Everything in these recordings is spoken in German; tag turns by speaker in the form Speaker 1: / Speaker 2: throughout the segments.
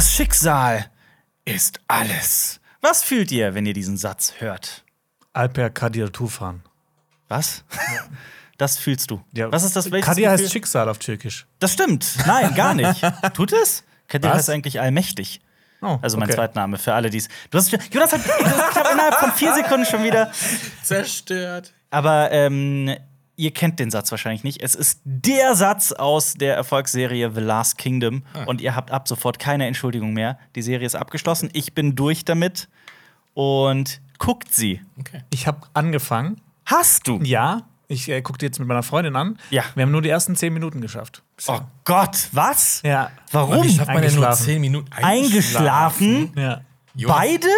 Speaker 1: Schicksal ist alles. Was fühlt ihr, wenn ihr diesen Satz hört?
Speaker 2: Alper Kadir Tufan.
Speaker 1: Was? Das fühlst du.
Speaker 2: Ja,
Speaker 1: Was ist das? welches
Speaker 2: Kadir heißt
Speaker 1: Gefühl?
Speaker 2: Schicksal auf Türkisch.
Speaker 1: Das stimmt. Nein, gar nicht. Tut es? Kadir
Speaker 2: Was?
Speaker 1: heißt eigentlich allmächtig.
Speaker 2: Oh,
Speaker 1: Also mein
Speaker 2: okay.
Speaker 1: Zweitname für alle, die es. Du hast. Jonas hat. Ich habe innerhalb von vier Sekunden schon wieder.
Speaker 3: Zerstört.
Speaker 1: Aber ähm, ihr kennt den Satz wahrscheinlich nicht. Es ist der Satz aus der Erfolgsserie The Last Kingdom.
Speaker 2: Ah.
Speaker 1: Und ihr habt ab sofort keine Entschuldigung mehr. Die Serie ist abgeschlossen. Ich bin durch damit. Und guckt sie.
Speaker 3: Okay.
Speaker 2: Ich habe angefangen.
Speaker 1: Hast du?
Speaker 2: Ja, ich äh, gucke die jetzt mit meiner Freundin an.
Speaker 1: Ja.
Speaker 2: Wir haben nur die ersten zehn Minuten geschafft.
Speaker 1: Oh Gott, was?
Speaker 2: Ja.
Speaker 1: Warum?
Speaker 3: Wie schafft man denn nur
Speaker 2: Eingeschlafen.
Speaker 3: 10 Minuten
Speaker 1: Eingeschlafen?
Speaker 2: Ja.
Speaker 3: Jonas,
Speaker 1: Beide?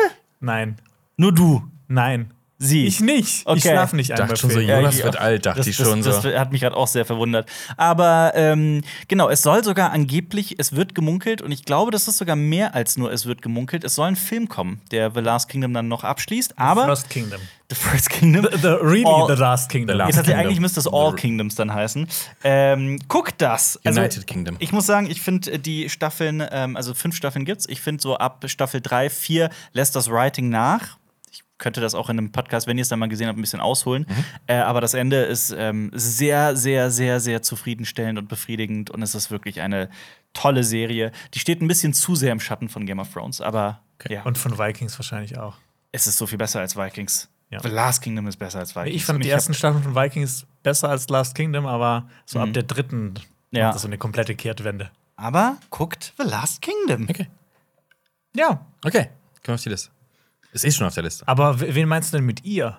Speaker 2: Nein.
Speaker 1: Nur du.
Speaker 2: Nein.
Speaker 1: Sie.
Speaker 2: Ich nicht.
Speaker 1: Okay.
Speaker 2: Ich schlafe nicht
Speaker 3: Ich
Speaker 2: ein.
Speaker 3: dachte schon so,
Speaker 2: Buffet.
Speaker 3: Jonas
Speaker 1: ich
Speaker 3: wird
Speaker 1: auch.
Speaker 3: alt, dachte
Speaker 1: Das,
Speaker 3: ich
Speaker 1: das,
Speaker 3: schon
Speaker 1: das
Speaker 3: so.
Speaker 1: hat mich gerade auch sehr verwundert. Aber ähm, genau, es soll sogar angeblich, es wird gemunkelt und ich glaube, das ist sogar mehr als nur es wird gemunkelt. Es soll ein Film kommen, der The Last Kingdom dann noch abschließt. Aber
Speaker 2: Lost Kingdom.
Speaker 1: The First Kingdom.
Speaker 2: The, the, really
Speaker 1: All-
Speaker 2: The Last Kingdom. Äh.
Speaker 3: The Last-
Speaker 1: Jetzt hat sie-
Speaker 3: Kingdom.
Speaker 1: eigentlich müsste es All Kingdoms dann heißen. Ähm, guckt das.
Speaker 3: United Kingdom.
Speaker 1: Ich muss sagen, ich finde die Staffeln, ähm, also fünf Staffeln gibt's. Ich finde so ab Staffel 3, 4 lässt das Writing nach. Ich könnte das auch in einem Podcast, wenn ihr es dann mal gesehen habt, ein bisschen ausholen.
Speaker 2: Mhm.
Speaker 1: Äh, aber das Ende ist ähm, sehr, sehr, sehr, sehr zufriedenstellend und befriedigend. Und es ist wirklich eine tolle Serie. Die steht ein bisschen zu sehr im Schatten von Game of Thrones, aber ja,
Speaker 2: Und von Vikings wahrscheinlich auch.
Speaker 1: es ist so viel besser als Vikings.
Speaker 2: Ja.
Speaker 1: The Last Kingdom ist besser als Vikings.
Speaker 2: Ich
Speaker 1: Und
Speaker 2: fand die
Speaker 1: hab-
Speaker 2: ersten Staffeln von Vikings besser als Last Kingdom, aber so ab der dritten
Speaker 1: Mhm. Ja.
Speaker 2: macht das so eine komplette Kehrtwende.
Speaker 1: Aber guckt The Last Kingdom.
Speaker 3: Okay.
Speaker 2: Ja,
Speaker 3: Okay, komm auf die Liste. Ist eh schon auf der
Speaker 1: Ah,
Speaker 3: Liste.
Speaker 2: aber we- wen meinst du denn mit ihr?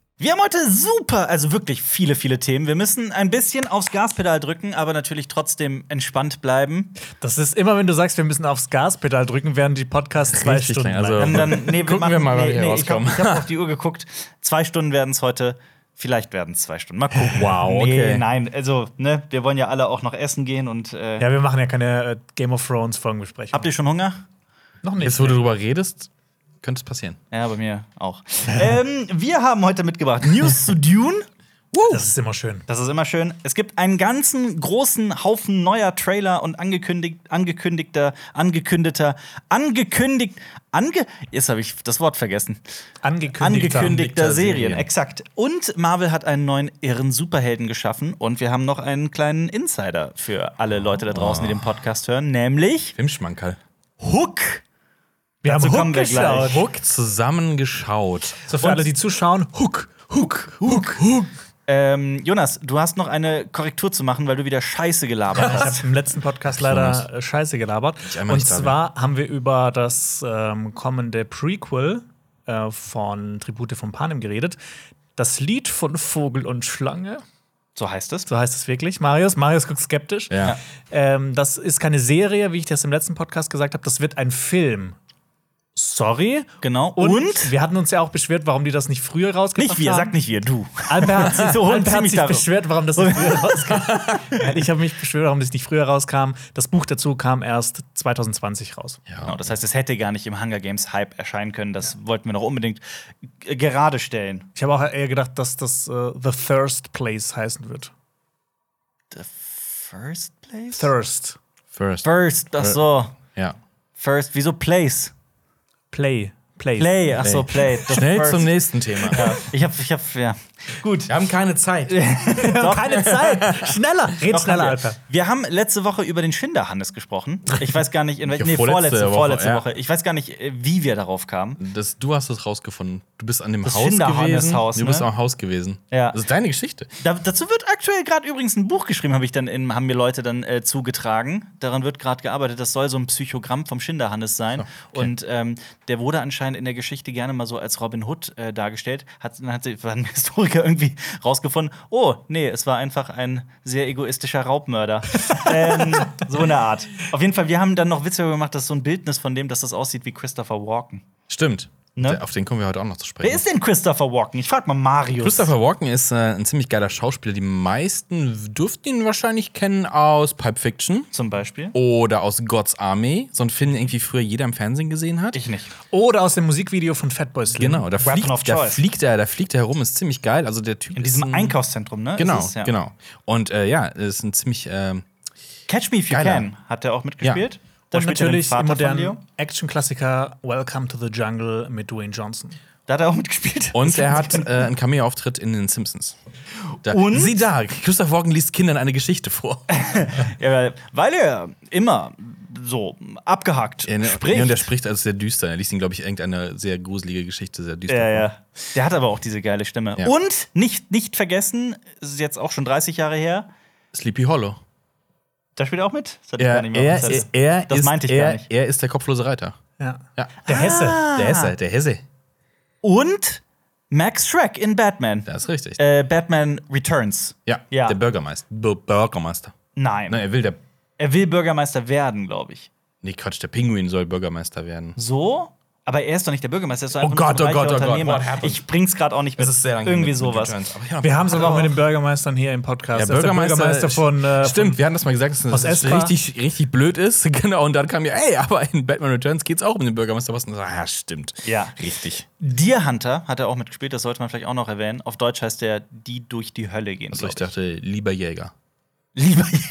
Speaker 1: Wir haben heute super, also wirklich viele, viele Themen. Wir müssen ein bisschen aufs Gaspedal drücken, aber natürlich trotzdem entspannt bleiben.
Speaker 2: Das ist immer, wenn du sagst, wir müssen aufs Gaspedal drücken, während die Podcasts zwei
Speaker 3: Richtig
Speaker 2: Stunden
Speaker 3: lang,
Speaker 2: lang.
Speaker 3: also-
Speaker 1: Und dann, nee,
Speaker 3: Gucken wir mal, wann wir
Speaker 1: ich hab,
Speaker 3: rauskommen.
Speaker 1: ich hab auf die Uhr geguckt. Zwei Stunden werden es heute. Vielleicht werden es zwei Stunden. Mal gucken.
Speaker 3: Wow,
Speaker 1: Nee,
Speaker 3: okay.
Speaker 1: nein, also, ne, wir wollen ja alle auch noch essen gehen und äh,
Speaker 2: ja, wir machen ja keine äh, Game of Thrones Folgenbesprechung.
Speaker 1: habt ihr schon Hunger?
Speaker 2: noch nicht?
Speaker 3: Jetzt, wo du drüber redest, könnte es passieren.
Speaker 1: Ja, bei mir auch. ähm, wir haben heute mitgebracht News zu Dune.
Speaker 2: Das ist immer schön.
Speaker 1: Das ist immer schön. Es gibt einen ganzen großen Haufen neuer Trailer und angekündigt, angekündigter, angekündeter, angekündigt, ange. Jetzt habe ich das Wort vergessen.
Speaker 2: Angekündigt.
Speaker 1: Angekündigter Serien.
Speaker 3: Serien.
Speaker 1: exakt. Und Marvel hat einen neuen irren Superhelden geschaffen und wir haben noch einen kleinen Insider für alle Leute da draußen, die den Podcast hören, nämlich
Speaker 3: Filmschmankerl.
Speaker 1: Hook.
Speaker 2: Wir haben
Speaker 1: Dazu
Speaker 2: Hook
Speaker 1: kommen wir gleich.
Speaker 2: geschaut.
Speaker 3: Hook zusammengeschaut.
Speaker 2: So für alle, die zuschauen, Hook, Hook, Hook, Hook.
Speaker 1: Ähm, Jonas, du hast noch eine Korrektur zu machen, weil du wieder Scheiße gelabert
Speaker 2: Ich
Speaker 1: hast.
Speaker 2: habe im letzten Podcast leider äh, Scheiße gelabert.
Speaker 3: einmal
Speaker 2: Und
Speaker 3: nicht da bin.
Speaker 2: zwar haben wir über das ähm, kommende Prequel äh, von Tribute von Panem geredet. Das Lied von Vogel und Schlange,
Speaker 1: So heißt es.
Speaker 2: so heißt es wirklich. Marius, Marius guckt skeptisch.
Speaker 3: Ja.
Speaker 2: Ähm, das ist keine Serie, wie ich das im letzten Podcast gesagt habe. Das wird ein Film. Sorry.
Speaker 1: Genau.
Speaker 2: Und,
Speaker 1: Und?
Speaker 2: wir hatten uns ja auch beschwert, warum die das nicht früher rausgebracht
Speaker 1: Nicht wir,
Speaker 2: haben.
Speaker 1: sag nicht wir, du.
Speaker 2: Albert hat sich,
Speaker 1: So holen
Speaker 2: Albert
Speaker 1: Sie
Speaker 2: hat
Speaker 1: mich
Speaker 2: sich
Speaker 1: darum.
Speaker 2: beschwert, warum das nicht früher rauskam. Nein, ich habe mich beschwert, warum das nicht früher rauskam. Das Buch dazu kam erst 2020 raus.
Speaker 1: Genau, das heißt, es hätte gar nicht im Hunger Games Hype erscheinen können. Das wollten wir noch unbedingt g- gerade stellen.
Speaker 2: Ich habe auch eher gedacht, dass das äh, The Thirst Place heißen wird.
Speaker 1: The first place?
Speaker 2: Thirst
Speaker 3: First.
Speaker 1: First,
Speaker 3: Äh.
Speaker 1: ach so.
Speaker 3: Ja.
Speaker 1: First, wieso place?
Speaker 2: Play Place.
Speaker 1: Play, ach so, play. The
Speaker 3: Schnell
Speaker 1: first.
Speaker 3: zum nächsten Thema.
Speaker 1: Ich hab, ich hab, ja. Gut.
Speaker 3: Wir haben keine Zeit.
Speaker 2: Wir haben keine Zeit. Schneller, red schneller, Alter.
Speaker 1: Wir haben letzte Woche über den Schinderhannes gesprochen. Ich weiß gar nicht, in welcher.
Speaker 3: Ja,
Speaker 1: Nee,
Speaker 3: vorletzte
Speaker 1: vorletzte,
Speaker 3: Woche,
Speaker 1: vorletzte
Speaker 3: ja.
Speaker 1: Woche. Ich weiß gar nicht, äh, wie wir darauf kamen.
Speaker 3: Das, du hast es rausgefunden. Du bist an dem
Speaker 1: Das
Speaker 3: Haus
Speaker 1: Schinderhannes
Speaker 3: gewesen.
Speaker 1: Haus,
Speaker 3: du bist
Speaker 1: ne?
Speaker 3: am Haus gewesen.
Speaker 1: Ja.
Speaker 3: Das ist deine Geschichte.
Speaker 1: Da, dazu wird aktuell gerade übrigens ein Buch geschrieben, habe ich dann in, haben mir Leute dann äh, zugetragen. Daran wird gerade gearbeitet. Das soll so ein Psychogramm vom Schinderhannes sein. Und ähm, der wurde anscheinend in der Geschichte gerne mal so als Robin Hood äh, dargestellt. Hat, dann hat sie, waren Historiker irgendwie rausgefunden, oh, nee, es war einfach ein sehr egoistischer Raubmörder. ähm, so eine Art. Auf jeden Fall, wir haben dann noch Witze darüber gemacht, dass so ein Bildnis von dem, dass das aussieht wie Christopher Walken.
Speaker 3: Stimmt.
Speaker 1: Ne?
Speaker 3: Der- Auf den kommen wir heute auch noch zu sprechen.
Speaker 1: Wer ist denn Christopher Walken? Ich frag mal Marius.
Speaker 3: Christopher Walken ist äh, ein ziemlich geiler Schauspieler. Die meisten dürften ihn wahrscheinlich kennen aus Pulp Fiction
Speaker 1: zum
Speaker 3: Oh.
Speaker 1: Beispiel.
Speaker 3: oder aus God's Army. So ein Film, den irgendwie früher jeder im Fernsehen gesehen hat.
Speaker 1: Ich nicht.
Speaker 2: Oder aus dem Musikvideo von Fatboy Slim.
Speaker 3: Genau, da
Speaker 1: Weapon
Speaker 3: fliegt,
Speaker 1: of
Speaker 3: da,
Speaker 1: Choice.
Speaker 3: fliegt er, da fliegt er herum, ist ziemlich geil. Also der Typ
Speaker 1: In diesem
Speaker 3: ist ein,
Speaker 1: Einkaufszentrum, ne?
Speaker 3: Genau,
Speaker 1: Ist es, ja.
Speaker 3: genau. Und äh, ja, ist ein ziemlich ähm,
Speaker 1: Catch Me If You
Speaker 3: Geiler.
Speaker 1: Can hat er auch mitgespielt.
Speaker 3: Ja.
Speaker 1: Da
Speaker 2: Und
Speaker 1: spielt er den
Speaker 2: natürlich
Speaker 1: Vater
Speaker 2: im
Speaker 1: von
Speaker 2: modernen
Speaker 1: Leo.
Speaker 2: Action-Klassiker Welcome to the Jungle mit Dwayne Johnson.
Speaker 1: Da hat er auch mitgespielt.
Speaker 3: und er hat äh, einen Cameo-Auftritt in den Simpsons. Da,
Speaker 1: Und?
Speaker 3: Sieh da, Christopher Walken liest Kindern eine Geschichte vor.
Speaker 1: Ja, weil er immer so abgehackt
Speaker 3: Ja, ne,
Speaker 1: spricht.
Speaker 3: ja, Und er spricht also sehr düster. Er liest ihn, glaube ich, irgendeine sehr gruselige Geschichte, sehr düster.
Speaker 1: Ja,
Speaker 3: vor.
Speaker 1: ja. Der hat aber auch diese geile Stimme.
Speaker 3: Ja.
Speaker 1: Und nicht, nicht vergessen, es ist jetzt auch schon 30 Jahre her,
Speaker 3: Sleepy Hollow.
Speaker 1: da spielt er auch mit. Das hatte ich
Speaker 3: Er,
Speaker 1: gar nicht mehr auf
Speaker 3: er,
Speaker 1: dem
Speaker 3: er,
Speaker 1: Zettel.
Speaker 3: er
Speaker 1: Das
Speaker 3: ist,
Speaker 1: meinte ich
Speaker 3: er,
Speaker 1: gar nicht.
Speaker 3: Er ist der kopflose Reiter.
Speaker 2: Ja.
Speaker 3: Ja.
Speaker 1: Ah.
Speaker 2: Der Hesse.
Speaker 3: Der Hesse, der Hesse.
Speaker 1: Und Max Schreck in Batman.
Speaker 3: Das ist richtig.
Speaker 1: Äh, Batman Returns.
Speaker 3: ja.
Speaker 1: ja.
Speaker 3: der Bürgermeister. Bu- Bürgermeister.
Speaker 1: Nein.
Speaker 3: Nein, er will der.
Speaker 1: Er will Bürgermeister werden, glaube ich.
Speaker 3: Nee, Quatsch, der Pinguin soll Bürgermeister werden.
Speaker 1: So? Aber er ist doch nicht der Bürgermeister, er ist doch einfach
Speaker 3: Gott,
Speaker 1: nur
Speaker 3: oh
Speaker 1: so ein
Speaker 3: Gott,
Speaker 1: reicher
Speaker 3: oh Gott,
Speaker 1: Unternehmer.
Speaker 3: what happened?
Speaker 1: ich bring's gerade auch nicht mit. Irgendwie sowas.
Speaker 2: Wir haben es aber auch mit den Bürgermeistern hier im Podcast.
Speaker 3: Der
Speaker 2: Das ist
Speaker 3: Bürgermeister,
Speaker 2: der Bürgermeister von. Äh,
Speaker 3: Stimmt, wir hatten das mal gesagt, dass
Speaker 2: Aus
Speaker 3: das
Speaker 2: Espa.
Speaker 3: richtig, richtig blöd ist. Genau, und dann kam ja, ey, aber in Batman Returns geht's auch um den Bürgermeister. Was? Und so, Ja, stimmt.
Speaker 1: Ja.
Speaker 3: Richtig.
Speaker 1: Deer Hunter hat er auch mitgespielt, das sollte man vielleicht auch noch erwähnen. Auf Deutsch heißt der Die durch die Hölle gehen.
Speaker 3: Also ich
Speaker 1: glaub
Speaker 3: dachte, lieber Jäger.
Speaker 1: ich. Lieber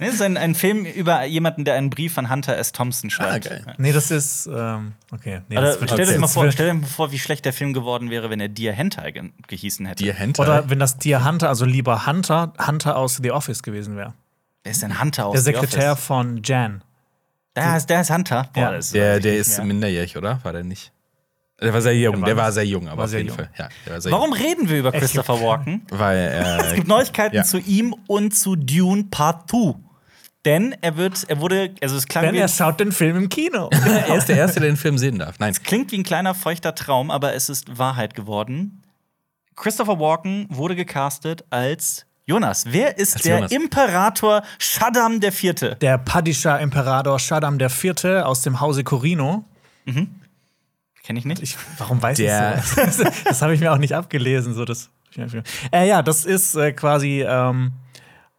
Speaker 1: Das ist ein, ein Film über jemanden, der einen Brief an Hunter S. Thompson schreibt.
Speaker 3: Ah, geil.
Speaker 2: Nee, das ist. Ähm, okay. Nee, das
Speaker 1: Oder
Speaker 2: wird
Speaker 1: stellt euch
Speaker 2: jetzt-
Speaker 1: mal vor,
Speaker 2: wird-
Speaker 1: stellt euch mal vor, wie schlecht der Film geworden wäre, wenn er Deer Hentai ge gehießen hätte.
Speaker 3: Dir Hentai.
Speaker 2: Oder wenn das Tier Hunter, also lieber Hunter, Hunter aus The Office gewesen wäre.
Speaker 1: Wer ist denn Hunter aus
Speaker 2: Der
Speaker 1: The
Speaker 2: Sekretär
Speaker 1: Office?
Speaker 2: von Jan.
Speaker 1: Da ist, der ist Hunter. Boah,
Speaker 2: Ja.
Speaker 1: das weiß
Speaker 3: der
Speaker 1: ich
Speaker 3: der
Speaker 1: nicht
Speaker 3: ist
Speaker 1: mehr.
Speaker 3: minderjährig, oder? War der nicht? Der war sehr jung,
Speaker 2: war-
Speaker 3: der war sehr jung, aber
Speaker 2: war
Speaker 3: auf
Speaker 2: sehr
Speaker 3: jeden
Speaker 2: jung.
Speaker 3: Fall. Ja, der war sehr
Speaker 1: Warum reden wir über
Speaker 2: Echt?
Speaker 1: Christopher Walken?
Speaker 3: Jung. Weil,
Speaker 1: Es
Speaker 3: äh,
Speaker 1: gibt Neuigkeiten
Speaker 3: Ja.
Speaker 1: zu ihm und zu Dune Part 2. Denn er wird, er wurde, also es klang
Speaker 2: Denn
Speaker 1: wie,
Speaker 2: er
Speaker 1: es
Speaker 2: schaut den Film im Kino.
Speaker 3: er ist der Erste, der den Film sehen darf. Nein,
Speaker 1: klingt wie ein kleiner feuchter Traum, aber es ist Wahrheit geworden. Christopher Walken wurde gecastet als Jonas. Wer ist
Speaker 3: Als
Speaker 1: der
Speaker 3: Jonas.
Speaker 1: Imperator Shaddam der Vierte?
Speaker 2: der Padischer Imperator Shaddam IV. aus dem Hause Corino.
Speaker 1: Kenne ich nicht.
Speaker 2: Ich, warum weiß ich
Speaker 3: Der-
Speaker 2: das? das habe ich mir auch nicht abgelesen. So das, äh, ja, das ist äh, quasi ähm,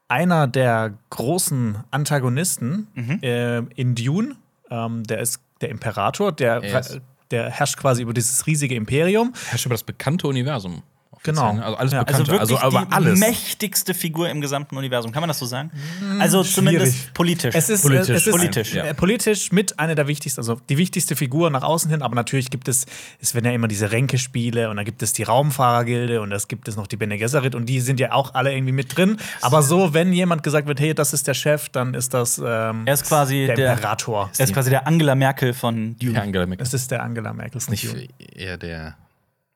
Speaker 2: einer der großen Antagonisten
Speaker 3: Mhm.
Speaker 2: äh, in Dune. Ähm, der ist der Imperator, der,
Speaker 3: Yes.
Speaker 2: der herrscht quasi über dieses riesige Imperium.
Speaker 3: herrscht über das bekannte Universum.
Speaker 2: Genau.
Speaker 3: Also alles
Speaker 2: Ja.
Speaker 1: also
Speaker 3: Bekannte.
Speaker 1: wirklich
Speaker 3: Also, aber
Speaker 1: die
Speaker 3: alles.
Speaker 1: mächtigste Figur im gesamten Universum. Kann man das so sagen? Also
Speaker 3: Hm,
Speaker 1: zumindest politisch.
Speaker 2: Es ist,
Speaker 3: Politisch
Speaker 2: äh, es ist
Speaker 1: Politisch.
Speaker 2: Äh, politisch mit einer der wichtigsten, also die wichtigste Figur nach außen hin. Aber natürlich gibt es, es werden ja immer diese Ränkespiele und da gibt es die Raumfahrergilde und das gibt es noch die Bene Gesserit und die sind ja auch alle irgendwie mit drin. Aber so, wenn jemand gesagt wird, hey, das ist der Chef, dann ist das ähm,
Speaker 1: er ist quasi
Speaker 2: der,
Speaker 1: der,
Speaker 2: Imperator.
Speaker 1: er ist quasi der Angela Merkel von Dune.
Speaker 3: Ja, Angela Merkel.
Speaker 2: Es ist der Angela Merkel. von Dune.
Speaker 3: Nicht eher der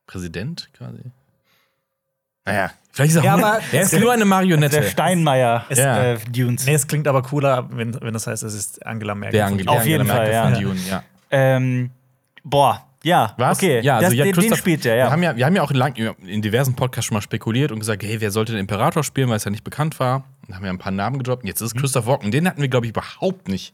Speaker 3: Präsident quasi. Naja, vielleicht ist er
Speaker 2: Ja,
Speaker 3: auch nur-
Speaker 2: aber-
Speaker 3: er ist nur eine Marionette.
Speaker 1: Der Steinmeier
Speaker 3: Ja.
Speaker 1: äh, Dunes.
Speaker 2: Nee, es klingt aber cooler, wenn, wenn das heißt, es ist Angela Merkel.
Speaker 3: der
Speaker 2: von
Speaker 3: Ange
Speaker 2: Dune.
Speaker 1: Auf
Speaker 3: der
Speaker 1: jeden
Speaker 3: Angela
Speaker 1: Fall,
Speaker 3: Merkel von Dune, ja.
Speaker 1: Ähm, boah, ja.
Speaker 3: Was?
Speaker 1: Okay,
Speaker 3: ja, also,
Speaker 1: das,
Speaker 3: ja,
Speaker 1: den, den
Speaker 3: Christoph-
Speaker 1: spielt er, ja.
Speaker 3: Wir haben ja, wir haben ja auch lang, in diversen Podcasts schon mal spekuliert und gesagt, hey, wer sollte den Imperator spielen, weil es ja nicht bekannt war. Und haben ja ein paar Namen gedroppt. Und jetzt
Speaker 1: Mhm.
Speaker 3: ist Christoph Walken. Den hatten wir, glaube ich, überhaupt nicht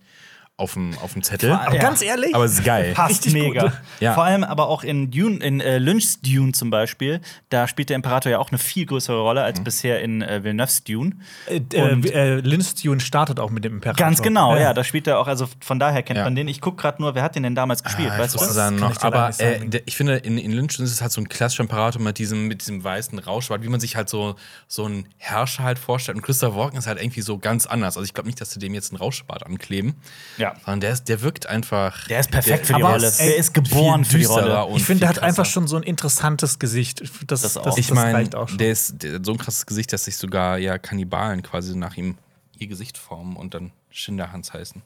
Speaker 3: auf dem, auf dem Zettel.
Speaker 1: Vor allem-
Speaker 2: Aber
Speaker 1: Ja.
Speaker 2: ganz ehrlich,
Speaker 3: Aber es ist geil.
Speaker 1: Passt
Speaker 2: richtig gut.
Speaker 1: mega.
Speaker 3: Ja.
Speaker 1: Vor allem aber auch in Dune, in äh, Lynch's Dune zum Beispiel, da spielt der Imperator ja auch eine viel größere Rolle
Speaker 3: Mhm.
Speaker 1: als bisher in äh, Villeneuve's Dune.
Speaker 2: äh, äh, Linz Dune startet auch mit dem Imperator.
Speaker 1: Ganz genau, ja. da spielt er auch, also von daher kennt
Speaker 3: Ja.
Speaker 1: man den. Ich gucke gerade nur, wer hat den denn damals gespielt,
Speaker 3: Ah,
Speaker 1: weißt du
Speaker 3: ich muss
Speaker 1: das?
Speaker 3: sagen,
Speaker 2: kann
Speaker 3: noch,
Speaker 2: ich dir leider
Speaker 3: aber
Speaker 2: nicht
Speaker 3: äh,
Speaker 2: sagen.
Speaker 3: der- ich finde, in, in Lynch ist es halt so ein klassischer Imperator mit diesem, mit diesem weißen Rauschbart, wie man sich halt so, so einen Herrscher halt vorstellt. Und Christopher Walken ist halt irgendwie so ganz anders. Also ich glaube nicht, dass sie dem jetzt einen Rauschbart ankleben,
Speaker 1: Ja.
Speaker 3: sondern der, ist, der wirkt einfach.
Speaker 1: Der ist perfekt für die
Speaker 2: aber
Speaker 1: Rolle.
Speaker 2: es-
Speaker 1: Der ist geboren
Speaker 3: viel
Speaker 1: für die
Speaker 3: düsterer
Speaker 1: Rolle.
Speaker 3: und
Speaker 2: Ich finde, der
Speaker 3: viel
Speaker 2: hat einfach
Speaker 3: krasser.
Speaker 2: schon so ein interessantes Gesicht. Das,
Speaker 1: Das auch.
Speaker 3: Ich
Speaker 2: das
Speaker 3: meine,
Speaker 2: reicht auch schon.
Speaker 3: der ist der, hat so ein krasses Gesicht, dass sich sogar ja Kannibalen quasi nach ihm ihr Gesicht formen und dann Schinderhans heißen.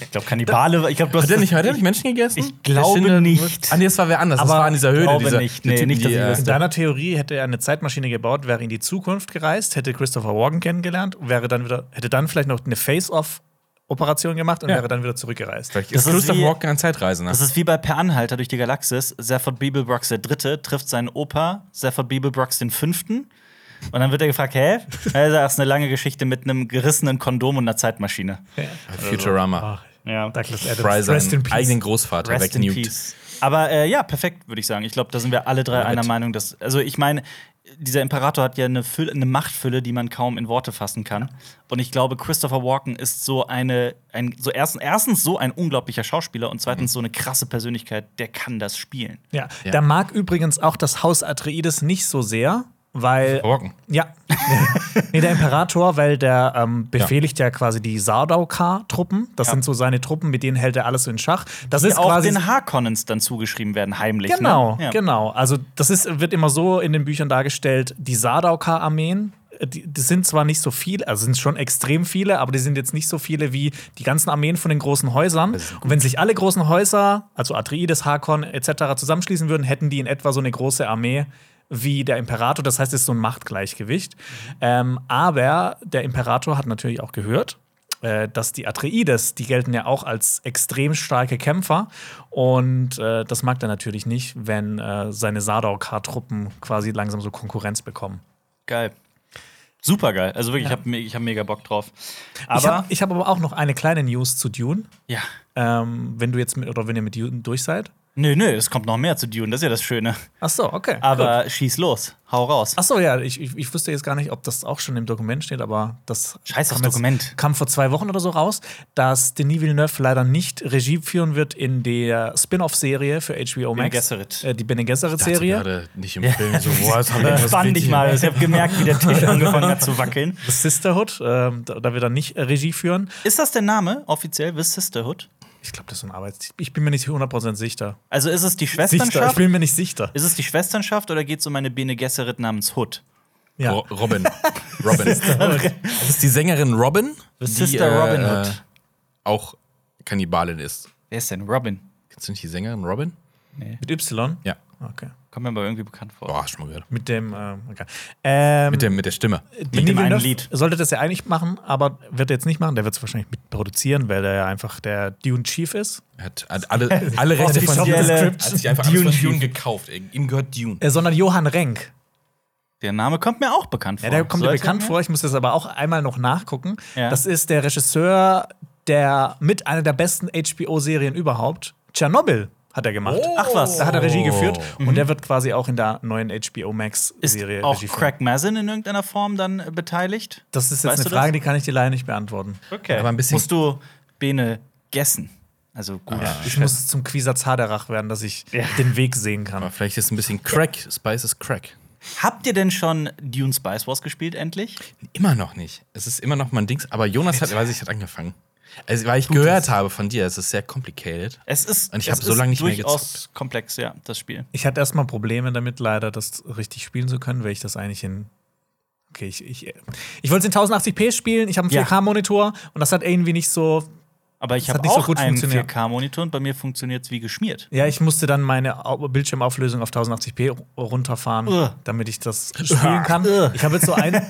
Speaker 1: Ich glaube, Kannibale, ich glaube, du hast
Speaker 3: Hat der nicht, hat der nicht Menschen gegessen?
Speaker 1: Ich glaube
Speaker 3: Der Schinder-
Speaker 1: nicht.
Speaker 3: Ah, nee, das war wer anders.
Speaker 1: Aber
Speaker 3: das war in dieser Höhle.
Speaker 1: glaube
Speaker 3: dieser,
Speaker 1: nicht.
Speaker 3: der
Speaker 1: Nee,
Speaker 3: Typ,
Speaker 1: nicht, dass
Speaker 3: die,
Speaker 1: ich
Speaker 3: äh,
Speaker 1: wüsste.
Speaker 2: In deiner Theorie hätte er eine Zeitmaschine gebaut, wäre in die Zukunft gereist, hätte Christopher Walken kennengelernt, wäre dann wieder, hätte dann vielleicht noch eine Face-Off Operation gemacht und
Speaker 3: Ja.
Speaker 2: wäre dann wieder zurückgereist.
Speaker 3: Vielleicht
Speaker 1: Das
Speaker 3: ist
Speaker 1: ist
Speaker 3: Christopher
Speaker 1: wie-
Speaker 3: Walken ein Zeitreisender.
Speaker 1: Das ist wie bei Per Anhalter durch die Galaxis. Sefford Beeblebrox der Dritte trifft seinen Opa, Sefford Beeblebrox den Fünften. Und dann wird er gefragt, hä? Er sagt, es ist eine lange Geschichte mit einem gerissenen Kondom und einer Zeitmaschine.
Speaker 3: Futurama.
Speaker 2: Ach,
Speaker 1: Ja,
Speaker 2: Douglas
Speaker 3: Fry
Speaker 2: Adams. Rest in
Speaker 3: seinen eigenen
Speaker 2: Peace.
Speaker 3: Großvater
Speaker 1: Rest in
Speaker 3: wegnuked.
Speaker 1: Peace. Aber äh, ja, perfekt, würde ich sagen. Ich glaube, da sind wir alle drei einer Meinung, dass. Also, ich meine, dieser Imperator hat ja eine, Fülle, eine Machtfülle, die man kaum in Worte fassen kann. Und ich glaube, Christopher Walken ist so eine. Ein, so erstens, erstens so ein unglaublicher Schauspieler und zweitens so eine krasse Persönlichkeit, der kann das spielen.
Speaker 2: Ja.
Speaker 3: Ja.
Speaker 2: da mag übrigens auch das Haus Atreides nicht so sehr, weil
Speaker 3: Walken.
Speaker 2: Ja. nee, der Imperator, weil der ähm, befehligt ja. quasi die Sardaukar-Truppen. Das
Speaker 1: Ja.
Speaker 2: sind so seine Truppen, mit denen hält er alles so in Schach. Das
Speaker 1: Die
Speaker 2: ist
Speaker 1: auch
Speaker 2: quasi.
Speaker 1: den Harkonnens dann zugeschrieben werden, heimlich.
Speaker 2: Genau,
Speaker 1: ne? Ja.
Speaker 2: genau. Also, das ist, wird immer so in den Büchern dargestellt: die Sardaukar-Armeen. äh, Die, die sind zwar nicht so viele, also sind schon extrem viele, aber die sind jetzt nicht so viele wie die ganzen Armeen von den großen Häusern. Und wenn sich alle großen Häuser, also Atreides, Hakon etc., zusammenschließen würden, hätten die in etwa so eine große Armee wie der Imperator. Das heißt, es ist so ein Machtgleichgewicht. Ähm, aber der Imperator hat natürlich auch gehört, äh, dass die Atreides, die gelten ja auch als extrem starke Kämpfer. Und äh, das mag er natürlich nicht, wenn äh, seine Sardaukar-Truppen quasi langsam so Konkurrenz bekommen.
Speaker 1: Geil. Super geil. Also wirklich, ich habe ich hab mega Bock drauf. Aber.
Speaker 2: ich habe ich hab aber auch noch eine kleine News zu Dune.
Speaker 1: ja.
Speaker 2: Ähm, wenn du jetzt mit, oder wenn ihr mit Dune durch seid.
Speaker 1: Nö, nö, es kommt noch mehr zu Dune, das ist ja das Schöne.
Speaker 2: Ach so, okay.
Speaker 1: Aber schieß los, hau raus.
Speaker 2: Ach so, ja, ich, ich, ich wusste jetzt gar nicht, ob das auch schon im Dokument steht, aber das
Speaker 1: Scheiß aufs
Speaker 2: kam jetzt-
Speaker 1: Dokument.
Speaker 2: kam vor zwei Wochen oder so raus, dass Denis Villeneuve leider nicht Regie führen wird in der Spin-off-Serie für HBO Max.
Speaker 1: Gesserit.
Speaker 2: Äh, die Bene
Speaker 3: Ich dachte
Speaker 2: Gesserit-Serie.
Speaker 3: gerade nicht im Film so, boah, jetzt hab ich irgendwas
Speaker 1: Spann dich
Speaker 3: richtig-
Speaker 1: mal, ich habe gemerkt, wie der Tisch angefangen hat zu wackeln.
Speaker 2: The Sisterhood, ähm, da, da wird er nicht Regie führen.
Speaker 1: Ist das der Name offiziell, The Sisterhood?
Speaker 2: Ich glaube, das ist ein Arbeits. Ich bin mir nicht 100% sicher.
Speaker 1: Also ist es die
Speaker 2: Sichter. Ich
Speaker 1: Schwesternschaft?
Speaker 2: bin mir nicht sicher.
Speaker 1: Ist es die Schwesternschaft oder geht es um eine Bene Gesserit namens Hood?
Speaker 2: Ja.
Speaker 3: Ro- Robin. Robin. das ist die Sängerin Robin, die äh,
Speaker 1: Sister Robin Hood.
Speaker 3: auch Kannibalin ist.
Speaker 1: Wer ist denn Robin?
Speaker 3: Kennst du nicht die Sängerin Robin?
Speaker 2: Mit Y?
Speaker 3: Ja.
Speaker 2: Okay.
Speaker 1: Kommt mir aber irgendwie bekannt vor.
Speaker 3: Boah, Oh, schon mal gehört.
Speaker 2: Mit dem. Ähm, okay. ähm,
Speaker 3: Mit der, mit der Stimme.
Speaker 2: Denis
Speaker 1: dem einen
Speaker 2: Villeneuve
Speaker 1: Lied.
Speaker 2: Sollte das ja eigentlich machen, aber wird er jetzt nicht machen. Der wird es wahrscheinlich mit produzieren, weil er ja einfach der Dune Chief ist. Also
Speaker 3: Er hat hat alle, alle Rechte von
Speaker 2: Offizielle
Speaker 3: Dune. Hat sich einfach alles von
Speaker 2: Dune.
Speaker 3: Dune gekauft. ey. Ihm gehört Dune.
Speaker 2: Äh, sondern Johann Renk.
Speaker 1: Der Name kommt mir auch bekannt vor.
Speaker 2: Ja, der kommt mir
Speaker 1: Oh, Sollte
Speaker 2: bekannt vor. Ich muss das aber auch einmal noch nachgucken.
Speaker 1: Ja.
Speaker 2: Das ist der Regisseur, der mit einer der besten HBO-Serien überhaupt, Tschernobyl, hat er gemacht.
Speaker 1: Ach was.
Speaker 2: Da hat er Regie
Speaker 3: Oh.
Speaker 2: geführt und der wird quasi auch in der neuen HBO Max
Speaker 1: Mhm. Ist
Speaker 2: Serie
Speaker 1: auch
Speaker 2: Regie führen.
Speaker 1: Craig Mazin in irgendeiner Form dann äh, beteiligt?
Speaker 2: Das ist jetzt
Speaker 1: Weißt
Speaker 2: eine
Speaker 1: du das?
Speaker 2: Frage, die kann ich dir leider nicht beantworten.
Speaker 1: Okay.
Speaker 3: Aber ein bisschen-
Speaker 1: Musst du Bene gessen. Also gut.
Speaker 3: Ah.
Speaker 2: Ich muss zum Quisatz Haderach werden, dass ich den Weg sehen kann.
Speaker 3: Aber vielleicht ist ein bisschen Crack. Spice ist Crack.
Speaker 1: Habt ihr denn schon Dune Spice Wars gespielt endlich?
Speaker 3: Immer noch nicht. Es ist immer noch mein Dings. Aber Jonas hat, weiß ich, hat angefangen. Also, weil ich gehört habe von dir, es ist sehr complicated.
Speaker 1: Es ist,
Speaker 3: Und ich
Speaker 1: es
Speaker 3: hab so
Speaker 1: ist
Speaker 3: lange nicht mehr
Speaker 1: durchaus komplex, ja, das Spiel.
Speaker 2: Ich hatte erstmal Probleme damit, leider das richtig spielen zu können, weil ich das eigentlich in. Okay, ich, ich, ich wollte es in 1080p spielen, ich habe
Speaker 1: Ja.
Speaker 2: einen 4K-Monitor und das hat irgendwie nicht so.
Speaker 1: Aber ich
Speaker 2: Das
Speaker 1: habe
Speaker 2: hat nicht so
Speaker 1: auch
Speaker 2: gut
Speaker 1: einen
Speaker 2: funktioniert.
Speaker 1: 4K-Monitor und bei mir funktioniert es wie geschmiert.
Speaker 2: Ja, ich musste dann meine Au- Bildschirmauflösung auf 1080p runterfahren,
Speaker 1: Ugh.
Speaker 2: damit ich das spielen kann. Ich habe jetzt so eine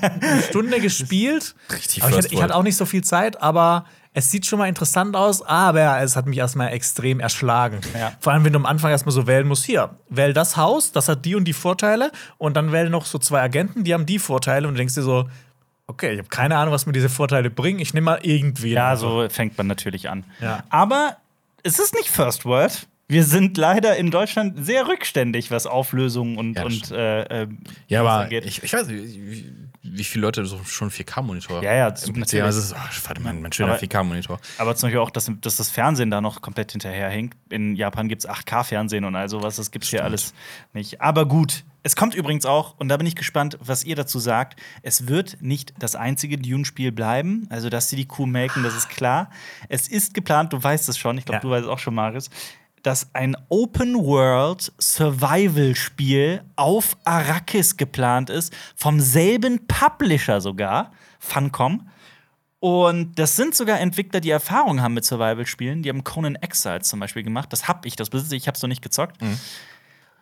Speaker 2: Stunde gespielt.
Speaker 3: Richtig
Speaker 2: aber ich,
Speaker 3: First
Speaker 2: hatte, ich hatte
Speaker 3: World.
Speaker 2: auch nicht so viel Zeit, aber es sieht schon mal interessant aus, aber es hat mich erstmal extrem erschlagen.
Speaker 1: Ja.
Speaker 2: Vor allem, wenn du am Anfang erstmal so wählen musst, hier, wähl das Haus, das hat die und die Vorteile und dann wähl noch so zwei Agenten, die haben die Vorteile und du denkst dir so, okay, ich habe keine Ahnung, was mir diese Vorteile bringen, ich nehme mal irgendwie.
Speaker 1: Ja, so Also fängt man natürlich an.
Speaker 2: Ja.
Speaker 1: Aber es ist nicht First World. Wir sind leider in Deutschland sehr rückständig, was Auflösungen und,
Speaker 3: Ja, das
Speaker 1: und
Speaker 3: stimmt.
Speaker 1: äh, ähm,
Speaker 3: Ja,
Speaker 1: was
Speaker 3: aber
Speaker 1: angeht.
Speaker 3: ich, ich weiß nicht, wie, wie viele Leute so schon 4K-Monitor
Speaker 1: Ja, ja,
Speaker 3: im
Speaker 1: natürlich.
Speaker 3: PC haben. Das ist, oh, warte mal, mein schöner
Speaker 1: Aber-
Speaker 3: 4K-Monitor.
Speaker 1: Aber zum Beispiel auch, dass, dass das Fernsehen da noch komplett hinterherhinkt. In Japan gibt es 8K-Fernsehen und all sowas. Das gibt es hier alles nicht. Aber gut. Es kommt übrigens auch, und da bin ich gespannt, was ihr dazu sagt. Es wird nicht das einzige Dune-Spiel bleiben. Also, dass sie die Kuh melken, das ist klar. Es ist geplant, du weißt es schon, ich glaube,
Speaker 2: Ja.
Speaker 1: du weißt es auch schon, Marius, dass ein Open-World-Survival-Spiel auf Arrakis geplant ist, vom selben Publisher sogar, Funcom. Und das sind sogar Entwickler, die Erfahrung haben mit Survival-Spielen. Die haben Conan Exiles zum Beispiel gemacht. Das hab ich, das besitze ich, ich hab's noch nicht gezockt.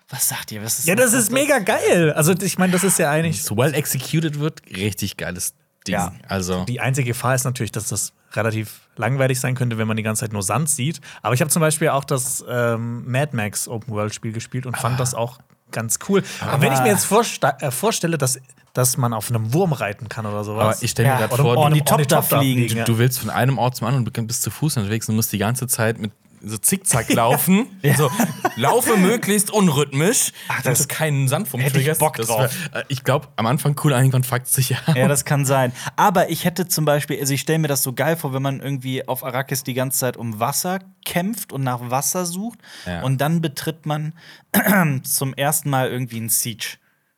Speaker 1: Was sagt ihr? Was ist
Speaker 2: Mhm. ja, das ist mega geil. Also ich meine, das ist ja eigentlich
Speaker 3: So well executed wird, richtig geiles Ding.
Speaker 1: Ja.
Speaker 3: Also,
Speaker 2: Die einzige Gefahr ist natürlich, dass das relativ langweilig sein könnte, wenn man die ganze Zeit nur Sand sieht. Aber ich habe zum Beispiel auch das ähm, Mad Max Open World Spiel gespielt und
Speaker 1: Ah.
Speaker 2: fand das auch ganz cool. Aber wenn ich mir jetzt vorste äh, vorstelle, dass, dass man auf einem Wurm reiten kann oder sowas.
Speaker 3: Aber ich stelle mir
Speaker 1: Ja,
Speaker 3: gerade
Speaker 2: oder um
Speaker 3: vor,
Speaker 2: Orni-
Speaker 3: du,
Speaker 1: Ornithopter
Speaker 2: Ornithopter
Speaker 1: fliegen.
Speaker 2: fliegen, ja.
Speaker 3: du willst von einem Ort zum anderen und bist zu Fuß unterwegs und musst die ganze Zeit mit so zickzack laufen. So, laufe möglichst unrhythmisch. Ach,
Speaker 1: das-
Speaker 3: ist kein Sand vom
Speaker 1: Hätte ich Bock drauf.
Speaker 3: äh, ich glaube, am Anfang cool, irgendwann fuckt sich ja.
Speaker 1: Ja, das kann sein. Aber ich hätte zum Beispiel, also ich stelle mir das so geil vor, wenn man irgendwie auf Arrakis die ganze Zeit um Wasser kämpft und nach Wasser sucht
Speaker 3: Ja.
Speaker 1: und dann betritt man zum ersten Mal irgendwie ein Siege.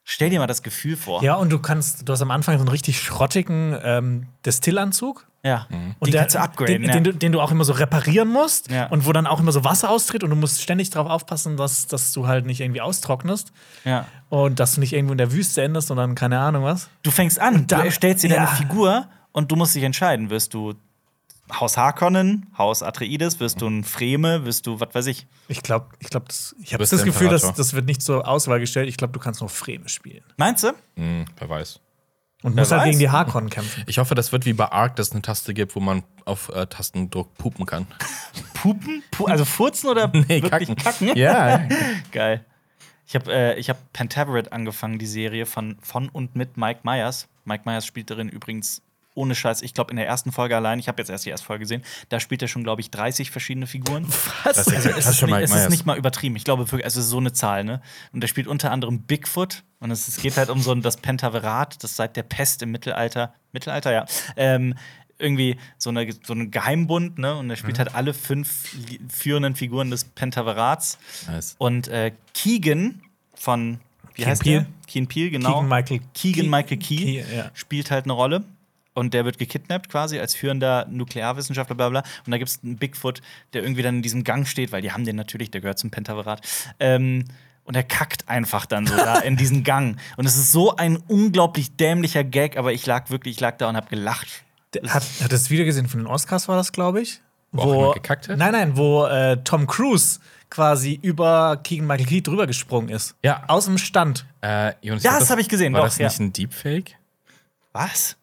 Speaker 1: Stell dir mal das Gefühl vor.
Speaker 2: Ja, und du kannst, du hast am Anfang so einen richtig schrottigen ähm, Destillanzug.
Speaker 1: Ja. Und
Speaker 2: Mhm. Und
Speaker 1: die
Speaker 2: der-
Speaker 1: kannst du upgraden.
Speaker 2: Den,
Speaker 1: ja.
Speaker 2: den, du, den du auch immer so reparieren musst
Speaker 1: Ja.
Speaker 2: und wo dann auch immer so Wasser austritt und du musst ständig darauf aufpassen, dass, dass du halt nicht irgendwie austrocknest
Speaker 1: ja.
Speaker 2: und dass du nicht irgendwo in der Wüste endest und dann keine Ahnung was.
Speaker 1: Du fängst an, du
Speaker 2: dann-
Speaker 1: erstellst dir deine
Speaker 2: ja.
Speaker 1: Figur und du musst dich entscheiden. Wirst du Haus Harkonnen, Haus Atreides, wirst du ein Freme, wirst du, was weiß ich.
Speaker 2: Ich glaube, ich glaube, ich habe
Speaker 3: bist
Speaker 2: das Gefühl, dass,
Speaker 3: Imperator.
Speaker 2: das wird nicht zur Auswahl gestellt. Ich glaube, du kannst nur Freme spielen
Speaker 1: Meinst du?
Speaker 3: Hm, wer weiß.
Speaker 2: und musst halt
Speaker 1: weiß?
Speaker 2: gegen die Harkonnen kämpfen.
Speaker 3: Ich hoffe, das wird wie bei Ark, dass es eine Taste gibt, wo man auf äh, Tastendruck pupen kann.
Speaker 1: Pupen? Pu also furzen oder wirklich kacken?
Speaker 3: Ja.
Speaker 1: Geil. Ich habe äh, ich hab Pentaveret angefangen, die Serie von, von und mit Mike Myers. Mike Myers spielt darin übrigens ohne Scheiß, ich glaube in der ersten Folge allein, ich habe jetzt erst die erste Folge gesehen, da spielt er schon, glaube ich, 30 verschiedene Figuren. Also
Speaker 2: Was?
Speaker 3: Das ist exakt
Speaker 1: Es
Speaker 3: das
Speaker 1: ist,
Speaker 3: schon
Speaker 1: nicht,
Speaker 3: mal
Speaker 1: es ist nicht mal übertrieben. Ich glaube wirklich, also es ist so eine Zahl, ne? Und der spielt unter anderem Bigfoot. Und es, es geht halt um so ein, das Pentaverat, das seit der Pest im Mittelalter, Mittelalter, ja, ähm, irgendwie so eine, so ein Geheimbund, ne? Und er spielt halt alle fünf li- führenden Figuren des Pentaverats.
Speaker 3: Nice.
Speaker 1: Und äh, Keegan von, wie
Speaker 2: Keen
Speaker 1: heißt
Speaker 2: Peele?
Speaker 1: der? Keen Peel, genau.
Speaker 2: Keegan Michael
Speaker 1: Keegan Michael Key,
Speaker 2: Key, ja.
Speaker 1: spielt halt eine Rolle. Und der wird gekidnappt quasi als führender Nuklearwissenschaftler, bla bla. Und da gibt es einen Bigfoot, der irgendwie dann in diesem Gang steht, weil die haben den natürlich, der gehört zum Pentaverat. Ähm, und er kackt einfach dann so da in diesen Gang. Und es ist so ein unglaublich dämlicher Gag, aber ich lag wirklich, ich lag da und hab gelacht.
Speaker 2: Hat, hat das Video gesehen von den Oscars war das, glaube ich?
Speaker 3: Wo auch jemand gekackt hat?
Speaker 2: Nein, nein, wo äh, Tom Cruise quasi über Keegan Michael Key drüber gesprungen ist.
Speaker 3: Ja.
Speaker 2: Aus dem Stand.
Speaker 3: Äh, Jonas,
Speaker 1: Das
Speaker 3: war
Speaker 1: hab ich gesehen,
Speaker 3: War
Speaker 1: doch,
Speaker 3: das
Speaker 1: ja.
Speaker 3: nicht ein Deepfake?
Speaker 1: Was?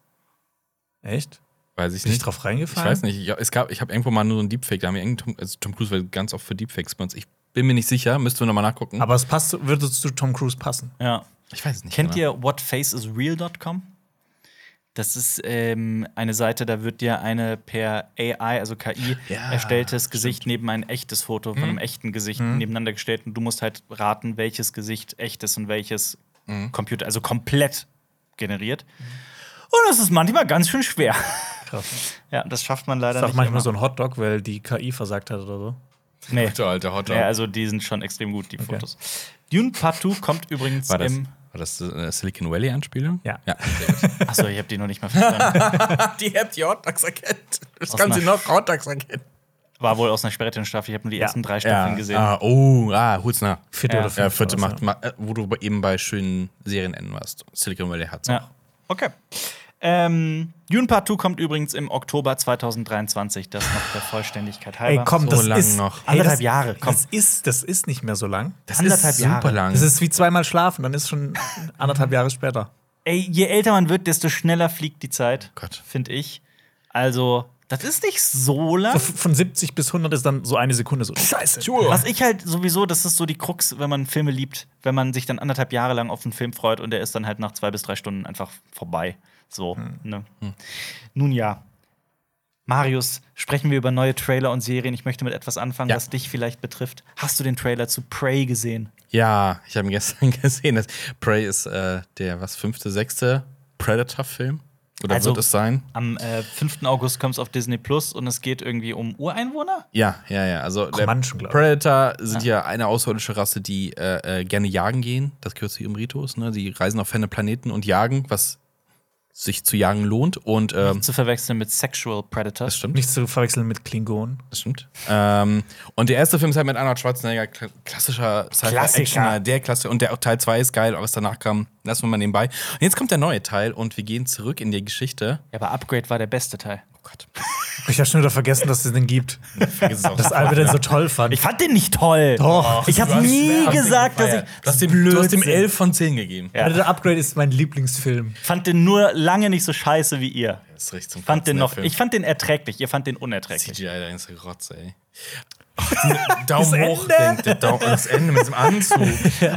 Speaker 2: Echt?
Speaker 3: Weiß ich
Speaker 2: Bin ich
Speaker 3: nicht.
Speaker 2: drauf
Speaker 3: Hm? ich
Speaker 2: reingefallen?
Speaker 3: weiß nicht. Ich, es gab, ich habe irgendwo mal nur so einen Deepfake. Da haben wir irgendeinen Tom, also Tom Cruise wird ganz oft für Deepfakes benutzt. Ich bin mir nicht sicher. Müssten wir nochmal nachgucken.
Speaker 2: Aber es passt, zu- würde zu Tom Cruise passen.
Speaker 1: Ja.
Speaker 3: ich weiß es nicht.
Speaker 1: Kennt
Speaker 3: genau.
Speaker 1: ihr whatfaceisreal.com? Das ist ähm, eine Seite, da wird dir eine per AI, also KI,
Speaker 3: Ja,
Speaker 1: erstelltes Gesicht neben ein echtes Foto von einem echten Gesicht nebeneinander gestellt und du musst halt raten, welches Gesicht echt ist und welches Computer, also komplett generiert. Und das ist manchmal ganz schön schwer.
Speaker 2: Krass.
Speaker 1: Ja, das schafft man leider
Speaker 2: Das ist auch
Speaker 1: nicht.
Speaker 2: manchmal
Speaker 1: immer.
Speaker 2: so ein Hotdog, weil die KI versagt hat oder so.
Speaker 1: Nee.
Speaker 3: Alter, alter, alter.
Speaker 1: nee, also die sind schon extrem gut, die Fotos. Dune Part 2 kommt übrigens
Speaker 3: war das,
Speaker 1: im.
Speaker 3: war das äh, Silicon Valley-Anspielung?
Speaker 2: Ja.
Speaker 3: ja.
Speaker 1: Achso, ich habe die noch nicht mal verstanden.
Speaker 3: die habt ihr Hotdogs erkennt. Das
Speaker 1: kann sie
Speaker 3: noch Hotdogs erkennen.
Speaker 1: War wohl aus einer späteren Staffel, ich habe nur die ersten drei Staffeln
Speaker 3: Ja.
Speaker 1: gesehen.
Speaker 3: Ah, oh, ah, hol's nach.
Speaker 2: Vierte
Speaker 1: Ja.
Speaker 2: oder
Speaker 3: Ja,
Speaker 2: fünfte.
Speaker 3: vierte
Speaker 2: oder so.
Speaker 3: macht, macht, äh, wo du bei- eben bei schönen Serienenden warst. Silicon Valley hat's. auch.
Speaker 1: Ja. Okay. Ähm, Dune Part 2 kommt übrigens im Oktober 2023, das noch der Vollständigkeit halber.
Speaker 2: Ey, komm, das
Speaker 3: So lang
Speaker 2: ist
Speaker 3: noch.
Speaker 2: Ey, das-
Speaker 1: Anderthalb Jahre, komm.
Speaker 2: Das ist, das ist nicht mehr so lang.
Speaker 3: Das
Speaker 1: Anderthalb
Speaker 3: ist super
Speaker 1: Jahre.
Speaker 3: lang.
Speaker 2: Das ist wie zweimal schlafen, dann ist schon anderthalb Jahre später.
Speaker 1: Ey, je älter man wird, desto schneller fliegt die Zeit,
Speaker 3: Gott.
Speaker 1: finde ich. Also, das ist nicht so lang.
Speaker 2: F- Von 70 bis 100 ist dann so eine Sekunde so. Scheiße.
Speaker 1: Was ich halt sowieso, das ist so die Krux, wenn man Filme liebt, wenn man sich dann anderthalb Jahre lang auf einen Film freut und der ist dann halt nach zwei bis drei Stunden einfach vorbei. So,
Speaker 3: Hm.
Speaker 1: ne? Nun ja. Marius, sprechen wir über neue Trailer und Serien. Ich möchte mit etwas anfangen,
Speaker 3: Ja.
Speaker 1: was dich vielleicht betrifft. Hast du den Trailer zu Prey gesehen?
Speaker 3: Ja, ich habe ihn gestern gesehen. Das Prey ist äh, der was fünfte, sechste Predator-Film. Oder
Speaker 1: Also-
Speaker 3: wird es sein?
Speaker 1: Am äh, 5. August kommt es auf Disney Plus und es geht irgendwie um Ureinwohner?
Speaker 3: Ja, ja, ja. Also der
Speaker 2: Comanchen, glaub ich.
Speaker 3: Predator sind ja eine außerirdische Rasse, die äh, äh, gerne jagen gehen. Das gehört zu ihrem Ritus. Ne? Die reisen auf ferne Planeten und jagen, was sich zu jagen lohnt. Und ähm,
Speaker 1: Zu verwechseln mit Sexual
Speaker 3: das
Speaker 1: Predators.
Speaker 3: stimmt.
Speaker 2: Nicht zu verwechseln mit Klingonen.
Speaker 3: Das stimmt. Ähm, und der erste Film ist halt mit Arnold Schwarzenegger, kla- klassischer
Speaker 1: Klassiker.
Speaker 3: Sci-Fi-Actioner, der Klasse. Und der auch Teil 2 ist geil, aber was danach kam, lassen wir mal nebenbei. Und jetzt kommt der neue Teil und wir gehen zurück in die Geschichte.
Speaker 1: Ja, aber Upgrade war der beste Teil.
Speaker 3: Oh Gott.
Speaker 2: Ich habe schon wieder vergessen, dass es den gibt.
Speaker 3: Vergiss es auch.
Speaker 2: Das Albe den so toll fand.
Speaker 1: Ich fand den nicht toll.
Speaker 2: Doch.
Speaker 1: Ich habe
Speaker 3: Du hast-
Speaker 1: nie
Speaker 3: du hast den
Speaker 1: gesagt, dass ich.
Speaker 3: gefeiert. Du hast dem, du hast dem
Speaker 1: Blödsinn.
Speaker 3: 11 von 10 gegeben.
Speaker 1: Ja.
Speaker 2: Predator Upgrade ist mein Lieblingsfilm.
Speaker 1: fand den nur lange nicht so scheiße wie ihr.
Speaker 3: Das ist richtig zum
Speaker 1: Fand den
Speaker 3: Kotzen,
Speaker 1: noch,
Speaker 3: der Film.
Speaker 1: ich fand den erträglich, ihr fand den unerträglich.
Speaker 3: CGI, da ist der Rotze, ey. Daumen hoch,
Speaker 2: Ende?
Speaker 3: denkt der Daumen, das Ende mit diesem Anzug.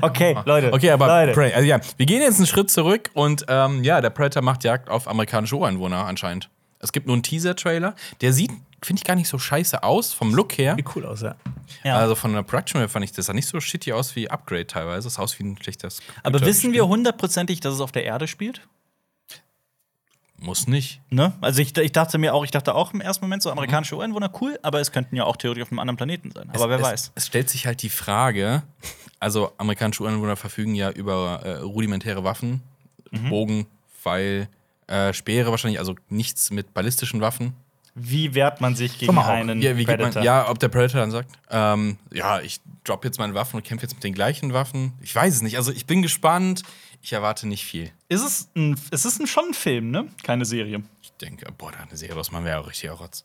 Speaker 1: Okay, Leute.
Speaker 3: Okay, aber
Speaker 1: Leute.
Speaker 3: Prey, also ja, wir gehen jetzt einen Schritt zurück und ähm, ja, der Predator macht Jagd auf amerikanische Ureinwohner anscheinend. Es gibt nur einen Teaser-Trailer, der sieht, finde ich, gar nicht so scheiße aus vom Look her.
Speaker 2: Wie cool aus, ja.
Speaker 1: Ja.
Speaker 3: Also von der Production her fand ich das sah nicht so shitty aus wie Upgrade teilweise. Es sah aus wie ein schlechtes.
Speaker 1: aber
Speaker 3: Computer-
Speaker 1: wissen wir hundertprozentig, dass es auf der Erde spielt?
Speaker 3: Muss nicht.
Speaker 1: Ne? Also ich, ich dachte mir auch, ich dachte auch im ersten Moment so amerikanische Ureinwohner, cool, aber es könnten ja auch theoretisch auf einem anderen Planeten sein. Aber wer
Speaker 3: es,
Speaker 1: weiß.
Speaker 3: Es stellt sich halt die Frage, also amerikanische Ureinwohner verfügen ja über äh, rudimentäre Waffen,
Speaker 1: Mhm.
Speaker 3: Bogen, Pfeil, äh, Speere wahrscheinlich, also nichts mit ballistischen Waffen.
Speaker 1: Wie wehrt man sich gegen
Speaker 2: Tomahawk.
Speaker 1: einen
Speaker 3: Ja, wie geht man,
Speaker 1: Predator?
Speaker 3: ja, ob der Predator dann sagt, ähm, ja, ich drop jetzt meine Waffen und kämpfe jetzt mit den gleichen Waffen. Ich weiß es nicht. Also ich bin gespannt. Ich erwarte nicht viel.
Speaker 1: Ist es, ein, es ist ein, schon ein Film, ne? Keine Serie.
Speaker 3: Ich denke, boah, da hat eine Serie draus, man wäre auch richtig Rotz.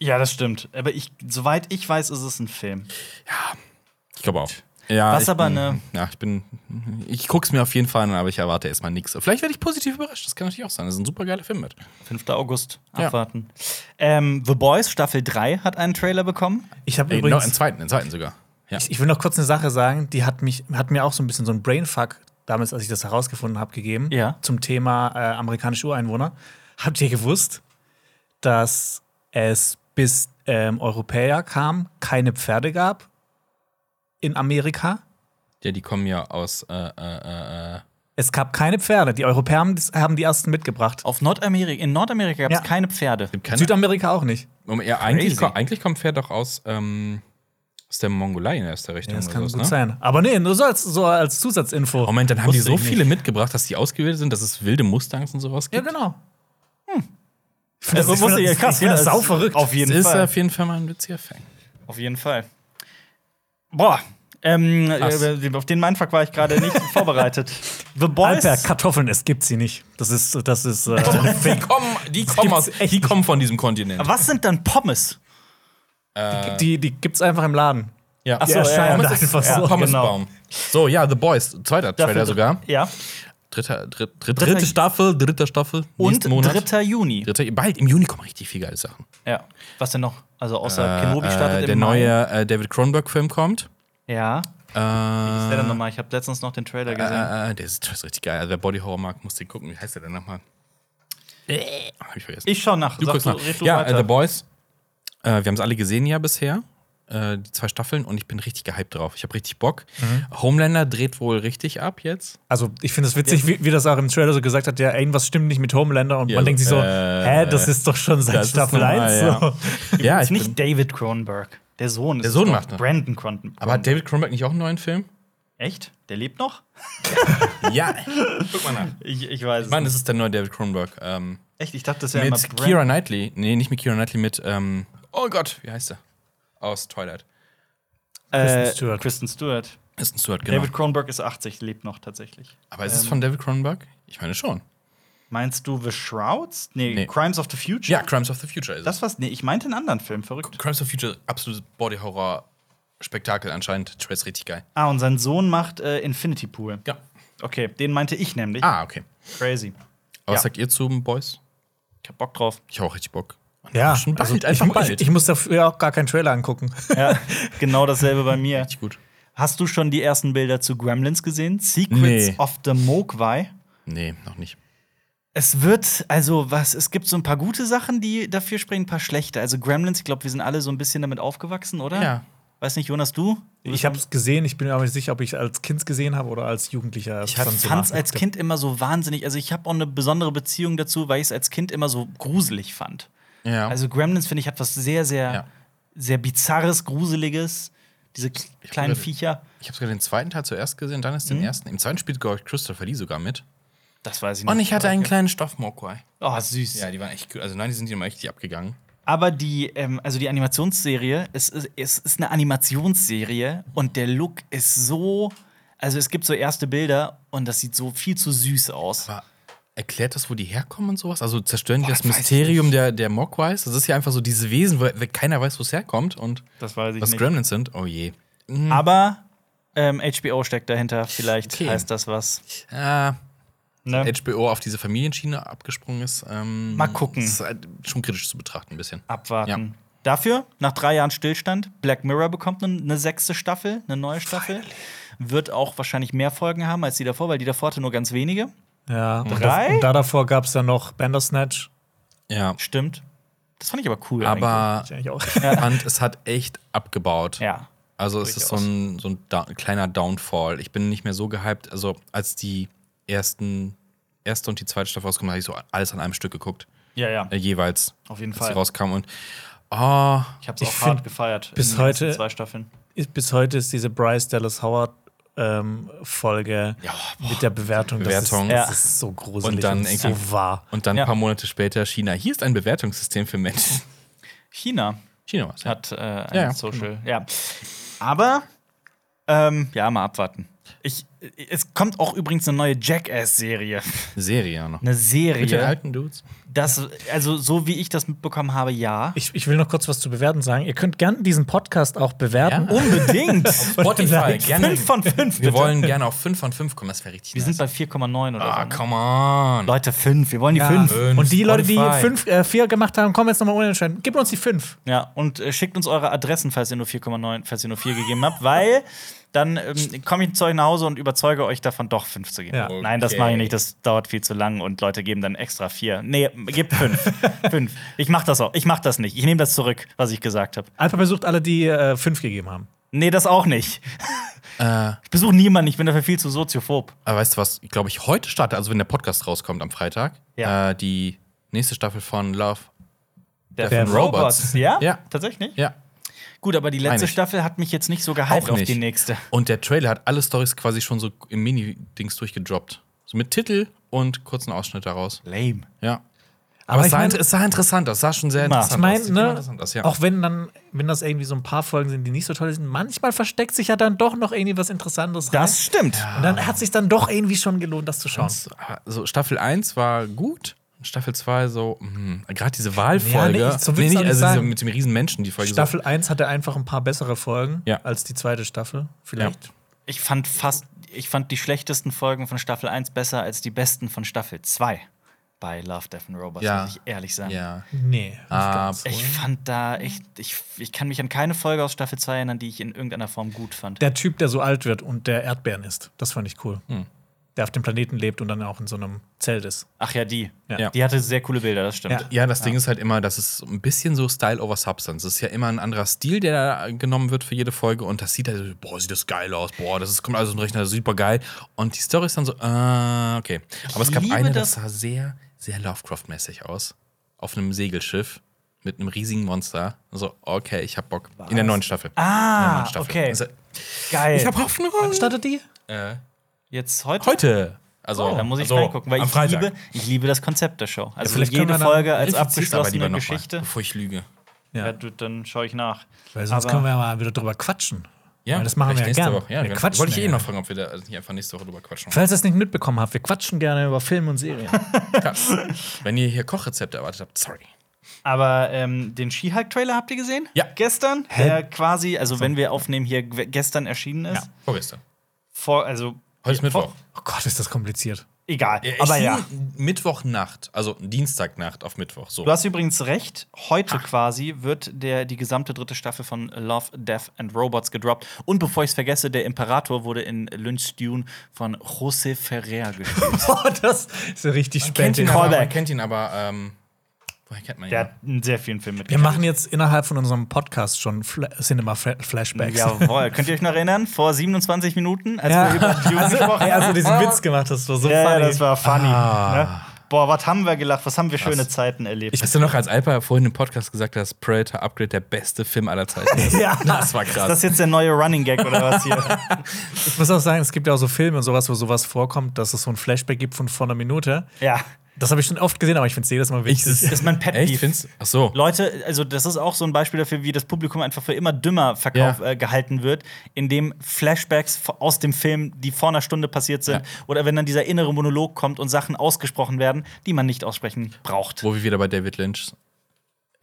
Speaker 1: Ja, das stimmt. Aber ich, soweit ich weiß, ist es ein Film.
Speaker 3: Ich glaube auch. Ja,
Speaker 1: Was
Speaker 3: ich
Speaker 1: aber
Speaker 3: bin,
Speaker 1: eine-
Speaker 3: Ja, ich bin. Ich guck's mir auf jeden Fall an, aber ich erwarte erstmal nichts. Vielleicht werde ich positiv überrascht. Das kann natürlich auch sein. Das ist ein super geiler Film mit.
Speaker 1: 5. August.
Speaker 3: Ja.
Speaker 1: Abwarten. Ähm, The Boys Staffel 3 hat einen Trailer bekommen.
Speaker 2: Ich habe
Speaker 3: Übrigens,
Speaker 2: übrigens.
Speaker 3: Äh, noch, einen zweiten, einen zweiten sogar. Ja.
Speaker 2: Ich, ich will noch kurz eine Sache sagen, die hat, mich, hat mir auch so ein bisschen so ein Brainfuck damals, als ich das herausgefunden habe, gegeben.
Speaker 1: Ja.
Speaker 2: Zum Thema äh, amerikanische Ureinwohner. Habt ihr gewusst, dass es bis ähm, Europäer kam, keine Pferde gab in Amerika?
Speaker 3: ja, die kommen ja aus. Äh, äh, äh,
Speaker 2: Es gab keine Pferde. Die Europäer haben, das- haben die ersten mitgebracht.
Speaker 1: Auf Nordamerika, in Nordamerika gab es
Speaker 2: Ja.
Speaker 1: keine Pferde.
Speaker 3: gibt keine.
Speaker 2: Südamerika auch nicht.
Speaker 3: Moment, um, ja, eigentlich,
Speaker 1: Crazy.
Speaker 3: eigentlich kommt Pferd doch aus. Ähm, aus der Mongolei in erster Richtung.
Speaker 2: Ja, das
Speaker 3: oder
Speaker 2: kann
Speaker 3: sowas,
Speaker 2: gut
Speaker 3: ne?
Speaker 2: sein. Aber nee, nur so als, so als Zusatzinfo.
Speaker 3: Moment, dann haben die
Speaker 2: Wusste
Speaker 3: so
Speaker 2: ich nicht.
Speaker 3: viele mitgebracht, dass die ausgewählt sind, dass es wilde Mustangs und sowas
Speaker 2: Ja,
Speaker 3: gibt.
Speaker 2: genau. Ich
Speaker 1: Das
Speaker 2: finde
Speaker 1: wusste ich ja
Speaker 2: das,
Speaker 1: krass,
Speaker 2: ich find
Speaker 1: ja,
Speaker 2: das
Speaker 1: das-
Speaker 2: sau verrückt.
Speaker 1: auf jeden
Speaker 3: Das ist
Speaker 1: Fall.
Speaker 3: auf jeden Fall mal ein witziger Fang.
Speaker 1: Auf jeden Fall. Boah. Ähm,
Speaker 3: Krass.
Speaker 1: äh, auf den Mindfuck war ich gerade nicht vorbereitet. The Boys.
Speaker 2: Alper, Kartoffeln, es gibt sie nicht. Das ist, das ist äh,
Speaker 3: Die kommen, die kommen, aus,
Speaker 2: gibt's echt
Speaker 3: die kommen von diesem Kontinent.
Speaker 1: Was sind dann Pommes?
Speaker 2: die, die gibt's einfach im Laden.
Speaker 3: Ja.
Speaker 2: Die
Speaker 1: ja,
Speaker 2: erscheinen
Speaker 1: ja,
Speaker 3: das
Speaker 2: einfach
Speaker 1: ja,
Speaker 2: so.
Speaker 3: Pommesbaum. genau. So, ja, The Boys, zweiter Trailer sogar.
Speaker 1: Ja.
Speaker 3: Dritter, dritt, dritt, dritte Staffel, dritter Staffel.
Speaker 1: Und
Speaker 3: nächsten Monat.
Speaker 1: 3. Juni.
Speaker 3: Dritter, bald im Juni kommen richtig viele geile Sachen.
Speaker 1: Ja. Was denn noch? Also außer
Speaker 3: Äh,
Speaker 1: Kenobi startet
Speaker 3: äh,
Speaker 1: im
Speaker 3: der
Speaker 1: Mai.
Speaker 3: neue äh, David Cronenberg-Film kommt.
Speaker 1: Ja.
Speaker 3: Äh,
Speaker 1: Äh, nochmal. Ich habe letztens noch den Trailer gesehen.
Speaker 3: äh, äh, der ist, der ist richtig geil. Also, wer Body Horror mag, muss den gucken. Wie heißt der denn nochmal? Äh, hab ich vergessen.
Speaker 1: ich schau nach.
Speaker 3: Du
Speaker 1: Sag
Speaker 3: guckst nach.
Speaker 1: red du
Speaker 3: Ja,
Speaker 1: weiter.
Speaker 3: äh, The Boys. Äh, wir haben es alle gesehen ja bisher. Äh, die zwei Staffeln und ich bin richtig gehypt drauf. Ich habe richtig Bock.
Speaker 1: Mhm.
Speaker 3: Homelander dreht wohl richtig ab jetzt.
Speaker 2: Also, ich finde es witzig, wie, wie das auch im Trailer so gesagt hat: ja, irgendwas stimmt nicht mit Homelander. Und man denkt sich so:
Speaker 3: äh,
Speaker 2: Hä, das ist doch schon seit
Speaker 3: das ist
Speaker 2: Staffel
Speaker 3: normal,
Speaker 2: 1.
Speaker 3: ja.
Speaker 2: So.
Speaker 3: Ja,
Speaker 1: ist nicht David Cronenberg. Der Sohn ist
Speaker 3: Der Sohn
Speaker 1: es doch.
Speaker 3: macht noch.
Speaker 1: Brandon Cronenberg.
Speaker 3: Aber hat David Cronenberg nicht auch einen neuen Film?
Speaker 1: Echt? Der lebt noch?
Speaker 3: Ja. Guck mal nach.
Speaker 1: Ich, ich weiß
Speaker 3: Mann, das ist der neue David Cronenberg. Ähm,
Speaker 1: Echt? Ich dachte, das wäre immer
Speaker 3: mit Kira Knightley. Nee, nicht mit Kira Knightley, mit. Ähm, oh Gott, wie heißt er? Aus Twilight.
Speaker 1: Kristen
Speaker 2: Stewart.
Speaker 1: Äh, Kristen Stewart.
Speaker 3: Ist ein Stuart, genau.
Speaker 1: David Cronenberg ist 80, lebt noch tatsächlich.
Speaker 3: Aber ist es von David Cronenberg? Ich meine schon.
Speaker 1: Meinst du The Shrouds? Nee,
Speaker 3: Nee.
Speaker 1: Crimes of the Future?
Speaker 3: Ja, Crimes of the Future ist es.
Speaker 1: Das war's. Nee, ich meinte einen anderen Film, verrückt.
Speaker 3: Crimes of the Future, absolutes Body-Horror-Spektakel anscheinend. Trailer ist richtig geil.
Speaker 1: Ah, und sein Sohn macht äh, Infinity Pool.
Speaker 3: Ja.
Speaker 1: Okay, den meinte ich nämlich.
Speaker 3: Ah, okay.
Speaker 1: Crazy. Ja.
Speaker 3: Aber was sagt ihr zu Boys?
Speaker 1: Ich hab Bock drauf.
Speaker 3: Ich hab auch richtig Bock.
Speaker 2: Ja,
Speaker 3: Schon bald,
Speaker 2: also, ich,
Speaker 3: einfach bald.
Speaker 2: Ich, ich muss dafür auch gar keinen Trailer angucken.
Speaker 1: Ja, genau dasselbe bei mir.
Speaker 3: Richtig gut.
Speaker 1: Hast du schon die ersten Bilder zu Gremlins gesehen? Secrets
Speaker 3: Nee.
Speaker 1: of the Mogwai?
Speaker 3: Nee, noch nicht.
Speaker 1: Es wird, also was, es gibt so ein paar gute Sachen, die dafür sprechen, ein paar schlechte. Also Gremlins, ich glaube, wir sind alle so ein bisschen damit aufgewachsen, oder?
Speaker 3: Ja.
Speaker 1: Weiß nicht, Jonas, du?
Speaker 3: Mhm.
Speaker 2: Ich habe es gesehen, ich bin mir aber nicht sicher, ob ich als Kind gesehen habe oder als Jugendlicher.
Speaker 1: Ich fand es als Kind immer so wahnsinnig. Also, ich habe auch eine besondere Beziehung dazu, weil ich es als Kind immer so gruselig fand.
Speaker 3: Ja.
Speaker 1: Also, Gremlins, finde ich, hat was sehr, sehr,
Speaker 3: Ja.
Speaker 1: sehr bizarres, gruseliges. Diese k-
Speaker 3: hab
Speaker 1: kleinen
Speaker 3: gerade-
Speaker 1: Viecher.
Speaker 3: ich habe sogar den zweiten Teil zuerst gesehen, dann ist den ersten. Im zweiten spielt glaub ich, Christopher Lee sogar mit.
Speaker 1: Das weiß ich nicht.
Speaker 3: Und ich hatte einen kleinen Stoffmokwai.
Speaker 1: Oh, süß.
Speaker 3: Ja, die waren echt cool. Also nein, die sind hier mal richtig abgegangen.
Speaker 1: Aber die, ähm, also die Animationsserie, es ist, es ist eine Animationsserie und der Look ist so. Also, es gibt so erste Bilder und das sieht so viel zu süß aus.
Speaker 3: Aber erklärt das, wo die herkommen und sowas? Also zerstören die das Mysterium der, der Mogwais? Das ist ja einfach so dieses Wesen, wo wo keiner weiß, wo es herkommt und
Speaker 1: Das weiß ich
Speaker 3: was
Speaker 1: nicht.
Speaker 3: Gremlins sind. Oh je.
Speaker 1: Aber ähm, HBO steckt dahinter. Vielleicht
Speaker 3: Okay.
Speaker 1: heißt das was.
Speaker 3: Ah,
Speaker 1: Ne?
Speaker 3: HBO auf diese Familienschiene abgesprungen ist. Ähm,
Speaker 1: Mal gucken.
Speaker 3: Ist halt schon kritisch zu betrachten, ein bisschen.
Speaker 1: Abwarten.
Speaker 3: Ja.
Speaker 1: Dafür, nach drei Jahren Stillstand, Black Mirror bekommt eine, eine sechste Staffel, eine neue Staffel. Wird auch wahrscheinlich mehr Folgen haben als die davor, weil die davor hatte nur ganz wenige.
Speaker 2: Ja. Und,
Speaker 1: Drei?
Speaker 2: da, und da davor gab es dann noch Bandersnatch.
Speaker 3: Ja.
Speaker 1: Stimmt. Das fand ich aber cool.
Speaker 3: Aber
Speaker 2: Ich eigentlich auch.
Speaker 3: ich fand, es hat echt abgebaut.
Speaker 1: eigentlich. Ja.
Speaker 3: Also es ist so ein, so ein da kleiner Downfall. Ich bin nicht mehr so gehypt. Also als die ersten, erste und die zweite Staffel rauskommen, habe ich so alles an einem Stück geguckt.
Speaker 1: Ja, ja.
Speaker 3: Äh, jeweils.
Speaker 1: Auf jeden
Speaker 3: als
Speaker 1: Fall.
Speaker 3: die rauskamen. Und oh,
Speaker 1: Ich hab's auch
Speaker 2: Ich
Speaker 1: hart
Speaker 2: find,
Speaker 1: gefeiert.
Speaker 2: bis
Speaker 1: in den letzten
Speaker 2: heute-
Speaker 1: Zwei Staffeln.
Speaker 2: Ist, bis heute ist diese Bryce Dallas Howard ähm, Folge mit der Bewertung.
Speaker 3: Bewertung.
Speaker 2: Das ist,
Speaker 1: Ja.
Speaker 2: das ist so gruselig
Speaker 3: Und dann irgendwie-
Speaker 2: so wahr.
Speaker 3: und dann
Speaker 1: Ja.
Speaker 3: ein paar Monate später China. Hier ist ein Bewertungssystem für Menschen.
Speaker 1: China
Speaker 3: China war's, ja.
Speaker 1: hat äh, ein
Speaker 3: Ja, ja.
Speaker 1: Social. Ja. Aber, ähm, ja, mal abwarten. Ich, es kommt auch übrigens eine neue Jackass-Serie.
Speaker 3: Serie ja noch.
Speaker 1: Eine
Speaker 3: Mit den
Speaker 1: Serie.
Speaker 3: alten Dudes.
Speaker 1: Das, also, so wie ich das mitbekommen habe, ja.
Speaker 2: Ich, ich will noch kurz was zu bewerten sagen. Ihr könnt gerne diesen Podcast auch bewerten.
Speaker 3: Ja.
Speaker 1: Unbedingt.
Speaker 3: Spotify, gerne.
Speaker 1: Fünf von fünf,
Speaker 3: Wir
Speaker 1: bitte.
Speaker 3: wollen gerne auf 5 von 5 kommen. Das wäre richtig
Speaker 1: Wir sind bei 4,9 oder
Speaker 3: Ah,
Speaker 1: so. ne?
Speaker 3: come on.
Speaker 1: Leute, fünf. Wir wollen die fünf.
Speaker 3: fünf.
Speaker 2: Und die Leute, die
Speaker 3: Spotify.
Speaker 2: fünf, äh, vier gemacht haben, kommen jetzt nochmal unentscheiden. Gib uns die fünf.
Speaker 1: Ja, und äh, schickt uns eure Adressen, falls ihr nur 4,9, falls ihr nur 4 gegeben habt, weil dann ähm, komme ich zu euch nach Hause und überzeuge euch davon, doch 5 zu geben.
Speaker 2: Ja.
Speaker 1: Nein, das
Speaker 3: Okay.
Speaker 1: mache ich nicht, das dauert viel zu lang und Leute geben dann extra 4. Nee, gebt 5. 5. Ich mache das auch, ich mache das nicht. Ich nehme das zurück, was ich gesagt habe.
Speaker 2: Alpha besucht alle, die äh, fünf gegeben haben.
Speaker 1: Nee, das auch nicht. Ich besuche niemanden, ich bin dafür viel zu soziophob.
Speaker 3: Aber weißt du was, ich glaube ich, heute starte, also wenn der Podcast rauskommt am Freitag,
Speaker 1: Ja.
Speaker 3: äh, die nächste Staffel von Love.
Speaker 1: Der
Speaker 3: Death and Robots.
Speaker 1: Ja?
Speaker 3: Ja.
Speaker 1: Tatsächlich?
Speaker 3: Ja.
Speaker 1: Gut, aber die letzte
Speaker 3: Einig.
Speaker 1: Staffel hat mich jetzt nicht so gehypt
Speaker 3: Auch
Speaker 1: auf
Speaker 3: nicht.
Speaker 1: die nächste.
Speaker 3: Und der Trailer hat alle Stories quasi schon so im Mini-Dings durchgedroppt. So mit Titel und kurzen Ausschnitt daraus.
Speaker 1: Lame.
Speaker 3: Ja.
Speaker 2: Aber
Speaker 3: Aber, es,
Speaker 2: ich
Speaker 3: sah,
Speaker 2: mein-
Speaker 3: inter- es sah interessant aus. Es sah schon sehr
Speaker 1: Na,
Speaker 3: interessant
Speaker 2: Ich meine,
Speaker 3: aus. Sieht immer
Speaker 2: ne,
Speaker 3: interessant aus, ja.
Speaker 2: auch wenn dann, wenn das irgendwie so ein paar Folgen sind, die nicht so toll sind, manchmal versteckt sich ja dann doch noch irgendwie was Interessantes
Speaker 1: Das stimmt.
Speaker 2: rein. Und dann hat sich dann doch irgendwie schon gelohnt, das zu schauen.
Speaker 3: So, also Staffel 1 war gut. und Staffel 2 so, hm, gerade diese
Speaker 2: Ja,
Speaker 3: Wahlfolge.
Speaker 2: nee, ich- so willst du auch nicht
Speaker 3: also diese
Speaker 2: sagen.
Speaker 3: mit dem riesen Menschen, die Folge
Speaker 2: Staffel 1 hatte einfach ein paar bessere Folgen
Speaker 3: Ja.
Speaker 2: als die zweite Staffel. Vielleicht.
Speaker 1: Ich fand fast, ich fand die schlechtesten Folgen von Staffel 1 besser als die besten von Staffel 2 bei Love, Death and Robots,
Speaker 3: Ja.
Speaker 1: muss ich ehrlich
Speaker 3: so.
Speaker 1: sagen.
Speaker 3: Ja.
Speaker 2: Nee. nicht
Speaker 3: Ah,
Speaker 2: ganz.
Speaker 1: Ich fand da echt, ich, ich kann mich an keine Folge aus Staffel 2 erinnern, die ich in irgendeiner Form gut fand.
Speaker 2: Der Typ, der so alt wird und der Erdbeeren ist. Das fand ich cool. Der auf dem Planeten lebt und dann auch in so einem Zelt ist.
Speaker 1: Ach ja, die.
Speaker 2: Ja.
Speaker 1: Die hatte sehr coole Bilder, das stimmt.
Speaker 2: Ja.
Speaker 3: Ja, das Ding ist halt immer, das ist ein bisschen so Style over Substance. Es ist ja immer ein anderer Stil, der da genommen wird für jede Folge und das sieht halt, so, boah, sieht das geil aus, boah, das ist, kommt also ein Rechner, super geil. Und die Story ist dann so, äh, okay. Aber es gab
Speaker 1: liebe
Speaker 3: eine,
Speaker 1: das-
Speaker 3: das sah sehr, sehr Lovecraft-mäßig aus. Auf einem Segelschiff mit einem riesigen Monster. So, okay, ich hab Bock. In der neuen Staffel. In der
Speaker 1: Ah,
Speaker 3: neuen Staffel.
Speaker 1: okay.
Speaker 3: Also,
Speaker 1: Geil.
Speaker 3: Ich hab Hoffnung.
Speaker 2: Startet die?
Speaker 3: Äh,
Speaker 1: Jetzt heute. oh,
Speaker 3: heute. Also,
Speaker 1: Da muss ich
Speaker 3: also,
Speaker 1: reingucken, weil
Speaker 3: am
Speaker 1: ich
Speaker 3: Freitag.
Speaker 1: liebe, ich liebe das Konzept der Show. Also
Speaker 2: vielleicht können
Speaker 1: jede
Speaker 2: wir dann-
Speaker 1: Folge als
Speaker 3: Verifizier's aber
Speaker 1: abgeschlossene
Speaker 3: lieber noch mal,
Speaker 1: Geschichte.
Speaker 3: Bevor ich lüge.
Speaker 2: Ja.
Speaker 1: Ja, du, dann schaue ich nach.
Speaker 2: Weil sonst
Speaker 1: Aber-
Speaker 2: können wir ja mal wieder drüber quatschen. Weil das machen wir
Speaker 3: vielleicht
Speaker 2: ja
Speaker 3: nächste
Speaker 2: gerne.
Speaker 3: Woche. Ja,
Speaker 2: wir
Speaker 3: genau.
Speaker 2: quatschen
Speaker 3: Wollte ich eh
Speaker 2: ja
Speaker 3: noch
Speaker 2: gerne.
Speaker 3: fragen, ob wir da nicht einfach nächste Woche drüber quatschen.
Speaker 2: Falls ihr es nicht mitbekommen habt, wir quatschen gerne über Film und Serien.
Speaker 3: Wenn ihr hier Kochrezepte erwartet habt, sorry.
Speaker 1: Aber ähm, den She-Hulk-Trailer habt ihr gesehen?
Speaker 3: Ja.
Speaker 1: Gestern? Der quasi, also wenn wir aufnehmen, hier g- gestern erschienen ist.
Speaker 3: Vorgestern.
Speaker 1: Vor, also.
Speaker 3: Heute ist Mittwoch.
Speaker 2: oh Gott, ist das kompliziert.
Speaker 1: Egal.
Speaker 3: Ja,
Speaker 1: aber
Speaker 3: ich-
Speaker 1: ja.
Speaker 3: Mittwochnacht, also Dienstagnacht auf Mittwoch. So.
Speaker 1: Du hast übrigens recht. Heute quasi wird der, die gesamte dritte Staffel von Love, Death and Robots gedroppt. Und bevor ich es vergesse, der Imperator wurde in Lynch Dune von José Ferrer gespielt.
Speaker 2: Oh, das ist ja richtig
Speaker 3: kennt ihn
Speaker 2: spät.
Speaker 3: aber,
Speaker 1: Callback.
Speaker 3: man kennt ihn aber, ähm, woher kennt man ihn?
Speaker 1: der hat in sehr vielen Filmen
Speaker 2: Wir
Speaker 1: mitgespielt.
Speaker 2: machen jetzt innerhalb von unserem Podcast schon Fla Cinema Fla Flashbacks.
Speaker 1: Jawohl. Könnt ihr euch noch erinnern? Vor 27 Minuten, als
Speaker 2: Ja. Also,
Speaker 1: wir über Dune gesprochen
Speaker 2: Ey,
Speaker 1: haben.
Speaker 2: als du diesen Witz gemacht hast, war so
Speaker 1: Ja, ja,
Speaker 2: funny.
Speaker 1: das war funny. Ne? Boah, was haben wir gelacht? Was haben wir schöne Zeiten erlebt?
Speaker 3: Hast du noch, als Alper vorhin im Podcast gesagt hast, Predator Upgrade der beste Film aller Zeiten ist?
Speaker 2: Ja.
Speaker 3: Das war
Speaker 1: Ist das
Speaker 3: krass.
Speaker 1: jetzt der neue Running Gag oder was hier?
Speaker 2: ich muss auch sagen, es gibt ja auch so Filme und sowas, wo sowas vorkommt, dass es so ein Flashback gibt von vor einer Minute.
Speaker 1: ja.
Speaker 2: Das habe ich schon oft gesehen, aber ich finde es jedes Mal
Speaker 1: Das
Speaker 2: witzig.
Speaker 1: ist mein Pet
Speaker 3: Echt?
Speaker 1: Peeve.
Speaker 3: Findest Ach so.
Speaker 1: Leute, also das ist auch so ein Beispiel dafür, wie das Publikum einfach für immer dümmer verkauf,
Speaker 3: Ja.
Speaker 1: äh, gehalten wird, indem Flashbacks vo- aus dem Film, die vor einer Stunde passiert sind,
Speaker 3: Ja.
Speaker 1: oder wenn dann dieser innere Monolog kommt und Sachen ausgesprochen werden, die man nicht aussprechen braucht.
Speaker 3: Wo wir wieder bei David Lynch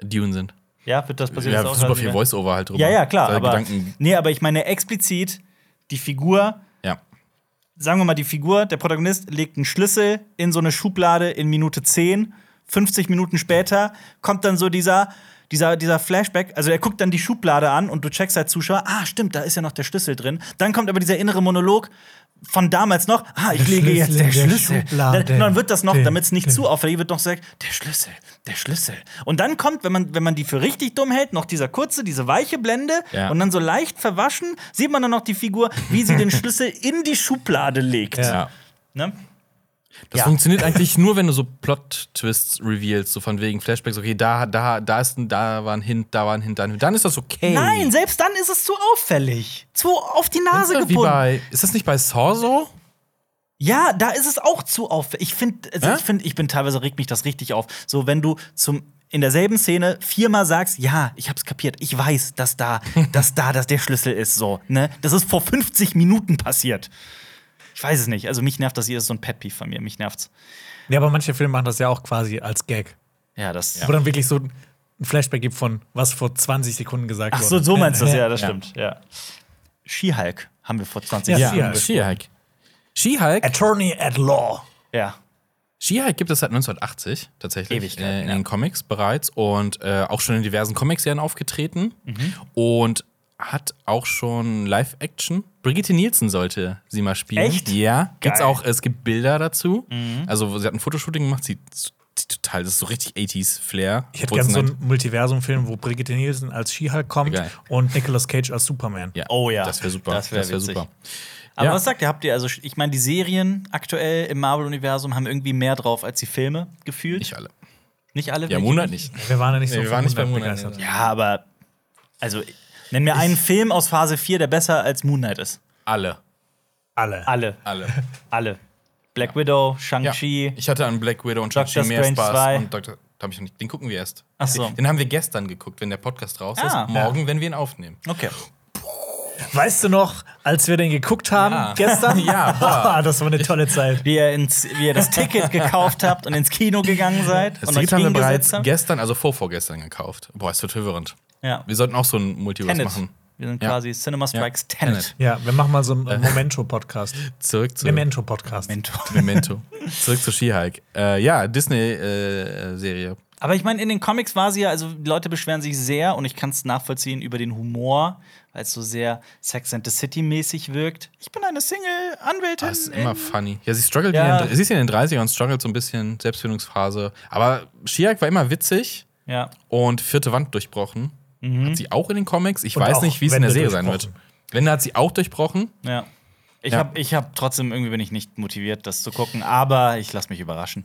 Speaker 3: Dune sind.
Speaker 1: Ja, wird das passiert?
Speaker 3: Ja,
Speaker 1: jetzt auch
Speaker 3: super
Speaker 1: gerade
Speaker 3: viel
Speaker 1: wieder?
Speaker 3: Voice-Over halt drüber.
Speaker 1: Ja, ja, klar.
Speaker 3: Seine
Speaker 1: Aber,
Speaker 3: Gedanken,
Speaker 1: nee, aber ich meine explizit die Figur
Speaker 3: ja.
Speaker 1: sagen wir mal, die Figur, der Protagonist legt einen Schlüssel in so eine Schublade in Minute 10. 50 Minuten später kommt dann so dieser, dieser, dieser Flashback. Also er guckt dann die Schublade an und du checkst als Zuschauer, ah, stimmt, da ist ja noch der Schlüssel drin. Dann kommt aber dieser innere Monolog von damals noch, ah, ich
Speaker 2: Der
Speaker 1: lege jetzt
Speaker 2: Schlüssel
Speaker 1: der
Speaker 2: in der
Speaker 1: Schlüssel.
Speaker 2: Schublade.
Speaker 1: Dann, dann wird das noch,
Speaker 2: Den,
Speaker 1: damit es nicht
Speaker 2: den.
Speaker 1: zu auffällig wird, noch gesagt, der Schlüssel, der Schlüssel. Und dann kommt, wenn man, wenn man die für richtig dumm hält, noch dieser kurze, diese weiche Blende
Speaker 3: Ja.
Speaker 1: und dann so leicht verwaschen, sieht man dann noch die Figur, wie sie den Schlüssel in die Schublade legt.
Speaker 2: Ja.
Speaker 3: ja.
Speaker 1: Ne?
Speaker 3: Das
Speaker 1: Ja.
Speaker 3: funktioniert eigentlich nur, wenn du so Plot-Twists revealst, so von wegen Flashbacks, okay, da, da, da ist ein, da war ein Hint, da war ein Hint, da ein Hint. Dann ist das okay.
Speaker 1: Nein, selbst dann ist es zu auffällig. Zu auf die
Speaker 3: das
Speaker 1: Nase
Speaker 3: ist, wie
Speaker 1: gebunden.
Speaker 3: bei, ist das nicht bei Saw so?
Speaker 1: Ja, da ist es auch zu auffällig. Ich finde, also
Speaker 3: Hä?
Speaker 1: ich, find, ich bin teilweise regt mich das richtig auf. So, wenn du zum in derselben Szene viermal sagst, ja, ich hab's kapiert, ich weiß, dass da, dass da, dass der Schlüssel ist, so, ne? Das ist vor 50 Minuten passiert. Ich weiß es nicht. Also mich nervt das hier, das ist so ein Pet Peeve von mir. Mich nervt's.
Speaker 2: Ja, aber manche Filme machen das ja auch quasi als Gag.
Speaker 1: Ja, das.
Speaker 2: Wo dann wirklich so ein Flashback gibt von, was vor 20 Sekunden gesagt
Speaker 1: Ach
Speaker 2: wurde. Äh,
Speaker 1: so, so meinst du das, ja, das
Speaker 3: Ja.
Speaker 1: stimmt. Ja. She-Hulk haben wir vor 20
Speaker 2: Ja,
Speaker 1: Jahren.
Speaker 2: She-Hulk.
Speaker 3: She-Hulk. She-Hulk
Speaker 2: äh, Attorney at Law.
Speaker 1: Ja.
Speaker 3: She-Hulk gibt es seit 1980 tatsächlich
Speaker 1: Ewigkeiten,
Speaker 3: äh, in den Comics bereits und äh, auch schon in diversen Comics-Serien aufgetreten
Speaker 1: Mhm.
Speaker 3: und hat auch schon Live-Action. Brigitte Nielsen sollte sie mal spielen.
Speaker 1: Echt?
Speaker 3: Ja. Gibt's
Speaker 1: Geil. Mhm.
Speaker 3: auch, es gibt Bilder dazu. Also sie hat ein Fotoshooting gemacht, sie sieht total, das ist so richtig 80s-Flair.
Speaker 2: Ich hätte gerne so einen Multiversum-Film, wo Brigitte Nielsen als She-Hulk kommt
Speaker 3: Geil.
Speaker 2: und Nicolas Cage als Superman.
Speaker 3: ja,
Speaker 1: Oh ja.
Speaker 3: Das wäre super.
Speaker 1: Das wär witzig.
Speaker 3: super.
Speaker 1: Aber
Speaker 3: Ja.
Speaker 1: was sagt ihr? Habt ihr also, ich meine, die Serien aktuell im Marvel-Universum haben irgendwie mehr drauf als die Filme gefühlt.
Speaker 3: Nicht alle.
Speaker 1: nicht alle?
Speaker 3: Ja,
Speaker 1: wirklich?
Speaker 3: Monat nicht.
Speaker 2: Wir waren ja nicht so
Speaker 3: Nee, wir waren nicht
Speaker 2: von
Speaker 3: bei
Speaker 2: Moonlight
Speaker 3: Moonlight,
Speaker 2: begeistert.
Speaker 1: Ja, aber. Also, nenn mir einen Film aus Phase 4, der besser als Moon Knight ist.
Speaker 3: Alle.
Speaker 2: Alle.
Speaker 1: Alle.
Speaker 3: Alle.
Speaker 1: Alle. Black Widow,
Speaker 3: Ja.
Speaker 1: Shang-Chi.
Speaker 3: Ich hatte an Black Widow und
Speaker 1: Doctor
Speaker 3: Shang-Chi mehr
Speaker 1: Strange
Speaker 3: Spaß.
Speaker 1: 2.
Speaker 3: Und Dr. Hab ich noch nicht. Den gucken wir erst.
Speaker 1: Ach so.
Speaker 3: Den haben wir gestern geguckt, wenn der Podcast raus
Speaker 1: Ah.
Speaker 3: ist. Morgen, wenn wir ihn aufnehmen.
Speaker 1: Okay.
Speaker 2: Weißt du noch, als wir den geguckt haben
Speaker 3: Ja.
Speaker 2: gestern?
Speaker 3: Ja, boah.
Speaker 2: das war eine tolle Zeit.
Speaker 1: Wie ihr, ins, wie ihr das Ticket gekauft habt und ins Kino gegangen seid.
Speaker 3: Das
Speaker 1: und
Speaker 3: Ticket haben wir bereits
Speaker 1: hingesetzt habt.
Speaker 3: gestern, also vorvorgestern gekauft. Boah, es wird verwirrend.
Speaker 1: Ja.
Speaker 3: Wir sollten auch so ein Multiverse
Speaker 1: Tenet.
Speaker 3: machen.
Speaker 1: Wir sind
Speaker 3: Ja.
Speaker 1: quasi Cinema Strikes
Speaker 3: Ja.
Speaker 1: Tenet.
Speaker 2: Ja, wir machen mal so einen Momento-Podcast.
Speaker 3: Zurück zu
Speaker 2: Memento-Podcast.
Speaker 1: Mentor.
Speaker 3: Memento. Zurück zu She-Hulk. Äh, ja, äh, Disney-Serie.
Speaker 1: Aber ich meine, in den Comics war sie ja, also die Leute beschweren sich sehr und ich kann es nachvollziehen über den Humor, weil es so sehr Sex and the City mäßig wirkt. Ich bin eine Single-Anwältin.
Speaker 3: das Ah, ist immer funny. Ja, sie struggelt
Speaker 1: Ja.
Speaker 3: ja. In, den- sie ist in den 30ern, struggelt so ein bisschen, Selbstfindungsphase. Aber She-Hulk war immer witzig.
Speaker 1: ja.
Speaker 3: und vierte Wand durchbrochen. Hat sie auch in den Comics. Ich
Speaker 2: Mhm. Und
Speaker 3: weiß
Speaker 2: auch
Speaker 3: nicht, wie es in der
Speaker 2: Wände
Speaker 3: Serie sein wird.
Speaker 2: durchbrochen.
Speaker 3: Wende hat sie auch durchbrochen.
Speaker 1: ja. Ich
Speaker 3: Ja.
Speaker 1: habe ich hab trotzdem irgendwie bin ich nicht motiviert, das zu gucken, aber ich lasse mich überraschen.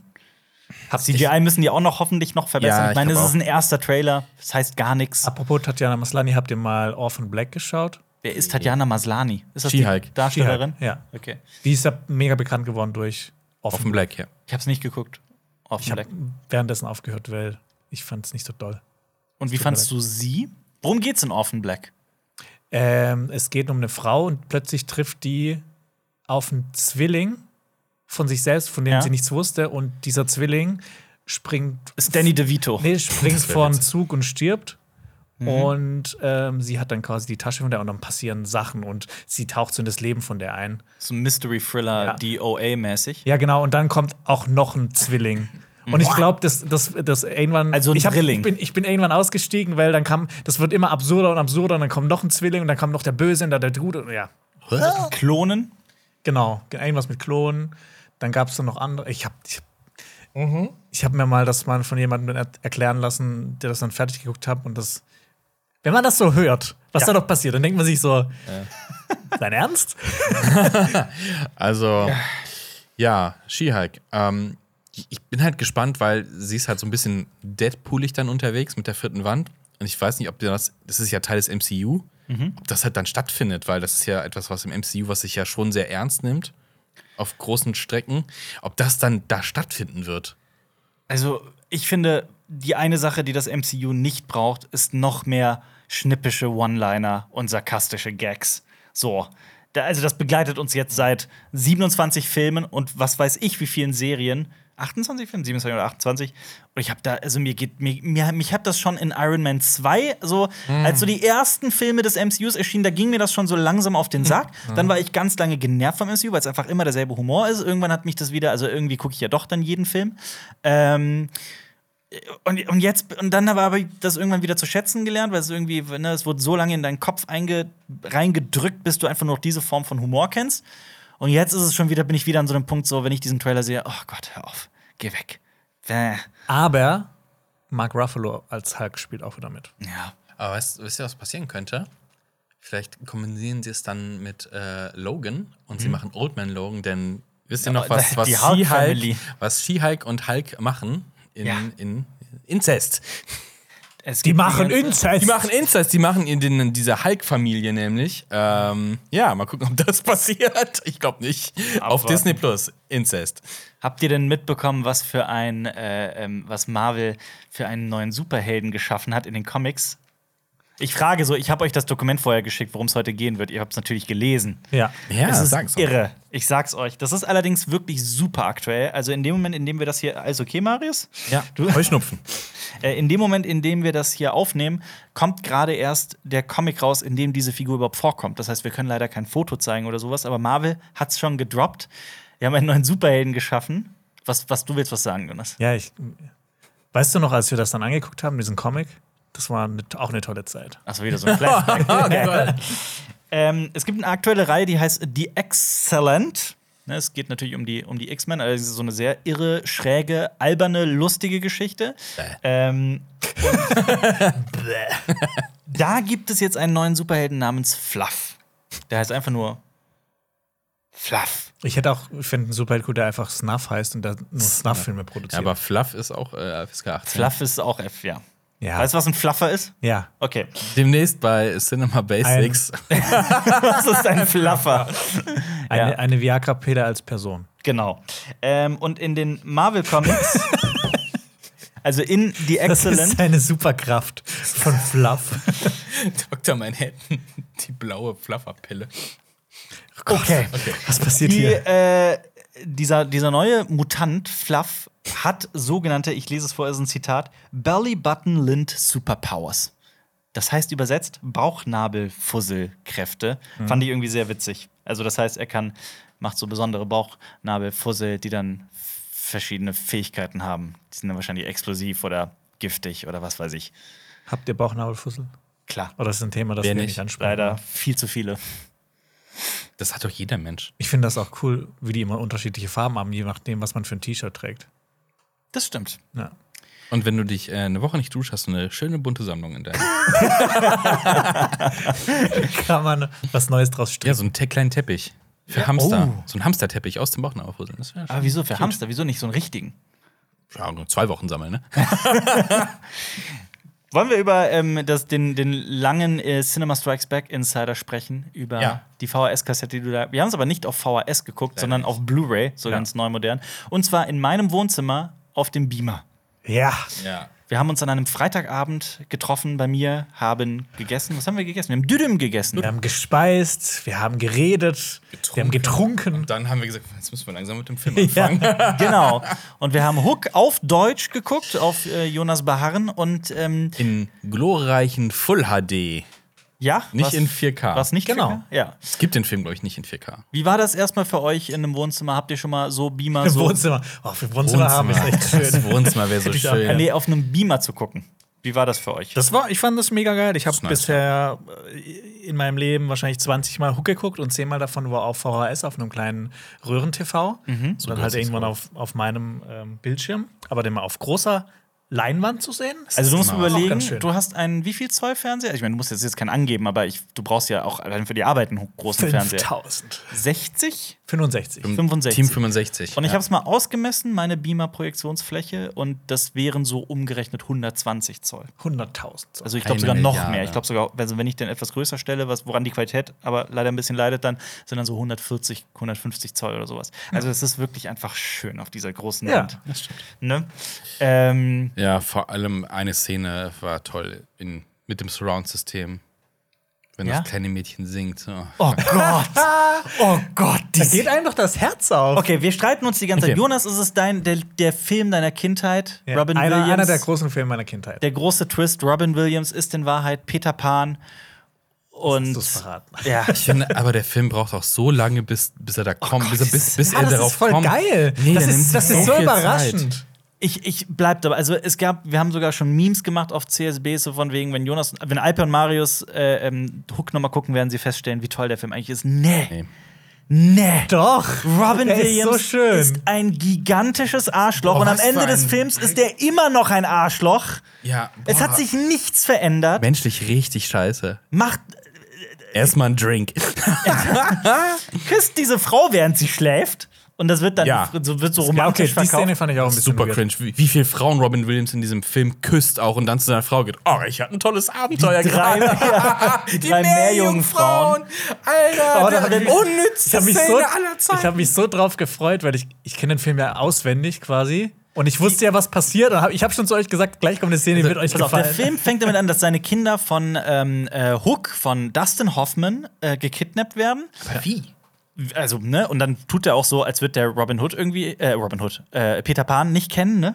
Speaker 1: CGI müssen die auch noch hoffentlich noch verbessern.
Speaker 3: Ja,
Speaker 1: ich
Speaker 3: ich
Speaker 1: meine, es
Speaker 3: glaub
Speaker 1: ist ein erster Trailer, das heißt gar nichts.
Speaker 2: Apropos Tatjana Maslany, habt ihr mal Orphan Black geschaut?
Speaker 1: Wer ist Tatjana Maslani? Ist das die
Speaker 3: She-Hulk.
Speaker 1: Darstellerin?
Speaker 2: She-Hulk, ja.
Speaker 1: Okay.
Speaker 2: Die ist ja mega bekannt geworden durch
Speaker 3: Auf
Speaker 2: Orphan
Speaker 3: dem Black, ja.
Speaker 1: Ich habe es nicht geguckt. Offen
Speaker 2: Ich habe währenddessen aufgehört, weil ich fand es nicht so doll.
Speaker 1: Und wie
Speaker 2: mir
Speaker 1: fandst
Speaker 2: leid.
Speaker 1: du sie? Worum geht's in Orphan Black?
Speaker 2: Ähm, es geht um eine Frau und plötzlich trifft die auf einen Zwilling von sich selbst, von dem
Speaker 1: Ja.
Speaker 2: sie nichts wusste. Und dieser Zwilling springt,
Speaker 1: Ist Danny DeVito.
Speaker 2: nee, springt
Speaker 3: wär
Speaker 2: vor einen
Speaker 3: witzig.
Speaker 2: Zug und stirbt.
Speaker 1: Mhm.
Speaker 2: Und ähm, sie hat dann quasi die Tasche von der und dann passieren Sachen und sie taucht so in das Leben von der ein.
Speaker 1: So ein Mystery Thriller,
Speaker 2: Ja.
Speaker 1: DOA-mäßig.
Speaker 2: Ja, genau. Und dann kommt auch noch ein Zwilling. Und ich glaube, dass das, das irgendwann.
Speaker 1: Also ein
Speaker 2: ich, hab,
Speaker 1: Drilling.
Speaker 2: ich, bin, ich bin irgendwann ausgestiegen, weil dann kam, das wird immer absurder und absurder und dann kommt noch ein Zwilling und dann kommt noch der Böse und dann der Gute. Ja,
Speaker 1: Klonen.
Speaker 2: genau. Irgendwas mit Klonen. Dann gab es dann noch andere. Ich habe ich,
Speaker 1: Mhm.
Speaker 2: ich hab mir mal das mal von jemandem er erklären lassen, der das dann fertig geguckt hat. Und das, wenn man das so hört, was da noch passiert, dann denkt man sich so. Dein Ernst?
Speaker 3: Also, ja, She-Hulk. Ähm, ich- ich bin halt gespannt, weil sie ist halt so ein bisschen Deadpoolig dann unterwegs mit der vierten Wand. Und ich weiß nicht, ob das, das ist ja Teil des MCU,
Speaker 2: Mhm.
Speaker 3: ob das halt dann stattfindet, weil das ist ja etwas, was im MCU, was sich ja schon sehr ernst nimmt, auf großen Strecken, ob das dann da stattfinden wird.
Speaker 1: also ich finde, die eine Sache, die das MCU nicht braucht, ist noch mehr schnippische One-Liner und sarkastische Gags. So. Da, also, das begleitet uns jetzt seit 27 Filmen und was weiß ich, wie vielen Serien. 28 Filme, 27 oder 28. Und ich habe da, also mir geht, mir, mir, mich hat das schon in Iron Man 2, so, als so die ersten Filme des MCUs erschienen, da ging mir das schon so langsam auf den Sack. Dann war ich ganz lange genervt vom MCU, weil es einfach immer derselbe Humor ist. Irgendwann hat mich das wieder, also irgendwie gucke ich ja doch dann jeden Film. Ähm, und, und jetzt, und dann habe ich das irgendwann wieder zu schätzen gelernt, weil es irgendwie, ne, es wurde so lange in deinen Kopf einge, reingedrückt, bis du einfach nur noch diese Form von Humor kennst. Und jetzt ist es schon wieder, bin ich wieder an so einem Punkt, so, wenn ich diesen Trailer sehe, oh Gott, hör auf, geh weg. Bäh.
Speaker 2: Aber Mark Ruffalo als Hulk spielt auch wieder mit.
Speaker 1: Ja.
Speaker 3: Aber weißt, wisst ihr, was passieren könnte? Vielleicht kombinieren sie es dann mit äh, Logan und sie machen Old Man Logan, denn wisst ihr noch,
Speaker 1: Aber
Speaker 3: was, was
Speaker 1: Mhm. die Hulk
Speaker 3: She-Hulk
Speaker 1: Family.
Speaker 3: was She-Hulk und Hulk machen? In,
Speaker 1: Ja.
Speaker 3: in Inzest.
Speaker 1: Es
Speaker 2: Die
Speaker 1: gibt
Speaker 2: machen
Speaker 1: ganze-
Speaker 2: Inzest.
Speaker 3: Die machen Inzest, die machen in, den, in dieser Hulk-Familie nämlich. Ähm, ja, mal gucken, ob das passiert. Ich glaube nicht. Auf
Speaker 1: Abwarten.
Speaker 3: Disney Plus, Inzest.
Speaker 1: Habt ihr denn mitbekommen, was für ein, äh, ähm, was Marvel für einen neuen Superhelden geschaffen hat in den Comics? Ich frage so, ich habe euch das Dokument vorher geschickt, worum es heute gehen wird. Ihr habt es natürlich gelesen.
Speaker 2: Ja.
Speaker 3: Ja,
Speaker 1: es ist
Speaker 3: sag's doch.
Speaker 1: irre. Ich sag's euch. Das ist allerdings wirklich super aktuell. Also in dem Moment, in dem wir das hier, alles okay, Marius?
Speaker 3: Ja, Heuschnupfen.
Speaker 1: Äh, in dem Moment, in dem wir das hier aufnehmen, kommt gerade erst der Comic raus, in dem diese Figur überhaupt vorkommt. Das heißt, wir können leider kein Foto zeigen oder sowas, aber Marvel hat's schon gedroppt. Wir haben einen neuen Superhelden geschaffen. Was, was du willst was sagen, Jonas?
Speaker 2: Ja, ich. Weißt du noch, als wir das dann angeguckt haben, diesen Comic? Das war ne- auch eine tolle Zeit.
Speaker 1: Achso, wieder so ein Flashback. ähm, es gibt eine aktuelle Reihe, die heißt The Excellent. Ne, es geht natürlich um die, um die X-Men, also es ist so eine sehr irre, schräge, alberne, lustige Geschichte. Ähm, und- Bäh. da gibt es jetzt einen neuen Superhelden namens Fluff. Der heißt einfach nur Fluff.
Speaker 2: Ich hätte auch, ich finde einen Superheld cool, der einfach Snuff heißt und da nur Snuff-Filme
Speaker 3: Ja,
Speaker 2: produziert.
Speaker 3: aber Fluff ist auch äh, FSK 18.
Speaker 1: Fluff ist auch F, ja.
Speaker 2: ja.
Speaker 1: Weißt du, was ein Fluffer ist?
Speaker 2: ja.
Speaker 1: Okay.
Speaker 3: Demnächst bei Cinema Basics.
Speaker 1: Das ist ein Fluffer.
Speaker 2: Eine,
Speaker 1: Ja.
Speaker 2: eine Viagra-Peder als Person.
Speaker 1: Genau. Ähm, und in den Marvel Comics, also in The
Speaker 2: Das ist
Speaker 1: Excellent,
Speaker 2: eine Superkraft von Fluff.
Speaker 3: Dr. Manhattan, die blaue Flufferpille.
Speaker 2: Okay. Was passiert
Speaker 1: die,
Speaker 2: hier?
Speaker 1: äh, dieser, dieser neue Mutant Fluff hat sogenannte, ich lese es vor, ist ein Zitat, Belly Button Lint Superpowers. Das heißt übersetzt Bauchnabelfusselkräfte. Fand ich irgendwie sehr witzig. Also das heißt, er kann macht so besondere Bauchnabelfussel, die dann verschiedene Fähigkeiten haben. Die sind dann wahrscheinlich explosiv oder giftig oder was weiß ich.
Speaker 2: Habt ihr Bauchnabelfussel?
Speaker 1: Klar.
Speaker 2: Oder ist ein Thema, das
Speaker 3: Wer
Speaker 2: wir
Speaker 3: nicht?
Speaker 2: nicht ansprechen?
Speaker 1: Leider viel zu viele.
Speaker 3: Das hat doch jeder Mensch.
Speaker 2: Ich finde das auch cool, wie die immer unterschiedliche Farben haben, je nachdem, was man für ein T-Shirt trägt.
Speaker 1: Das stimmt.
Speaker 2: Ja.
Speaker 3: Und wenn du dich äh, eine Woche nicht duschst, hast du eine schöne bunte Sammlung in deinem.
Speaker 2: Kann man was Neues draus
Speaker 3: ja,
Speaker 2: stricken?
Speaker 3: so einen te kleinen Teppich. Für Hamster. So einen Hamsterteppich aus dem Bauchnabelfusseln. Das wäre
Speaker 1: Aber wieso für Hamster? Wieso nicht so einen richtigen?
Speaker 3: ja, nur zwei Wochen sammeln, ne?
Speaker 1: Wollen wir über ähm, das, den, den langen äh, Cinema Strikes Back Insider sprechen? Über
Speaker 3: Ja.
Speaker 1: die VHS-Kassette, die du da. Wir haben es aber nicht auf VHS geguckt, sondern auf Blu-ray, so ganz neu modern. Und zwar in meinem Wohnzimmer auf dem Beamer.
Speaker 2: Ja.
Speaker 3: Ja.
Speaker 1: Wir haben uns an einem Freitagabend getroffen bei mir, haben gegessen. Was haben wir gegessen? Wir haben Düdüm gegessen.
Speaker 2: Wir haben gespeist, wir haben geredet, wir haben getrunken.
Speaker 3: Dann haben wir gesagt, jetzt müssen wir langsam mit dem Film
Speaker 1: genau. Und wir haben Hook auf Deutsch geguckt, auf äh, Jonas Baharren. Und ähm,
Speaker 3: In glorreichen Full HD.
Speaker 1: ja.
Speaker 3: Nicht
Speaker 1: was-
Speaker 3: in 4K.
Speaker 1: Was nicht?
Speaker 2: Genau.
Speaker 1: 4K? Ja.
Speaker 3: Es gibt den Film, glaube ich, nicht in 4K.
Speaker 1: Wie war das erstmal für euch in einem Wohnzimmer? Habt ihr schon mal so Beamer
Speaker 2: Im
Speaker 1: so
Speaker 2: Wohnzimmer. Oh, für Wohnzimmer, haben ist echt
Speaker 3: Das
Speaker 2: schön.
Speaker 3: Wohnzimmer wäre so
Speaker 2: Hätte ich auch
Speaker 1: äh,
Speaker 3: schön.
Speaker 1: nee, auf einem Beamer zu gucken? Wie war das für euch?
Speaker 2: Das war, ich fand das mega geil. Ich habe
Speaker 3: nice.
Speaker 2: bisher äh, in meinem Leben wahrscheinlich 20 Mal Hook geguckt und 10 Mal davon war auf VHS auf einem kleinen Röhren-TV. So dann
Speaker 3: groß
Speaker 1: Mhm.
Speaker 2: halt
Speaker 3: ist
Speaker 2: irgendwann
Speaker 3: es
Speaker 2: auf, auf meinem ähm, Bildschirm, aber dann mal auf großer Leinwand zu sehen. Das
Speaker 1: Also du musst
Speaker 2: genau. ist
Speaker 1: mir
Speaker 2: auch
Speaker 1: überlegen,
Speaker 2: ganz schön.
Speaker 1: du hast einen wie viel Zoll Fernseher? Ich meine, du musst jetzt, jetzt keinen angeben, aber ich, du brauchst ja auch allein für die Arbeit einen ho- großen Fernseher.
Speaker 2: 5000.
Speaker 1: 60?
Speaker 2: 65.
Speaker 1: 65.
Speaker 3: Team 65.
Speaker 1: Und ich habe es mal ausgemessen, meine Beamer Projektionsfläche und das wären so umgerechnet 120 Zoll.
Speaker 2: 100.000. So.
Speaker 1: Also ich glaube
Speaker 3: Eine
Speaker 1: sogar noch
Speaker 3: Milliarde.
Speaker 1: mehr. Ich glaube sogar, also wenn ich den etwas größer stelle, was, woran die Qualität aber leider ein bisschen leidet, dann sind dann so 140, 150 Zoll oder sowas. Also es ist wirklich einfach schön auf dieser großen
Speaker 2: Ja,
Speaker 1: Wand. Ne? Ähm,
Speaker 3: Ja, vor allem eine Szene war toll in, mit dem Surround-System. Wenn
Speaker 1: Ja?
Speaker 3: das kleine Mädchen singt. Oh.
Speaker 1: oh Gott, oh Gott,
Speaker 2: da
Speaker 1: die
Speaker 2: geht einem doch das Herz auf.
Speaker 1: Okay, wir streiten uns die ganze Zeit.
Speaker 3: Okay.
Speaker 1: Jonas, ist es dein, der, der Film deiner Kindheit?
Speaker 2: Ja,
Speaker 1: Robin
Speaker 2: einer,
Speaker 1: Williams.
Speaker 2: einer der großen Filme meiner Kindheit.
Speaker 1: der große Twist, Robin Williams ist in Wahrheit Peter Pan. Und.
Speaker 2: Das hast du's verraten.
Speaker 1: ja.
Speaker 3: Ich finde, aber der Film braucht auch so lange, bis, bis er da kommt, bis, er- bis, bis
Speaker 2: Ja,
Speaker 3: er
Speaker 2: Oh das
Speaker 3: darauf
Speaker 2: ist voll
Speaker 3: kommt.
Speaker 2: geil.
Speaker 3: Nee,
Speaker 2: das
Speaker 3: der
Speaker 2: ist,
Speaker 3: nimmt
Speaker 2: das
Speaker 3: sich
Speaker 2: ist
Speaker 3: so
Speaker 2: so
Speaker 3: viel
Speaker 2: überraschend.
Speaker 1: Ich, ich bleib dabei. Also es gab, wir haben sogar schon Memes gemacht auf CSB, so von wegen, wenn Jonas, wenn Alper und Marius äh, ähm, Hook nochmal gucken, werden sie feststellen, wie toll der Film eigentlich ist. Nee.
Speaker 3: Nee.
Speaker 1: Nee.
Speaker 2: Doch.
Speaker 1: Robin
Speaker 2: Der ist
Speaker 1: Williams
Speaker 2: so schön.
Speaker 1: ist ein gigantisches Arschloch
Speaker 3: Boah,
Speaker 1: und am
Speaker 3: was für
Speaker 1: Ende des
Speaker 3: ein-
Speaker 1: Films ist der immer noch ein Arschloch.
Speaker 3: Ja, boah,
Speaker 1: Es hat sich nichts verändert.
Speaker 3: menschlich richtig scheiße.
Speaker 1: Macht
Speaker 3: Erstmal ein Drink.
Speaker 1: küsst diese Frau, während sie schläft. Und das wird dann
Speaker 3: Ja.
Speaker 1: so, wird so
Speaker 2: Ja, okay,
Speaker 1: romantisch
Speaker 2: die Szene
Speaker 1: um verkauft.
Speaker 2: fand ich auch ein bisschen
Speaker 3: Super
Speaker 2: weird.
Speaker 3: cringe. Wie, wie viele Frauen Robin Williams in diesem Film küsst auch und dann zu seiner Frau geht. Oh, ich hatte ein tolles Abenteuer
Speaker 1: Drei,
Speaker 3: gerade.
Speaker 1: ja, die drei Meerjungfrauen.
Speaker 3: Alter,
Speaker 2: Oh, da hab ich- Ich
Speaker 3: unnützste
Speaker 2: habe mich, so, ich hab mich so drauf gefreut, weil ich, ich kenne den Film ja auswendig quasi. Und ich wusste ja, was passiert. Und hab, ich habe schon zu euch gesagt, gleich kommt eine Szene, die wird euch
Speaker 1: Pass auf, der
Speaker 2: gefallen.
Speaker 1: Film fängt damit an, dass seine Kinder von ähm, äh, Hook, von Dustin Hoffman, äh, gekidnappt werden.
Speaker 3: Wie?
Speaker 1: Also, ne, und dann tut er auch so, als wird der Robin Hood irgendwie, äh, Robin Hood, äh, Peter Pan nicht kennen, ne?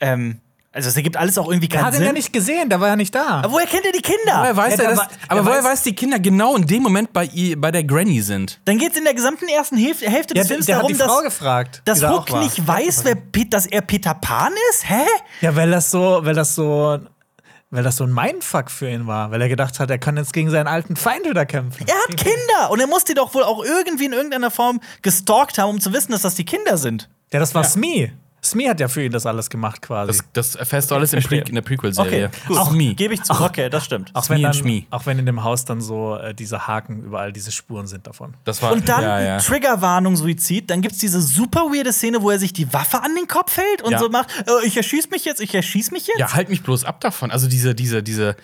Speaker 1: Ähm, also, es ergibt alles auch irgendwie keinen
Speaker 2: hat ihn
Speaker 1: Sinn.
Speaker 2: ja nicht gesehen, da war er nicht da.
Speaker 1: aber woher kennt er die Kinder?
Speaker 3: Woher weiß
Speaker 2: Ja,
Speaker 3: er
Speaker 2: der
Speaker 3: das?
Speaker 2: wa- der
Speaker 3: aber woher
Speaker 2: weiß-
Speaker 3: weiß die Kinder genau in dem Moment bei, ihr, bei der Granny sind?
Speaker 1: Dann geht es in der gesamten ersten Hälfte, Hälfte
Speaker 2: ja,
Speaker 1: des
Speaker 2: der,
Speaker 1: Films
Speaker 2: der hat
Speaker 1: darum,
Speaker 2: die Frau
Speaker 1: dass,
Speaker 2: gefragt.
Speaker 1: dass
Speaker 2: die da
Speaker 1: Hook
Speaker 2: auch war.
Speaker 1: nicht weiß, wer, Pet- dass er Peter Pan ist. Hä?
Speaker 2: Ja, weil das so, weil das so, weil das so ein Mindfuck für ihn war, weil er gedacht hat, er kann jetzt gegen seinen alten Feind wieder kämpfen.
Speaker 1: Er hat Kinder und er muss die doch wohl auch irgendwie in irgendeiner Form gestalkt haben, um zu wissen, dass das die Kinder sind.
Speaker 2: Ja, das war Smee. Smee hat ja für ihn das alles gemacht quasi.
Speaker 3: Das, das erfährst du alles im Pre
Speaker 1: Verstehe.
Speaker 3: in der Prequel-Serie.
Speaker 1: Okay, gut.
Speaker 3: Auch me.
Speaker 1: Gebe ich zu. Okay, das stimmt.
Speaker 2: auch, wenn
Speaker 3: Smee und
Speaker 2: dann,
Speaker 3: Schmee.
Speaker 2: auch wenn in dem Haus dann so äh, diese Haken überall diese Spuren sind davon.
Speaker 3: Das war,
Speaker 1: Und dann
Speaker 3: ja, ja.
Speaker 1: Triggerwarnung, Suizid. Dann gibt es diese super weirde Szene, wo er sich die Waffe an den Kopf hält und
Speaker 3: Ja.
Speaker 1: so macht: äh, Ich erschieß mich jetzt, ich erschieß mich jetzt.
Speaker 3: ja, halt mich bloß ab davon. Also diese, diese, diese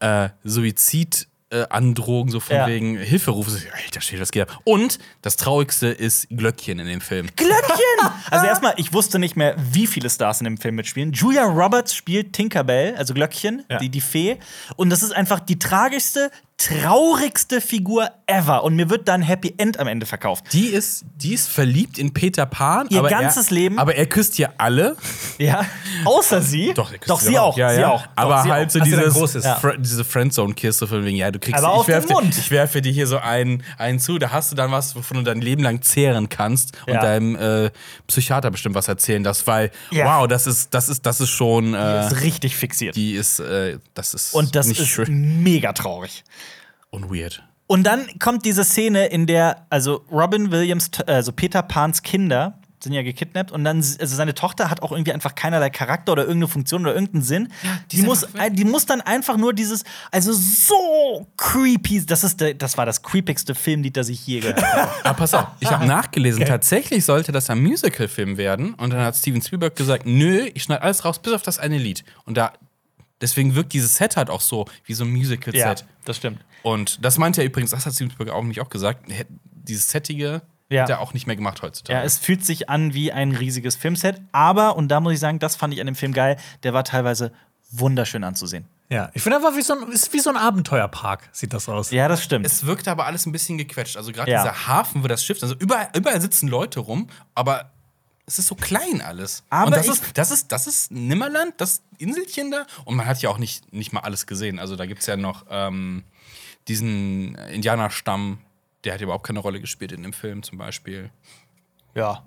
Speaker 3: äh, Suizid. äh, Androhung, so von
Speaker 1: Ja.
Speaker 3: wegen Hilferuf. So, Alter Schwede, was geht ab? Und das Traurigste ist Glöckchen in dem Film.
Speaker 1: Glöckchen! also, erstmal, ich wusste nicht mehr, wie viele Stars in dem Film mitspielen. Julia Roberts spielt Tinkerbell, also Glöckchen,
Speaker 2: Ja.
Speaker 1: die, die Fee. Und das ist einfach die tragischste, traurigste Figur ever. Und mir wird dann Happy End am Ende verkauft.
Speaker 3: Die ist, die ist verliebt in Peter Pan.
Speaker 1: Ihr
Speaker 3: aber
Speaker 1: ganzes
Speaker 3: er,
Speaker 1: Leben?
Speaker 3: Aber er küsst ja alle.
Speaker 1: Ja. Außer sie.
Speaker 3: er küsst
Speaker 1: Doch sie auch.
Speaker 3: Ja, ja.
Speaker 1: Sie auch.
Speaker 3: Aber
Speaker 1: Doch, sie
Speaker 3: halt so
Speaker 2: Als er dann
Speaker 3: dieses,
Speaker 2: groß ist.
Speaker 3: Fr- diese Friendzone-Kiss, so von wegen, ja, du kriegst
Speaker 1: Aber
Speaker 3: ich
Speaker 1: auf den
Speaker 3: werf dir-
Speaker 1: Mund.
Speaker 3: Ich werfe dir hier so einen, einen zu, da hast du dann was, wovon du dein Leben lang zehren kannst
Speaker 1: Ja.
Speaker 3: und deinem äh, Psychiater bestimmt was erzählen darfst, weil,
Speaker 1: Ja.
Speaker 3: wow, das ist, das ist, das ist schon. Äh,
Speaker 1: ist richtig fixiert.
Speaker 3: die ist, äh, das ist
Speaker 1: Und das
Speaker 3: nicht
Speaker 1: ist
Speaker 3: schön
Speaker 1: mega traurig.
Speaker 3: und weird.
Speaker 1: Und dann kommt diese Szene, in der also Robin Williams, t- also Peter Pans Kinder sind ja gekidnappt und dann s- also seine Tochter hat auch irgendwie einfach keinerlei Charakter oder irgendeine Funktion oder irgendeinen Sinn. die, muss ein- die muss dann einfach nur dieses also so creepy, das ist der, das war das creepigste Filmlied, das ich je gehört habe.
Speaker 3: Aber Ah, pass auf, ich habe nachgelesen, tatsächlich sollte das ein Musical-Film werden. Und dann hat Steven Spielberg gesagt, nö, ich schneide alles raus, bis auf das eine Lied. Und da, deswegen wirkt dieses Set halt auch so wie so ein Musical-Set.
Speaker 1: das stimmt.
Speaker 3: Und das meinte er übrigens, das hat Steven Spielberg auch nämlich auch gesagt, hä- dieses Settige
Speaker 1: Ja.
Speaker 3: hätte er auch nicht mehr gemacht heutzutage.
Speaker 1: Ja, es fühlt sich an wie ein riesiges Filmset, aber und da muss ich sagen, das fand ich an dem Film geil, der war teilweise wunderschön anzusehen.
Speaker 2: Ja, ich finde einfach wie so ein, ist wie so ein Abenteuerpark sieht das aus.
Speaker 1: Ja, das stimmt.
Speaker 3: es wirkte aber alles ein bisschen gequetscht. Also gerade
Speaker 1: Ja.
Speaker 3: dieser Hafen, wo das Schiff, also überall, überall sitzen Leute rum, aber es ist so klein alles.
Speaker 1: Aber
Speaker 3: und das
Speaker 1: ich-
Speaker 3: ist, das ist, das ist Nimmerland, das Inselchen da. Und man hat ja auch nicht, nicht mal alles gesehen. Also da gibt es ja noch ähm, diesen Indianerstamm, der hat ja überhaupt keine Rolle gespielt in dem Film zum Beispiel.
Speaker 1: Ja.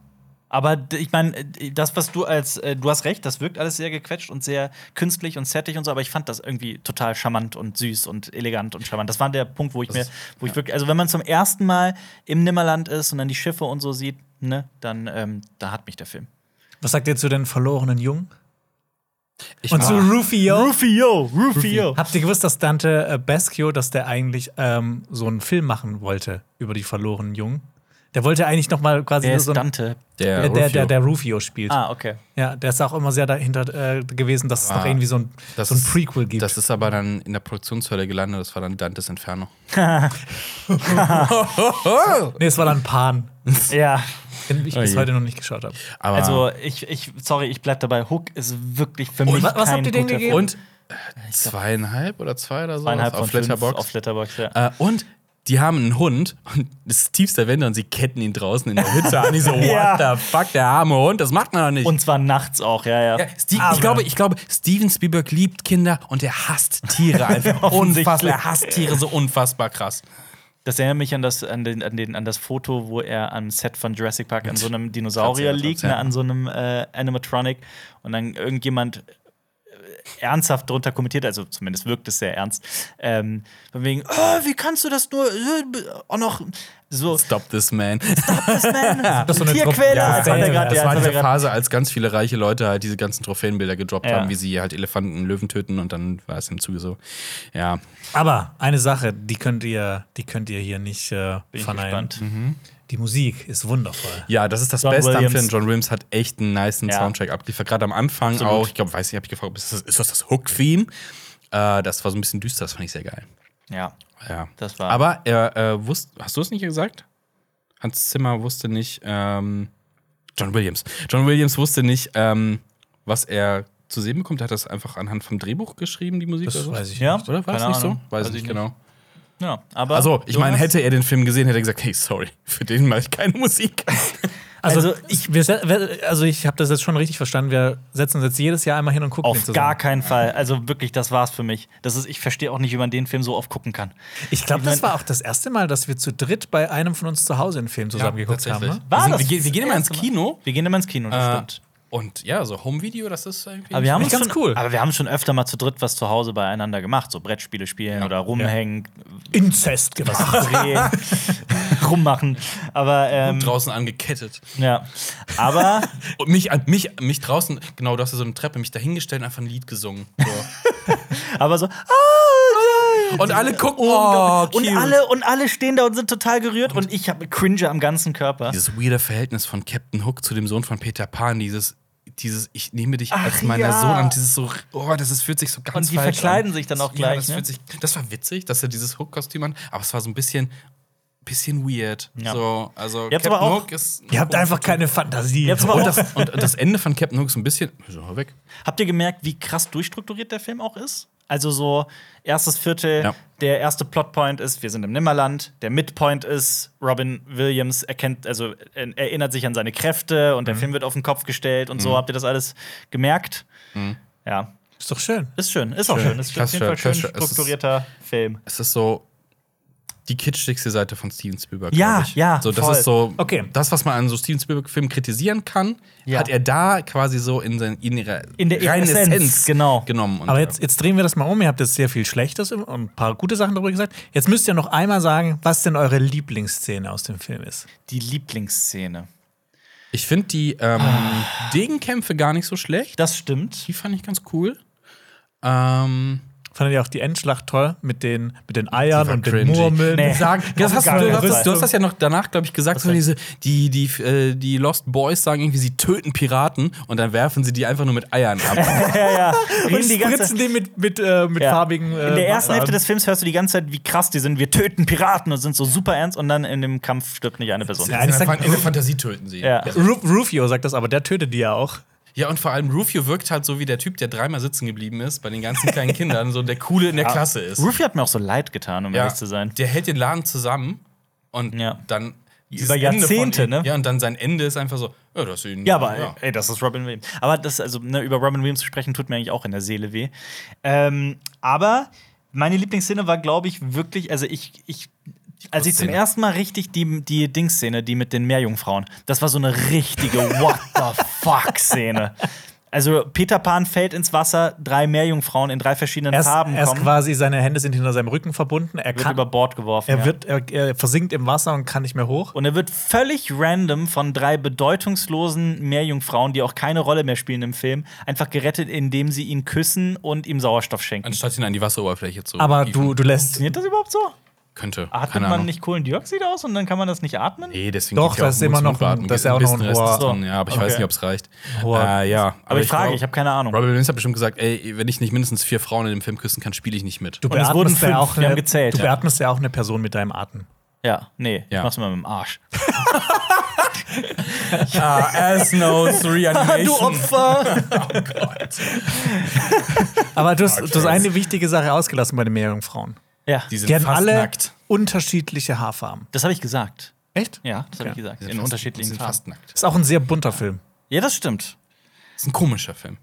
Speaker 1: Aber d- ich meine, äh, das, was du als, äh, du hast recht, das wirkt alles sehr gequetscht und sehr künstlich und settig und so, aber ich fand das irgendwie total charmant und süß und elegant und charmant. Das war der Punkt, wo ich mir, wo ich wirklich, also wenn man zum ersten Mal im Nimmerland ist und dann die Schiffe und so sieht, ne, dann, ähm, da hat mich der Film.
Speaker 2: Was sagt ihr zu den verlorenen Jungen?
Speaker 3: Ich
Speaker 2: Und zu
Speaker 3: mag-
Speaker 2: Rufio.
Speaker 1: Rufio, Rufio.
Speaker 2: Habt ihr gewusst, dass Dante äh, Bascio, dass der eigentlich ähm, so einen Film machen wollte über die verlorenen Jungen? Der wollte eigentlich noch mal quasi
Speaker 1: Wer ist
Speaker 2: so einen,
Speaker 1: Dante?
Speaker 3: der,
Speaker 2: äh, der,
Speaker 3: Rufio.
Speaker 2: der, der Rufio spielt.
Speaker 1: Ah, okay.
Speaker 2: Ja, der ist auch immer sehr dahinter äh, gewesen, dass es noch
Speaker 3: Ah.
Speaker 2: irgendwie so ein,
Speaker 3: Das
Speaker 2: so ein
Speaker 3: ist-
Speaker 2: Prequel gibt.
Speaker 3: Das ist aber dann in der Produktionshölle gelandet, das war dann Dantes Inferno.
Speaker 2: nee, es war dann Pan,
Speaker 1: Ja.
Speaker 2: den ich bis
Speaker 3: Oh je.
Speaker 2: heute noch nicht geschaut habe.
Speaker 3: Aber
Speaker 1: Also, ich, ich, sorry, ich bleib dabei. Hook ist wirklich für mich.
Speaker 2: wa- was
Speaker 1: kein
Speaker 2: habt ihr denn
Speaker 1: guter
Speaker 2: gegeben?
Speaker 1: Film.
Speaker 3: und äh, zweieinhalb oder zwei oder so
Speaker 1: Zweieinhalb von
Speaker 3: auf
Speaker 1: fünf
Speaker 3: Letterboxd.
Speaker 1: Auf Letterbox, ja.
Speaker 3: Äh, und die haben einen Hund und das ist tiefster Winter und sie ketten ihn draußen in der Hütte an. Ich so, what
Speaker 1: Ja.
Speaker 3: the fuck, der arme Hund, das macht man doch nicht.
Speaker 1: Und zwar nachts auch, ja, ja.
Speaker 3: ja, Steve,
Speaker 1: Aber-
Speaker 3: ich, glaube, ich glaube, Steven Spielberg liebt Kinder und er hasst Tiere einfach unfassbar.
Speaker 1: Offensichtlich.
Speaker 3: Er hasst Tiere so unfassbar krass.
Speaker 1: Das erinnert mich an das, an, den, an, den, an das Foto, wo er am Set von Jurassic Park an so einem Dinosaurier
Speaker 3: Triceratops,
Speaker 1: liegt,
Speaker 3: ja.
Speaker 1: ne, an so einem äh, Animatronic und dann irgendjemand äh, ernsthaft drunter kommentiert, also zumindest wirkt es sehr ernst, ähm, von wegen, oh, wie kannst du das nur, äh, auch noch so,
Speaker 3: Stop this man. Ah.
Speaker 2: Das ist so eine
Speaker 1: Tierquäler,
Speaker 2: Truppe-
Speaker 1: als hat er grad-
Speaker 3: das
Speaker 1: ja, das hat
Speaker 3: war
Speaker 1: er
Speaker 3: diese
Speaker 1: grad-
Speaker 3: Phase, als ganz viele reiche Leute halt diese ganzen Trophäenbilder gedroppt
Speaker 1: Ja.
Speaker 3: haben, wie sie halt Elefanten und Löwen töten und dann war es im Zuge so. Ja,
Speaker 2: Aber eine Sache, die könnt ihr, die könnt ihr hier nicht äh,
Speaker 1: bin ich
Speaker 2: verneinen.
Speaker 1: gespannt.
Speaker 2: Die Musik ist wundervoll.
Speaker 3: Ja, das ist das
Speaker 1: John
Speaker 3: Beste am
Speaker 1: Williams.
Speaker 3: Film. John Williams hat echt einen niceen
Speaker 1: Ja.
Speaker 3: Soundtrack abgeliefert. Gerade am Anfang auch. Ich glaube, weiß nicht, habe ich gefragt, ist das ist das, das Hook-Theme? Äh, das war so ein bisschen düster, das fand ich sehr geil.
Speaker 1: Ja,
Speaker 3: Ja.
Speaker 1: das war.
Speaker 3: Aber er äh, wusste, hast du es nicht gesagt? Hans Zimmer wusste nicht, ähm, John Williams. John Williams wusste nicht, ähm, was er zu sehen bekommt. Er hat das einfach anhand vom Drehbuch geschrieben, die Musik.
Speaker 2: Das
Speaker 3: oder so?
Speaker 2: weiß ich
Speaker 1: Ja.
Speaker 2: nicht.
Speaker 3: Oder? War
Speaker 1: Keine
Speaker 3: es nicht
Speaker 1: Ahnung.
Speaker 3: so? Weiß,
Speaker 1: Weiß
Speaker 3: ich
Speaker 1: ich
Speaker 3: nicht
Speaker 1: nicht.
Speaker 3: genau.
Speaker 1: ja, aber
Speaker 3: Also, ich meine,
Speaker 1: sowas-
Speaker 3: hätte er den Film gesehen, hätte er gesagt, hey, sorry, für den mache ich keine Musik.
Speaker 2: Also,
Speaker 1: Also,
Speaker 2: ich, wir, se- wir- also ich habe das jetzt schon richtig verstanden. Wir setzen uns jetzt jedes Jahr einmal hin und gucken den
Speaker 1: Auf
Speaker 2: zusammen.
Speaker 1: gar keinen Fall. Also wirklich, das war's für mich. Das ist, ich verstehe auch nicht, wie man den Film so oft gucken kann.
Speaker 2: Ich glaube,
Speaker 1: Ich
Speaker 2: das
Speaker 1: mein-
Speaker 2: war auch das erste Mal, dass wir zu dritt bei einem von uns zu Hause einen Film zusammen geguckt haben. Ne?
Speaker 1: War
Speaker 3: wir,
Speaker 1: das
Speaker 3: sind, wir, gehen- wir gehen immer ins
Speaker 1: das
Speaker 3: Kino.
Speaker 1: Wir gehen immer ins Kino, das
Speaker 3: Äh,
Speaker 1: stimmt.
Speaker 3: Und ja, so Home-Video, das ist irgendwie.
Speaker 1: Aber wir haben
Speaker 2: Finde
Speaker 1: uns
Speaker 2: ich
Speaker 1: schon,
Speaker 2: ganz cool.
Speaker 1: Aber wir haben schon öfter mal zu dritt was zu Hause beieinander gemacht, so Brettspiele spielen oder rumhängen,
Speaker 2: Inzest gemacht.
Speaker 1: drehen, rummachen. Aber ähm,
Speaker 3: draußen angekettet.
Speaker 1: ja, aber
Speaker 3: Und mich, an- mich, mich draußen, genau, du hast ja so eine Treppe, mich dahingestellt und einfach ein Lied gesungen. So.
Speaker 1: aber so. ah,
Speaker 3: und alle gucken oh,
Speaker 1: Und alle, und alle stehen da und sind total gerührt und, ich habe Cringe am ganzen Körper.
Speaker 3: Dieses weirde Verhältnis von Captain Hook zu dem Sohn von Peter Pan, dieses, dieses ich nehme dich als
Speaker 1: Ach,
Speaker 3: meiner
Speaker 1: ja.
Speaker 3: Sohn an, dieses so, oh, das ist, fühlt sich so ganz
Speaker 1: Und die
Speaker 3: falsch
Speaker 1: verkleiden
Speaker 3: an.
Speaker 1: sich dann auch
Speaker 3: ja,
Speaker 1: gleich,
Speaker 3: Das,
Speaker 1: ne?
Speaker 3: fühlt sich, das war witzig, dass er dieses Hook-Kostüm hat, aber es war so ein bisschen, bisschen weird.
Speaker 1: Ja.
Speaker 3: So, also,
Speaker 1: Ihr habt aber auch-
Speaker 3: ist. Oh,
Speaker 2: Ihr habt einfach keine Fantasie. Oh,
Speaker 1: Jetzt mal um.
Speaker 3: Und
Speaker 1: auch,
Speaker 3: das, und das Ende von Captain Hook ist ein bisschen. So, weg.
Speaker 1: habt ihr gemerkt, wie krass durchstrukturiert der Film auch ist? Also so erstes Viertel,
Speaker 3: Ja.
Speaker 1: der erste Plotpoint ist, wir sind im Nimmerland. Der Midpoint ist, Robin Williams erkennt, also er- erinnert sich an seine Kräfte und der
Speaker 3: Mhm.
Speaker 1: Film wird auf den Kopf gestellt und so. Habt ihr das alles gemerkt? Ja,
Speaker 2: Ist doch schön.
Speaker 1: ist schön, ist auch
Speaker 3: Mhm. Schön.
Speaker 1: schön. Ist
Speaker 3: Krass
Speaker 1: auf jeden Fall
Speaker 3: schön,
Speaker 1: schön
Speaker 3: krass schön. Es ist-
Speaker 1: strukturierter Film.
Speaker 3: Es ist so die kitschigste Seite von Steven Spielberg.
Speaker 1: Ja,
Speaker 3: glaub ich.
Speaker 1: ja,
Speaker 3: So, das
Speaker 1: voll.
Speaker 3: ist so.
Speaker 2: Okay.
Speaker 3: Das, was man an so Steven Spielberg-Filmen kritisieren kann,
Speaker 1: Ja.
Speaker 3: hat er da quasi so in, sein, in ihrer
Speaker 1: In der
Speaker 3: reinen
Speaker 1: Essenz, genau.
Speaker 3: genommen. Und
Speaker 2: Aber jetzt, jetzt drehen wir das mal um. Ihr habt jetzt sehr viel Schlechtes und ein paar gute Sachen darüber gesagt. Jetzt müsst ihr noch einmal sagen, was denn eure Lieblingsszene aus dem Film ist.
Speaker 1: Die Lieblingsszene.
Speaker 3: Ich finde die ähm,
Speaker 1: Ah.
Speaker 3: Degenkämpfe gar nicht so schlecht.
Speaker 1: Das stimmt.
Speaker 3: Die fand ich ganz cool. Ähm,
Speaker 2: Fandet ihr auch die Endschlacht toll mit den, mit den Eiern
Speaker 3: war
Speaker 2: und den
Speaker 3: cringy.
Speaker 2: Murmeln?
Speaker 1: Nee.
Speaker 3: sagen, das hast
Speaker 1: gar
Speaker 3: du, du,
Speaker 1: keine
Speaker 3: hast,
Speaker 1: Zeit.
Speaker 3: du hast das ja noch danach, glaube ich, gesagt, so diese, die, die, äh, die Lost Boys sagen irgendwie, sie töten Piraten und dann werfen sie die einfach nur mit Eiern ab.
Speaker 1: Ja, ja.
Speaker 2: Und
Speaker 1: Reden die ganze,
Speaker 2: spritzen die mit, mit, äh, mit
Speaker 1: Ja.
Speaker 2: farbigen. Äh,
Speaker 1: in der ersten
Speaker 2: Wasser
Speaker 1: Hälfte
Speaker 2: an.
Speaker 1: des Films hörst du die ganze Zeit, wie krass die sind. Wir töten Piraten und sind so super ernst und dann in dem Kampf stirbt nicht eine Person.
Speaker 2: Ja, ich sag,
Speaker 3: der Fantasie töten sie.
Speaker 1: Ja.
Speaker 2: Ru- Rufio sagt das, aber der tötet die ja auch.
Speaker 3: Ja, und vor allem Rufio wirkt halt so wie der Typ, der dreimal sitzen geblieben ist bei den ganzen kleinen Kindern, so der Coole in
Speaker 1: Ah,
Speaker 3: der Klasse ist.
Speaker 1: Rufi hat mir auch so leid getan, um ehrlich zu sein.
Speaker 3: Der hält den Laden zusammen und
Speaker 1: Ja.
Speaker 3: dann. dieses
Speaker 1: Über
Speaker 3: Ende von
Speaker 1: Jahrzehnte,
Speaker 3: ihm-
Speaker 1: ne?
Speaker 3: Ja, und dann sein Ende ist einfach so, ja, das ist ihn.
Speaker 1: Ja, aber ey, das ist Robin Williams. Aber das, also ne, über Robin Williams zu sprechen, tut mir eigentlich auch in der Seele weh. Ähm, aber meine Lieblingsszene war, glaube ich, wirklich, also ich, ich, als ich zum
Speaker 3: Szene.
Speaker 1: ersten Mal richtig die, die Dingsszene, die mit den Meerjungfrauen, das war so eine richtige What the fuck Szene. Also Peter Pan fällt ins Wasser, drei Meerjungfrauen in drei verschiedenen
Speaker 2: Er ist,
Speaker 1: Farben
Speaker 2: er ist
Speaker 1: kommen,
Speaker 2: quasi, seine Hände sind hinter seinem Rücken verbunden. Er,
Speaker 1: wird
Speaker 2: kann,
Speaker 1: über Bord geworfen.
Speaker 2: er,
Speaker 1: ja.
Speaker 2: wird, er, er versinkt im Wasser und kann nicht mehr hoch.
Speaker 1: und er wird völlig random von drei bedeutungslosen Meerjungfrauen, die auch keine Rolle mehr spielen im Film, einfach gerettet, indem sie ihn küssen und ihm Sauerstoff schenken.
Speaker 3: Anstatt ihn an die Wasseroberfläche zu
Speaker 2: Aber
Speaker 3: hieven.
Speaker 2: du, du lässt.
Speaker 1: Funktioniert das überhaupt so?
Speaker 3: Könnte.
Speaker 1: Atmet
Speaker 3: Keine
Speaker 1: man
Speaker 3: Ahnung.
Speaker 1: nicht Kohlendioxid aus und dann kann man das nicht atmen?
Speaker 3: Nee, deswegen
Speaker 2: Doch,
Speaker 3: geht's ja
Speaker 2: das
Speaker 3: auch
Speaker 2: ist immer
Speaker 3: nur
Speaker 2: noch
Speaker 3: zum
Speaker 2: ein-
Speaker 3: Warten.
Speaker 2: das ist ja auch
Speaker 3: Ein
Speaker 2: noch ein
Speaker 3: bisschen Rest
Speaker 2: hoher-
Speaker 3: ist drin, Ja, aber ich weiß
Speaker 1: Okay.
Speaker 3: nicht, ob es reicht.
Speaker 2: Hoher-
Speaker 3: Äh, ja, aber,
Speaker 1: Aber ich frage,
Speaker 3: glaub,
Speaker 1: ich habe keine Ahnung.
Speaker 3: Robin Williams hat bestimmt gesagt, ey, wenn ich nicht mindestens vier Frauen in dem Film küssen kann, spiele ich nicht mit.
Speaker 2: Du
Speaker 1: Und es wurden
Speaker 2: beatmest, ja
Speaker 1: fünf,
Speaker 2: auch
Speaker 1: wir
Speaker 2: eine,
Speaker 1: haben gezählt,
Speaker 2: du
Speaker 1: ja.
Speaker 2: beatmest ja auch eine Person mit deinem Atem.
Speaker 1: Ja, nee,
Speaker 3: Ja.
Speaker 1: ich mach's immer mit dem Arsch.
Speaker 3: Ah, as no
Speaker 2: oh
Speaker 3: three animation.
Speaker 1: Opfer!
Speaker 2: Aber du hast, du hast eine wichtige Sache ausgelassen bei den Meerjungfrauen.
Speaker 1: ja,
Speaker 3: Die sind
Speaker 2: Die hatten
Speaker 3: fast
Speaker 2: alle
Speaker 3: nackt.
Speaker 2: unterschiedliche Haarfarben.
Speaker 1: das habe ich gesagt.
Speaker 2: Echt?
Speaker 1: Ja, das habe ich gesagt.
Speaker 3: Die sind
Speaker 1: In
Speaker 3: fast- die
Speaker 1: unterschiedlichen
Speaker 3: sind
Speaker 1: Farben.
Speaker 3: fast nackt.
Speaker 2: Ist auch ein sehr bunter Film.
Speaker 1: Ja, das stimmt.
Speaker 3: Das ist ein komischer Film.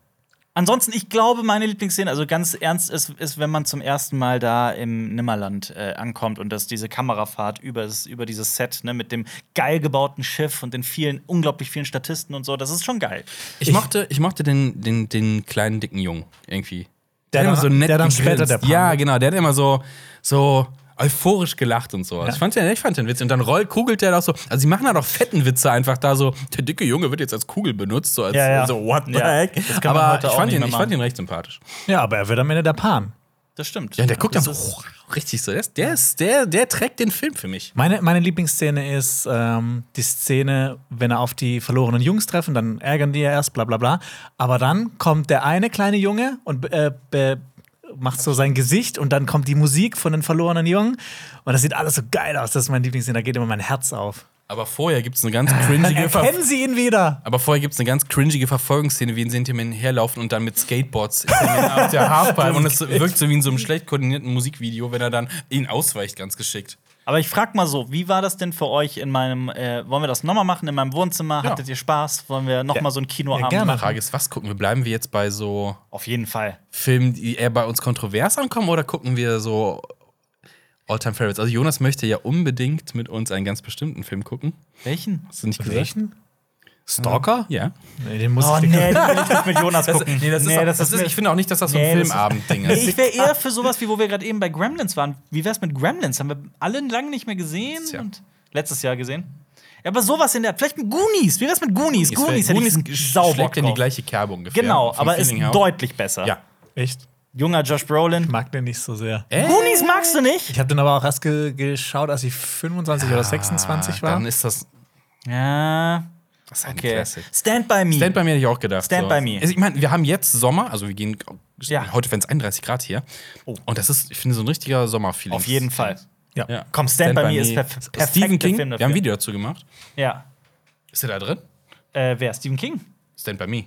Speaker 1: Ansonsten, ich glaube, meine Lieblingsszene, also ganz ernst, ist, ist wenn man zum ersten Mal da im Nimmerland äh, ankommt und dass diese Kamerafahrt über, das, über dieses Set ne, mit dem geil gebauten Schiff und den vielen, unglaublich vielen Statisten und so, das ist schon geil.
Speaker 3: Ich, mochte, ich mochte den, den, den kleinen, dicken Jungen irgendwie.
Speaker 2: Der
Speaker 3: hat
Speaker 2: dann- der dann
Speaker 3: gegrinst.
Speaker 2: später der Pan
Speaker 3: Ja, genau. Der hat immer so, so euphorisch gelacht und so. Ich, fand den, ich fand den Witz. Und dann rollt, kugelt der doch so. Also, sie machen da doch fetten Witze einfach da so. Der dicke Junge wird jetzt als Kugel benutzt. So, als,
Speaker 2: Ja, ja.
Speaker 3: so what the
Speaker 1: Ja,
Speaker 3: heck.
Speaker 1: das kann man
Speaker 3: Aber
Speaker 1: heute
Speaker 3: ich
Speaker 1: auch
Speaker 3: fand,
Speaker 1: nicht
Speaker 3: ihn,
Speaker 1: mehr
Speaker 3: ich fand
Speaker 1: machen.
Speaker 3: ihn recht sympathisch.
Speaker 2: Ja, aber er wird am Ende der Pan.
Speaker 1: Das stimmt.
Speaker 3: Ja, und der guckt dann
Speaker 1: das
Speaker 3: so
Speaker 1: ist-
Speaker 3: richtig so. Der, ist- der, ist- der, der trägt den Film für mich.
Speaker 2: Meine, meine Lieblingsszene ist ähm, die Szene, wenn er auf die verlorenen Jungs treffen, dann ärgern die ja erst, bla bla bla. Aber dann kommt der eine kleine Junge und äh, be- macht so sein Gesicht und dann kommt die Musik von den verlorenen Jungen. Und das sieht alles so geil aus. Das ist mein Lieblingsszene, da geht immer mein Herz auf.
Speaker 3: Aber vorher gibt es eine ganz
Speaker 2: Dann
Speaker 3: cringige Ver
Speaker 2: erkennen sie ihn wieder.
Speaker 3: Aber vorher gibt es eine ganz cringige Verfolgungsszene, wie ihn sehen Themen herlaufen und dann mit Skateboards hinterher auf der Halfpipe. und es wirkt so wie in so einem schlecht koordinierten Musikvideo, wenn er dann ihn ausweicht, ganz geschickt.
Speaker 1: Aber ich frag mal so, wie war das denn für euch in meinem, äh, wollen wir das nochmal machen in meinem Wohnzimmer?
Speaker 3: Ja.
Speaker 1: Hattet ihr Spaß? Wollen wir nochmal mal so ein Kinoabend
Speaker 2: Ja, gerne.
Speaker 1: machen?
Speaker 3: Die Frage ist, was gucken wir? Bleiben wir jetzt bei so
Speaker 1: Auf jeden Fall.
Speaker 3: Filmen, die eher bei uns kontrovers ankommen oder gucken wir so All-Time Favorites? Also Jonas möchte ja unbedingt mit uns einen ganz bestimmten Film gucken.
Speaker 1: Welchen?
Speaker 3: Hast du nicht gesagt?
Speaker 2: Welchen? Stalker?
Speaker 3: Ja.
Speaker 2: Nee, den muss
Speaker 1: Oh nee,
Speaker 2: ich
Speaker 1: den will ich nicht mit Jonas gucken.
Speaker 3: Nee, das ist, auch, das ist
Speaker 1: mir-
Speaker 3: ich finde auch nicht, dass das so ein
Speaker 1: Nee, das ist-
Speaker 3: Filmabend-Ding ist.
Speaker 1: Ich wäre eher für sowas, wie wo wir gerade eben bei Gremlins waren. Wie wär's mit Gremlins? Haben wir alle lange nicht mehr gesehen
Speaker 3: Tja.
Speaker 1: und letztes Jahr gesehen. Ja, aber sowas in der Vielleicht mit Goonies. Wie wär's mit Goonies? Goonies,
Speaker 3: Goonies
Speaker 1: hätte ich sauber
Speaker 3: schlägt in die
Speaker 1: drauf.
Speaker 3: gleiche Kerbe ungefähr.
Speaker 1: Genau,
Speaker 3: vom
Speaker 1: aber ist
Speaker 3: Feeling her.
Speaker 1: deutlich besser.
Speaker 3: Ja.
Speaker 2: Echt?
Speaker 1: Junger Josh Brolin.
Speaker 2: Ich mag den nicht so sehr.
Speaker 3: Äh?
Speaker 1: Goonies magst du nicht?
Speaker 2: Ich habe den aber auch erst ge geschaut, als ich 25 oder 26 war.
Speaker 3: Dann ist das,
Speaker 1: Ja.
Speaker 3: das ist ein
Speaker 1: Okay.
Speaker 3: Classic.
Speaker 1: Stand by me.
Speaker 3: Stand by Me hätte ich auch gedacht.
Speaker 1: Stand by Me.
Speaker 3: Also ich meine, wir haben jetzt Sommer, also wir gehen
Speaker 1: Ja.
Speaker 3: heute werden es 31 Grad hier. Und das ist, ich finde, so ein richtiger Sommerfeeling.
Speaker 1: Auf jeden Fall.
Speaker 2: ja.
Speaker 3: Ja.
Speaker 1: Komm, Stand by Me ist perf- perfekt, der
Speaker 3: Stephen King,
Speaker 1: Film dafür.
Speaker 3: wir haben ein Video dazu gemacht.
Speaker 1: Ja.
Speaker 3: Ist der da drin?
Speaker 1: Äh, wer? Stephen King?
Speaker 3: Stand by Me.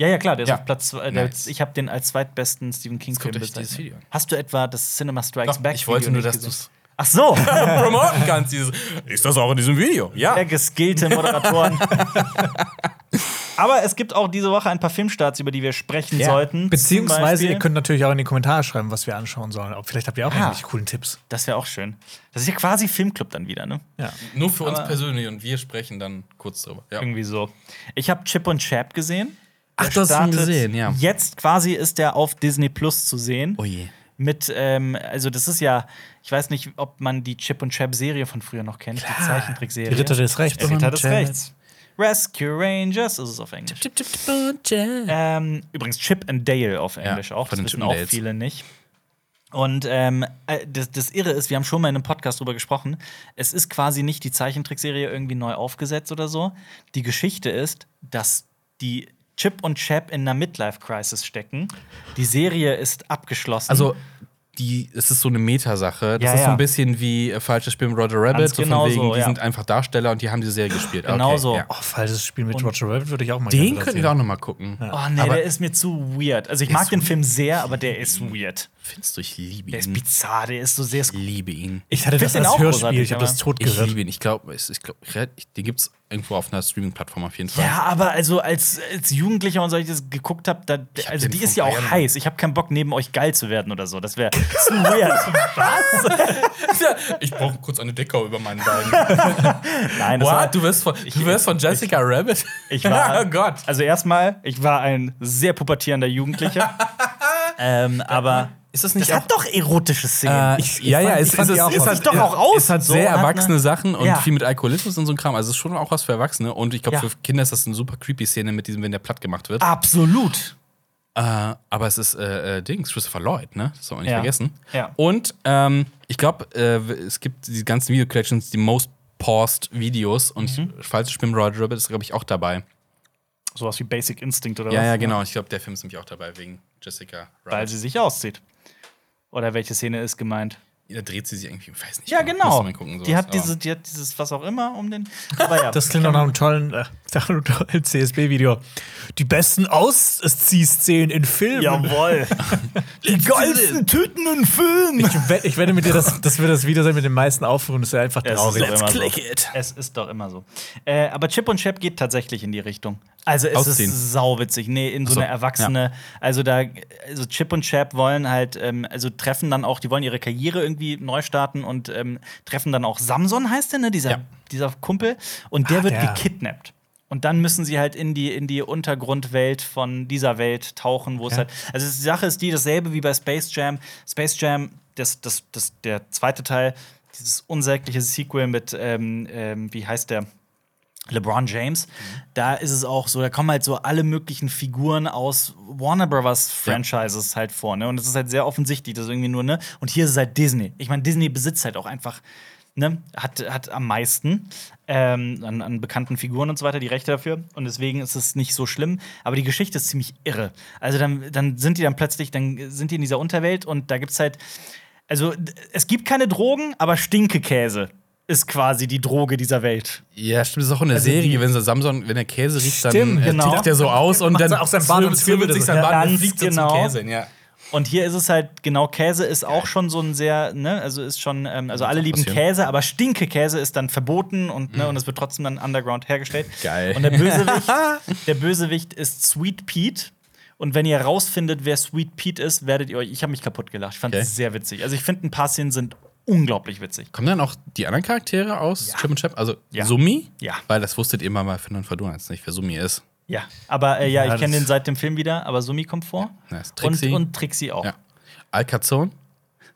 Speaker 1: Ja, ja, klar, der ist
Speaker 3: Ja.
Speaker 1: auf Platz zwei. äh, der-
Speaker 3: Nice.
Speaker 1: Ich habe den als zweitbesten Stephen King-Film
Speaker 3: guckt euch dieses
Speaker 1: bezeichnet.
Speaker 3: Video an.
Speaker 1: Hast du etwa das Cinema Strikes
Speaker 3: Doch,
Speaker 1: Back?
Speaker 3: ich wollte
Speaker 1: Video
Speaker 3: nur,
Speaker 1: nicht
Speaker 3: dass du
Speaker 1: gesehen?
Speaker 3: es
Speaker 1: Ach so,
Speaker 3: promoten kannst. Dieses, ist das auch in diesem Video? Ja.
Speaker 1: sehr geskillte Moderatoren. Aber es gibt auch diese Woche ein paar Filmstarts, über die wir sprechen sollten.
Speaker 2: Beziehungsweise,
Speaker 1: Zum
Speaker 2: ihr
Speaker 1: Beispiel-
Speaker 2: könnt natürlich auch in die Kommentare schreiben, was wir anschauen sollen. Ob- Vielleicht habt ihr auch irgendwelche coolen Tipps.
Speaker 1: Das wäre auch schön. Das ist ja quasi Filmclub dann wieder, ne?
Speaker 2: Ja.
Speaker 3: Nur für uns persönlich und wir sprechen dann kurz drüber. Ja.
Speaker 1: Irgendwie so. Ich habe Chip und Chap gesehen.
Speaker 3: Ach,
Speaker 1: Der
Speaker 3: du hast ihn
Speaker 1: startet-
Speaker 3: gesehen, ja.
Speaker 1: Jetzt quasi ist der auf Disney Plus zu sehen.
Speaker 3: Oh je.
Speaker 1: Mit, ähm, also das ist ja, ich weiß nicht, ob man die Chip und Chap Serie von früher noch kennt, die Zeichentrickserie.
Speaker 2: Die Ritter des Rechts.
Speaker 1: Der Ritter des
Speaker 2: Und, äh,
Speaker 1: Rechts. Rescue Rangers ist es auf Englisch. Ähm, übrigens Chip and Dale auf Englisch auch.
Speaker 3: von
Speaker 1: Das
Speaker 3: den
Speaker 1: wissen
Speaker 3: Chip and
Speaker 1: auch
Speaker 3: Dales.
Speaker 1: viele nicht. Und ähm, äh, das, das Irre ist, wir haben schon mal in einem Podcast drüber gesprochen, es ist quasi nicht die Zeichentrickserie irgendwie neu aufgesetzt oder so. Die Geschichte ist, dass die Chip und Chap in einer Midlife-Crisis stecken. Die Serie ist abgeschlossen.
Speaker 3: Also die, es ist so eine Metasache. Das
Speaker 1: Ja,
Speaker 3: ist so
Speaker 1: ja.
Speaker 3: ein bisschen wie äh, falsches Spiel mit Roger Rabbit.
Speaker 1: Ganz
Speaker 3: So
Speaker 1: genau
Speaker 3: von wegen,
Speaker 1: so,
Speaker 3: die
Speaker 1: ja.
Speaker 3: sind einfach Darsteller und die haben die Serie gespielt.
Speaker 1: Genau so.
Speaker 2: Oh, falsches Spiel mit Roger Rabbit würde ich auch mal
Speaker 3: Den
Speaker 2: gerne
Speaker 3: könnten
Speaker 2: sehen.
Speaker 3: wir auch noch mal gucken.
Speaker 1: oh nee, der ist mir zu weird. Mhm. Also ich mag den Film sehr, aber der ist weird.
Speaker 3: findest du? Ich liebe ihn.
Speaker 1: Der ist bizarr, der ist so sehr.
Speaker 3: ich liebe ihn.
Speaker 2: Ich hatte
Speaker 1: find
Speaker 2: das
Speaker 1: den
Speaker 2: als
Speaker 1: auch
Speaker 2: Hörspiel,
Speaker 1: großartig,
Speaker 2: ich habe das
Speaker 1: aber
Speaker 2: tot
Speaker 3: Ich
Speaker 2: gehört.
Speaker 3: liebe ihn. Ich glaube, ich glaub, ich- den gibt es irgendwo auf einer Streaming-Plattform auf jeden Fall.
Speaker 1: Ja, aber also als, als Jugendlicher und so, als ich das geguckt habe, da,
Speaker 3: hab
Speaker 1: also
Speaker 3: den
Speaker 1: die
Speaker 3: vor
Speaker 1: ist ja
Speaker 3: ein
Speaker 1: auch
Speaker 3: paar Jahren-
Speaker 1: heiß. Ich habe keinen Bock, neben euch geil zu werden oder so. Das wäre zu weird. Was?
Speaker 3: Ich brauche kurz eine Decke über meinen Beinen.
Speaker 1: Nein, das war,
Speaker 3: What? Du wirst von, du wirst von Jessica Rabbit?
Speaker 1: ich war.
Speaker 3: oh Gott.
Speaker 1: Also erstmal, ich war ein sehr pubertierender Jugendlicher. ähm, aber
Speaker 3: Ist das
Speaker 1: das
Speaker 3: nicht
Speaker 1: hat doch erotische Szenen.
Speaker 3: Äh, ja, ja, es,
Speaker 2: fand
Speaker 3: es,
Speaker 2: die auch
Speaker 3: es,
Speaker 2: was.
Speaker 3: es hat
Speaker 1: Sieht doch auch aus
Speaker 3: Es hat
Speaker 1: so
Speaker 3: sehr
Speaker 1: und hat
Speaker 3: erwachsene
Speaker 1: eine-
Speaker 3: Sachen und
Speaker 1: Ja.
Speaker 3: viel mit Alkoholismus und so ein Kram. Also es ist schon auch was für Erwachsene. Und ich glaube,
Speaker 1: Ja. Ah.
Speaker 3: für Kinder ist das eine super creepy Szene mit diesem, wenn der platt gemacht wird.
Speaker 1: Absolut.
Speaker 3: Äh, aber es ist äh, äh, Dings, Christopher Lloyd, ne? Das soll man nicht
Speaker 1: Ja.
Speaker 3: vergessen.
Speaker 1: Ja.
Speaker 3: Und ähm, ich glaube, äh, es gibt die ganzen Video-Collections, die most paused Videos. Und
Speaker 1: Mhm.
Speaker 3: falls ich bin, Roger Rabbit ist, glaube ich, auch dabei.
Speaker 1: Sowas wie Basic Instinct oder
Speaker 3: Ja,
Speaker 1: was?
Speaker 3: ja, genau. Ich glaube, der Film ist nämlich auch dabei wegen Jessica
Speaker 1: Weil
Speaker 3: Rabbit.
Speaker 1: sie sich auszieht. Oder welche Szene ist gemeint?
Speaker 3: Da dreht sie sich irgendwie, ich weiß nicht.
Speaker 1: Ja,
Speaker 3: Muss
Speaker 1: genau.
Speaker 3: man mal gucken,
Speaker 1: die,
Speaker 3: sowas.
Speaker 1: hat diese, die hat dieses was auch immer um den. Aber ja.
Speaker 2: Das klingt doch nach einem tollen, äh, nach einem tollen CSB-Video. Die besten Ausziehszenen in Filmen.
Speaker 1: Jawohl. die geilsten Tüten in Film.
Speaker 2: Ich wette, ich wette mit dir, dass das wird das Video sein mit den meisten Aufrufen. Das ist ja einfach
Speaker 1: Es ist
Speaker 2: traurig.
Speaker 1: doch immer so.
Speaker 2: it.
Speaker 1: Es ist doch immer so. Äh, aber Chip und Chap geht tatsächlich in die Richtung. Also es
Speaker 3: Ausziehen.
Speaker 1: ist sauwitzig. Nee, in so,
Speaker 3: so,
Speaker 1: eine erwachsene, also da, also Chip und Chap wollen halt, ähm, also treffen dann auch, die wollen ihre Karriere irgendwie neu starten und ähm, treffen dann auch Samson, heißt der, ne? Dieser,
Speaker 3: Ja.
Speaker 1: dieser Kumpel. Und der wird
Speaker 2: der.
Speaker 1: gekidnappt. Und dann müssen sie halt in die, in die Untergrundwelt von dieser Welt tauchen, wo es
Speaker 2: Ja.
Speaker 1: halt. Also die Sache ist die, dasselbe wie bei Space Jam. Space Jam, das, das, das, der zweite Teil, dieses unsägliche Sequel mit, ähm, ähm, wie heißt der? LeBron James, da ist es auch so, da kommen halt so alle möglichen Figuren aus Warner Brothers Franchises halt vor, ne? Und es ist halt sehr offensichtlich, das irgendwie nur, ne? Und hier ist es halt Disney. Ich meine, Disney besitzt halt auch einfach, ne? Hat, hat am meisten ähm, an, an bekannten Figuren und so weiter die Rechte dafür. Und deswegen ist es nicht so schlimm. Aber die Geschichte ist ziemlich irre. Also dann, dann sind die dann plötzlich, dann sind die in dieser Unterwelt und da gibt's halt, also d- es gibt keine Drogen, aber Stinkekäse ist quasi die Droge dieser Welt.
Speaker 3: Ja, stimmt, das ist auch in der Serie, wenn so Samson, wenn der Käse riecht, dann
Speaker 1: Also Stimmt,
Speaker 3: äh,
Speaker 1: genau.
Speaker 3: tickt der so aus und
Speaker 2: Macht
Speaker 3: dann
Speaker 2: er auch sein Bart und
Speaker 3: zwirbelt
Speaker 2: zwirbelt
Speaker 3: sich
Speaker 2: so.
Speaker 3: sein Bart und
Speaker 1: Ganz
Speaker 3: fliegt so zum
Speaker 1: genau.
Speaker 3: Käse. hin, Ja.
Speaker 1: Und hier ist es halt, genau, Käse ist auch schon so ein sehr, ne, also ist schon, ähm, also alle lieben
Speaker 3: passieren. Mhm.
Speaker 1: Käse, aber Stinkekäse ist dann verboten und, ne, und es wird trotzdem dann underground hergestellt.
Speaker 3: Geil.
Speaker 1: Und der Bösewicht, der Bösewicht ist Sweet Pete. Und wenn ihr rausfindet, wer Sweet Pete ist, werdet ihr euch, ich habe mich kaputt gelacht. Ich fand es
Speaker 3: Okay.
Speaker 1: sehr witzig. Also ich finde, ein paar Szenen sind unglaublich witzig.
Speaker 3: Kommen dann auch die anderen Charaktere aus Chip und Chap? Also
Speaker 1: Ja.
Speaker 3: Sumi?
Speaker 1: Ja.
Speaker 3: Weil das wusstet ihr mal bei Finn und Verdunans nicht, wer Sumi ist.
Speaker 1: Ja. Aber äh, ja,
Speaker 2: Ja,
Speaker 1: ich kenne
Speaker 2: das-
Speaker 1: den seit dem Film wieder, aber Sumi kommt vor.
Speaker 3: Nice.
Speaker 1: Und,
Speaker 3: Trixie.
Speaker 1: und Trixie auch.
Speaker 3: ja. Al Capone?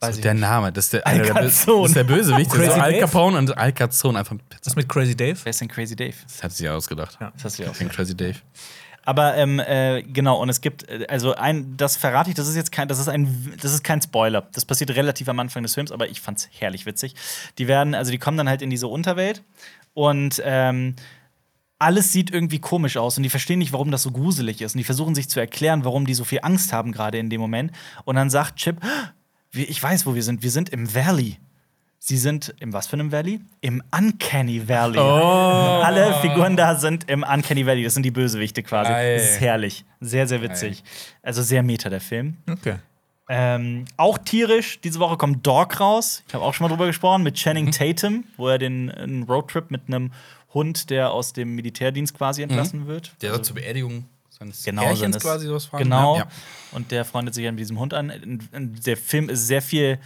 Speaker 1: Weiß
Speaker 3: So,
Speaker 1: ich
Speaker 3: der Name, das ist der, einer der, Bö- das
Speaker 1: Capone.
Speaker 3: ist der Bösewicht. Das ist
Speaker 2: Crazy
Speaker 3: Al
Speaker 2: Dave?
Speaker 3: Capone und Al Capone einfach mit Pizza.
Speaker 2: Was mit Crazy Dave?
Speaker 1: Wer ist denn Crazy Dave?
Speaker 3: Das hat sie ja ausgedacht. Ja.
Speaker 1: Das hast du ja auch
Speaker 3: Crazy Dave.
Speaker 1: Aber ähm, äh, genau, und es gibt, äh, also ein, das verrate ich, das ist jetzt kein, das ist ein, das ist kein Spoiler. Das passiert relativ am Anfang des Films, aber ich fand's herrlich witzig. Die werden, also die kommen dann halt in diese Unterwelt und ähm, alles sieht irgendwie komisch aus und die verstehen nicht, warum das so gruselig ist. Und die versuchen sich zu erklären, warum die so viel Angst haben gerade in dem Moment. Und dann sagt Chip, "Ah, wir- ich weiß, wo wir sind. Wir sind im Valley. Sie sind im was für einem Valley? Im Uncanny Valley. Alle Figuren da sind im Uncanny Valley. Das sind die Bösewichte quasi.
Speaker 3: Ei.
Speaker 1: Das ist herrlich. Sehr, sehr witzig. Also sehr meta der Film.
Speaker 2: Okay.
Speaker 1: Ähm, auch tierisch. Diese Woche kommt Dog raus. Ich habe auch schon mal drüber gesprochen mit Channing Tatum, wo er den äh, einen Roadtrip mit einem Hund, der aus dem Militärdienst quasi entlassen wird.
Speaker 3: Der soll zur Beerdigung seines
Speaker 1: Genau,
Speaker 3: Pärchens
Speaker 1: seines-
Speaker 3: quasi sowas ne? fahren.
Speaker 1: Genau.
Speaker 3: Ja.
Speaker 1: Und der freundet sich dann mit diesem Hund an. Und- und Der Film ist sehr viel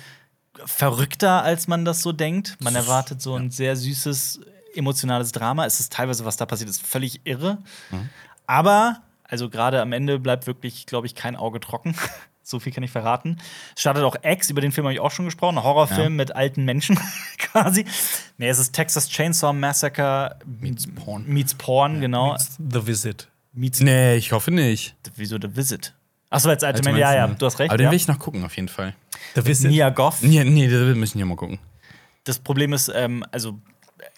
Speaker 1: verrückter, als man das so denkt. Man erwartet so ein sehr süßes, emotionales Drama. Es ist teilweise, was da passiert, ist völlig irre. Aber, also gerade am Ende bleibt wirklich, glaube ich, kein Auge trocken. So viel kann ich verraten. Es startet auch X, über den Film habe ich auch schon gesprochen, ein Horrorfilm
Speaker 3: Ja.
Speaker 1: mit alten Menschen quasi. Nee, es ist Texas Chainsaw Massacre meets
Speaker 3: Porn.
Speaker 1: Meets Porn, genau. Meets,
Speaker 2: The Visit.
Speaker 3: Nee, ich hoffe nicht.
Speaker 1: wieso The Visit? Achso, als alte
Speaker 3: Alte
Speaker 1: Männer, ja, ja,
Speaker 3: Menschen, ne?
Speaker 1: du hast recht.
Speaker 3: Aber den
Speaker 1: ja.
Speaker 3: will ich noch gucken, auf jeden Fall.
Speaker 2: The Visit.
Speaker 1: Mia Goff.
Speaker 3: Nee, nee, das müssen wir mal gucken.
Speaker 1: Das Problem ist, ähm, also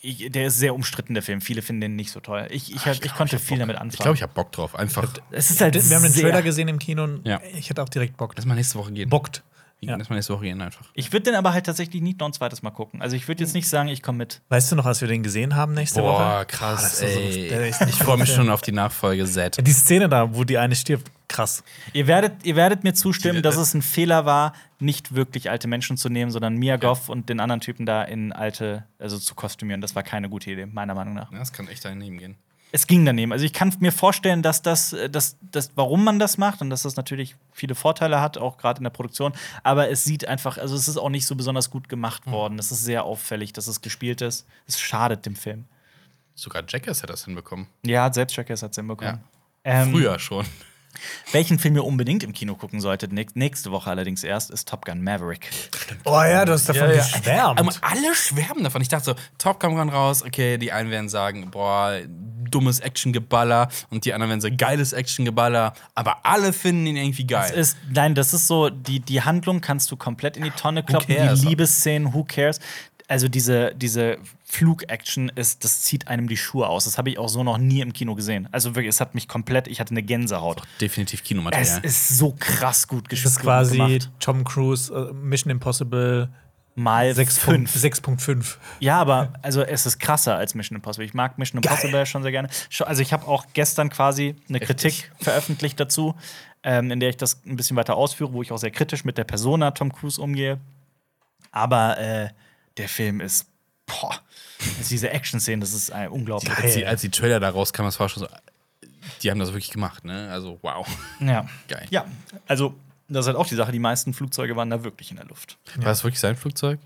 Speaker 1: ich, der ist sehr umstritten, der Film. Viele finden den nicht so toll. Ich, ich, hab, ich, konnte viel damit anfangen.
Speaker 3: Ich glaube, ich habe Bock drauf. Einfach.
Speaker 1: es ist halt
Speaker 2: Wir haben den
Speaker 1: sehr-
Speaker 2: Trailer gesehen im Kino und
Speaker 3: Ja.
Speaker 2: ich hätte auch direkt Bock.
Speaker 3: Lass mal nächste Woche gehen.
Speaker 2: Bockt.
Speaker 3: Wir gehen erstmal nächste Woche gehen einfach.
Speaker 1: Ich würde den aber halt tatsächlich nicht noch ein zweites Mal gucken. Also ich würde jetzt nicht sagen, ich komme mit.
Speaker 2: Weißt du noch, als wir den gesehen haben nächste
Speaker 3: Boah,
Speaker 2: Woche? Ah,
Speaker 3: krass,
Speaker 2: das ist so-
Speaker 3: ey.
Speaker 2: der ist nicht
Speaker 3: ich freue mich
Speaker 2: gut,
Speaker 3: schon auf die Nachfolge Z.
Speaker 2: Die Szene da, wo die eine stirbt, krass.
Speaker 1: Ihr werdet, ihr werdet mir zustimmen,
Speaker 3: Die-
Speaker 1: dass es ein Fehler war, nicht wirklich alte Menschen zu nehmen, sondern Mia Goff und den anderen Typen da in alte, also zu kostümieren. Das war keine gute Idee, meiner Meinung nach.
Speaker 3: Ja, das kann echt daneben gehen.
Speaker 1: Es ging daneben. Also ich kann mir vorstellen, dass das, äh, dass, dass, warum man das macht und dass das natürlich viele Vorteile hat, auch gerade in der Produktion. Aber es sieht einfach, also es ist auch nicht so besonders gut gemacht worden. Es ist sehr auffällig, dass es gespielt ist. Es schadet dem Film.
Speaker 3: Sogar Jackass hat das hinbekommen.
Speaker 1: Ja, Selbsttrackers hat es hinbekommen. Ähm,
Speaker 3: Früher schon.
Speaker 1: Welchen Film ihr unbedingt im Kino gucken solltet, näch- nächste Woche allerdings erst, ist Top Gun Maverick.
Speaker 2: Oh ja, du hast davon
Speaker 3: Ja, ja.
Speaker 2: geschwärmt.
Speaker 3: Aber alle schwärmen davon. Ich dachte so, Top Gun ran raus, okay, die einen werden sagen, boah, dummes Actiongeballer und die anderen werden sagen, geiles Actiongeballer, aber alle finden ihn irgendwie geil.
Speaker 1: Das ist, nein, das ist so, die, die Handlung kannst du komplett in die Tonne kloppen,
Speaker 3: cares?
Speaker 1: die Liebesszenen, who cares? Also diese, diese Flug-Action ist, das zieht einem die Schuhe aus. Das habe ich auch so noch nie im Kino gesehen. Also wirklich, es hat mich komplett, ich hatte eine Gänsehaut.
Speaker 3: definitiv
Speaker 1: Es
Speaker 3: Kinomaterial.
Speaker 1: ist so krass gut gespielt.
Speaker 2: das ist quasi
Speaker 1: gemacht.
Speaker 2: Tom Cruise, äh, Mission Impossible
Speaker 1: mal
Speaker 2: 6.5.
Speaker 1: 5.
Speaker 2: 6.5.
Speaker 1: Ja, aber also es ist krasser als Mission Impossible. Ich mag Mission Impossible ja schon sehr gerne. Sch- Also ich habe auch gestern quasi eine Kritik veröffentlicht dazu, ähm, in der ich das ein bisschen weiter ausführe, wo ich auch sehr kritisch mit der Persona Tom Cruise umgehe. Aber äh, der Film ist, boah, ist diese Action-Szenen, das ist äh, unglaublich.
Speaker 3: als, die, als die Trailer da rauskamen, das war schon so, die haben das wirklich gemacht, ne? Also, wow.
Speaker 1: Ja.
Speaker 3: Geil.
Speaker 1: ja, also das ist halt auch die Sache, die meisten Flugzeuge waren da wirklich in der Luft.
Speaker 3: War das wirklich sein Flugzeug?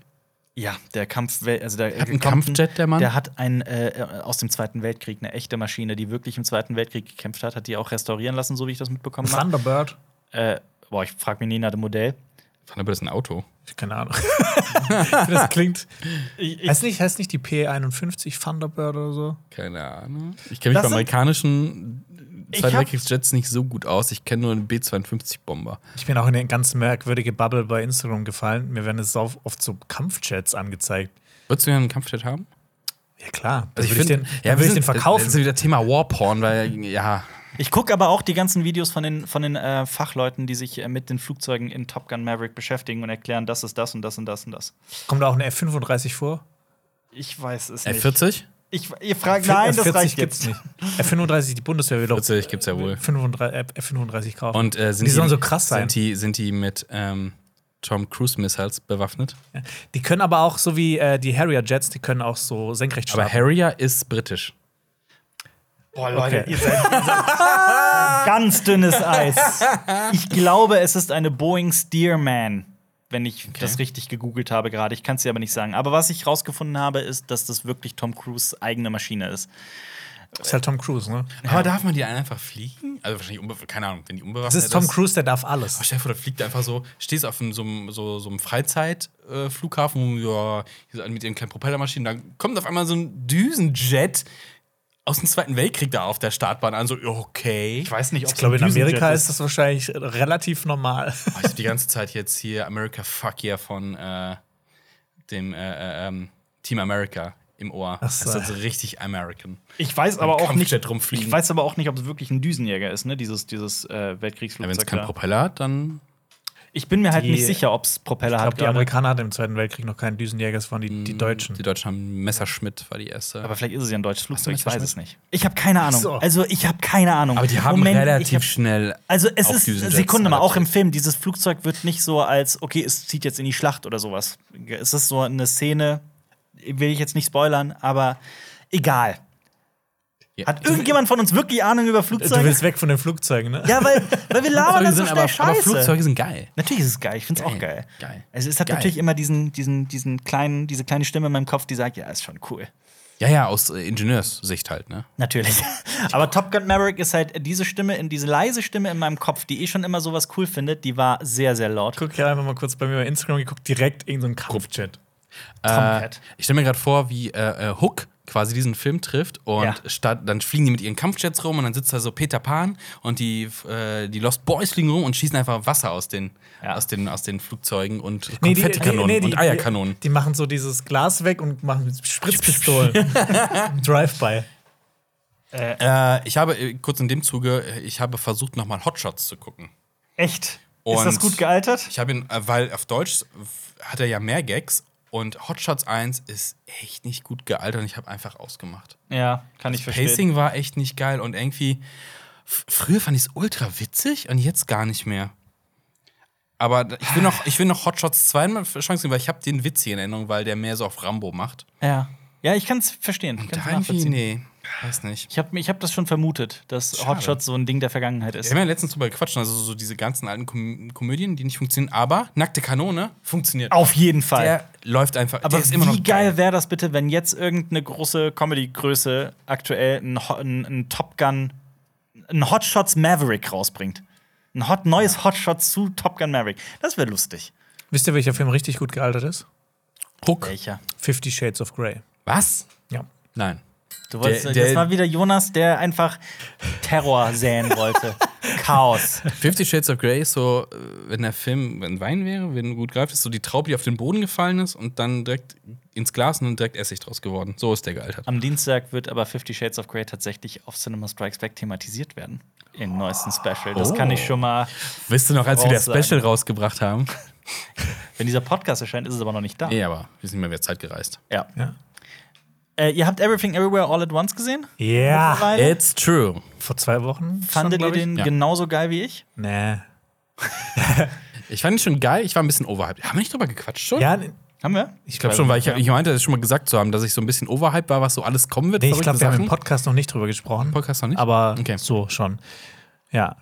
Speaker 1: Ja, der Kampf, also der
Speaker 3: Hat einen Kampfjet, der Mann?
Speaker 1: Der hat ein äh, aus dem Zweiten Weltkrieg eine echte Maschine, die wirklich im Zweiten Weltkrieg gekämpft hat, hat die auch restaurieren lassen, so wie ich das mitbekommen habe.
Speaker 2: Thunderbird.
Speaker 1: Äh, boah, ich frage mich nie nach dem Modell.
Speaker 3: Fand aber das ein Auto.
Speaker 2: Keine Ahnung. das klingt.
Speaker 1: Ich, ich,
Speaker 2: Heißt nicht, heißt nicht die P51 Thunderbird oder so?
Speaker 3: Keine Ahnung. Ich kenne mich
Speaker 1: Das
Speaker 3: bei
Speaker 1: sind-
Speaker 3: amerikanischen
Speaker 1: Ich
Speaker 3: Zweiten
Speaker 1: hab-
Speaker 3: Weltkriegsjets nicht so gut aus. Ich kenne nur einen B-52-Bomber.
Speaker 2: Ich bin auch in eine ganz merkwürdige Bubble bei Instagram gefallen. Mir werden es sau- oft so Kampfjets angezeigt.
Speaker 3: Würdest du gerne einen Kampfjet haben?
Speaker 2: Ja, klar. Also
Speaker 3: Also
Speaker 2: würde ich, den,
Speaker 3: find-
Speaker 2: ja, würde ich
Speaker 3: wir
Speaker 2: den
Speaker 3: sind- Das ist
Speaker 2: verkaufen.
Speaker 3: wieder Thema Warporn, weil ja,
Speaker 1: ich gucke aber auch die ganzen Videos von den, von den äh, Fachleuten, die sich äh, mit den Flugzeugen in Top Gun Maverick beschäftigen und erklären, das ist das und das und das und das.
Speaker 2: Kommt da auch eine F35 vor?
Speaker 1: Ich weiß es nicht.
Speaker 3: F40?
Speaker 1: Ich, ihr fragt, nein, das
Speaker 2: F40
Speaker 1: reicht
Speaker 2: gibt's
Speaker 1: jetzt.
Speaker 2: nicht. F35, die Bundeswehr will doch
Speaker 3: 40 gibt's ja wohl.
Speaker 2: 35, äh, F35 kaufen.
Speaker 3: Und äh, sind
Speaker 2: die sollen so krass sein.
Speaker 3: Sind die, sind die mit ähm, Tom Cruise Missiles bewaffnet?
Speaker 2: Die können aber auch, so wie äh, die Harrier Jets, die können auch so senkrecht
Speaker 3: Aber
Speaker 2: starten.
Speaker 3: Harrier ist britisch.
Speaker 1: Boah, Leute,
Speaker 2: Okay.
Speaker 1: ihr seid, ihr seid ganz dünnes Eis. Ich glaube, es ist eine Boeing Stearman, wenn ich das richtig gegoogelt habe gerade. Ich kann es dir aber nicht sagen. Aber was ich rausgefunden habe, ist, dass das wirklich Tom Cruise eigene Maschine ist.
Speaker 2: Das ist halt Tom Cruise, ne?
Speaker 3: Aber darf man die einfach fliegen? Also wahrscheinlich unbewaffnet, keine Ahnung, wenn die unbewaffnet
Speaker 2: Das ist Tom Cruise, der darf alles.
Speaker 3: Oh, stell dir vor, der fliegt einfach so, stehst auf einem, so, einem- so, so einem Freizeitflughafen, äh, Flughafen, wo, ja, hier so einen mit ihren kleinen Propellermaschinen, dann kommt auf einmal so ein Düsenjet aus dem Zweiten Weltkrieg da auf der Startbahn an, so, okay.
Speaker 1: Ich weiß nicht, ob
Speaker 2: Ich glaube, in Amerika ist das wahrscheinlich relativ normal.
Speaker 3: Oh, ich hab die ganze Zeit jetzt hier America Fuck yeah von äh, dem äh, äh, ähm, Team America im Ohr.
Speaker 2: Ach so.
Speaker 3: Das ist also richtig American.
Speaker 1: Ich weiß aber auch nicht.
Speaker 3: Kampfjet rumfliegen.
Speaker 1: Ich weiß aber auch nicht, ob es wirklich ein Düsenjäger ist, ne? Dieses, dieses äh,
Speaker 3: Wenn es
Speaker 1: Weltkriegsflugzeug.
Speaker 3: keinen
Speaker 1: da.
Speaker 3: Propeller hat, dann.
Speaker 1: ich bin mir halt
Speaker 2: Die-
Speaker 1: nicht sicher, ob es Propeller
Speaker 2: Ich
Speaker 1: hat.
Speaker 2: glaube, die
Speaker 1: gerade.
Speaker 2: Amerikaner hatten im Zweiten Weltkrieg noch keinen Düsenjäger, es waren die, die Deutschen.
Speaker 3: Mm. Die Deutschen haben Messerschmitt, war die erste.
Speaker 1: Aber vielleicht ist es ja ein deutsches Flugzeug. Ich
Speaker 3: Messerschmitt?
Speaker 1: weiß es nicht. Ich habe keine Ahnung.
Speaker 2: so.
Speaker 1: Also ich habe keine Ahnung.
Speaker 3: Aber die haben
Speaker 1: Moment, ich
Speaker 3: relativ
Speaker 1: hab-
Speaker 3: schnell.
Speaker 1: Also es
Speaker 3: auf
Speaker 1: ist
Speaker 3: Düsenjets
Speaker 1: Sekunde mal, auch im
Speaker 3: adaptiert.
Speaker 1: Film, dieses Flugzeug wird nicht so als, okay, es zieht jetzt in die Schlacht oder sowas. Es ist so eine Szene, will ich jetzt nicht spoilern, aber egal.
Speaker 3: Ja.
Speaker 1: Hat irgendjemand von uns wirklich Ahnung über
Speaker 2: Du
Speaker 1: Flugzeuge?
Speaker 2: willst weg von den Flugzeugen, ne?
Speaker 1: Ja, weil, weil wir labern
Speaker 3: Flugzeuge
Speaker 1: dann so
Speaker 3: sind
Speaker 1: schnell
Speaker 3: aber, aber
Speaker 1: Scheiße.
Speaker 3: Flugzeuge sind geil.
Speaker 1: natürlich ist es geil, ich finde es auch
Speaker 3: Geil.
Speaker 1: geil.
Speaker 3: Geil.
Speaker 1: Also es hat
Speaker 3: Geil.
Speaker 1: natürlich immer diesen, diesen, diesen kleinen, diese kleine Stimme in meinem Kopf, die sagt, ja, ist schon cool.
Speaker 3: Ja, ja, aus äh, Ingenieurssicht halt, ne?
Speaker 1: Natürlich. Aber Top Gun Maverick ist halt diese Stimme, in diese leise Stimme in meinem Kopf, die eh schon immer sowas cool findet, die war sehr, sehr laut.
Speaker 2: Guck hier einfach mal kurz bei mir bei Instagram geguckt, direkt irgendein so ein Kampfjet.
Speaker 3: Äh,
Speaker 1: Tomcat.
Speaker 3: ich stelle mir gerade vor, wie äh, äh, Hook quasi diesen Film trifft und
Speaker 1: Ja.
Speaker 3: statt, dann fliegen die mit ihren Kampfjets rum und dann sitzt da so Peter Pan und die, äh, die Lost Boys fliegen rum und schießen einfach Wasser aus den,
Speaker 1: Ja.
Speaker 3: aus den, aus den Flugzeugen und
Speaker 2: Nee, die-
Speaker 3: Konfettikanonen
Speaker 2: nee, nee, die-
Speaker 3: und Eierkanonen.
Speaker 2: Die, die machen so dieses Glas weg und machen Spritzpistolen. Drive-by.
Speaker 3: Äh, ich habe äh, kurz in dem Zuge, äh, ich habe versucht, nochmal Hotshots zu gucken.
Speaker 1: Echt?
Speaker 3: Und
Speaker 1: Ist das gut gealtert?
Speaker 3: Ich habe ihn, äh, weil auf Deutsch hat er ja mehr Gags und Hot Shots 1 ist echt nicht gut gealtert und ich habe einfach ausgemacht.
Speaker 1: Ja, kann ich verstehen.
Speaker 3: Pacing war echt nicht geil und irgendwie f- früher fand ich es ultra witzig und jetzt gar nicht mehr. Aber da- ich will noch, ich will noch Hot Shots 2 mal eine Chance geben, weil ich habe den Witz hier in Erinnerung, weil der mehr so auf Rambo macht.
Speaker 1: Ja. ja, ich kann es verstehen. Ich kann's
Speaker 3: Da irgendwie,
Speaker 1: nachvollziehen.
Speaker 3: nee, weiß nicht.
Speaker 1: Ich habe ich hab das schon vermutet, dass
Speaker 3: Schade.
Speaker 1: Hotshots so ein Ding der Vergangenheit ist.
Speaker 3: Wir haben ja letztens drüber gequatscht, also so diese ganzen alten Kom Komödien, die nicht funktionieren, aber nackte Kanone funktioniert.
Speaker 1: Auf jeden Fall.
Speaker 3: Der läuft einfach.
Speaker 1: Oh, aber
Speaker 3: der ist immer noch
Speaker 1: wie geil wäre das bitte, wenn jetzt irgendeine große Comedy-Größe aktuell einen, Ho- einen, einen Top Gun, einen Hotshots Maverick rausbringt? Ein hot, neues Hotshots zu Top Gun Maverick. Das wäre lustig.
Speaker 2: Wisst ihr, welcher Film richtig gut gealtert ist?
Speaker 3: Ruck.
Speaker 1: Welcher?
Speaker 2: Fifty Shades of Grey.
Speaker 3: Was?
Speaker 2: Ja.
Speaker 3: Nein.
Speaker 1: Du wolltest,
Speaker 3: Der- der-
Speaker 1: das war wieder Jonas, der einfach Terror säen wollte. Chaos.
Speaker 3: Fifty Shades of Grey ist so, äh, wenn der Film wenn Wein wäre, wenn du gut greift, ist so die Traube, die auf den Boden gefallen ist und dann direkt ins Glas und dann direkt Essig draus geworden. So ist der gealtert.
Speaker 1: Am Dienstag wird aber Fifty Shades of Grey tatsächlich auf Cinema Strikes Back thematisiert werden. Im neuesten Special. Das
Speaker 3: Oh.
Speaker 1: kann ich schon mal.
Speaker 3: Wisst ihr noch, als
Speaker 1: Voraussagen.
Speaker 3: rausgebracht haben?
Speaker 1: Wenn dieser Podcast erscheint, ist es aber noch nicht da.
Speaker 3: Nee, aber wir sind nicht mehr mehr Zeit gereist.
Speaker 1: Ja.
Speaker 2: Ja.
Speaker 1: Äh, ihr habt Everything Everywhere All at Once gesehen?
Speaker 2: Ja.
Speaker 1: Mittlerweile?
Speaker 3: It's true.
Speaker 2: Vor zwei Wochen?
Speaker 1: Fandet ihr
Speaker 3: glaub ich.
Speaker 1: den
Speaker 3: Ja.
Speaker 1: genauso geil wie ich?
Speaker 2: Nee.
Speaker 3: Ich fand ihn schon geil, ich war ein bisschen overhyped. Haben wir nicht drüber gequatscht schon?
Speaker 2: Ja,
Speaker 1: Haben wir?
Speaker 3: Ich glaube schon, weil ich,
Speaker 1: Ja.
Speaker 3: ich meinte, das schon mal gesagt zu haben, dass ich so ein bisschen overhyped war, was so alles kommen wird.
Speaker 2: nee, ich glaube,
Speaker 3: verrückte
Speaker 2: wir haben im
Speaker 3: Sachen.
Speaker 2: Podcast noch nicht drüber gesprochen.
Speaker 3: Podcast noch nicht?
Speaker 2: Aber
Speaker 3: Okay.
Speaker 2: so schon. Ja.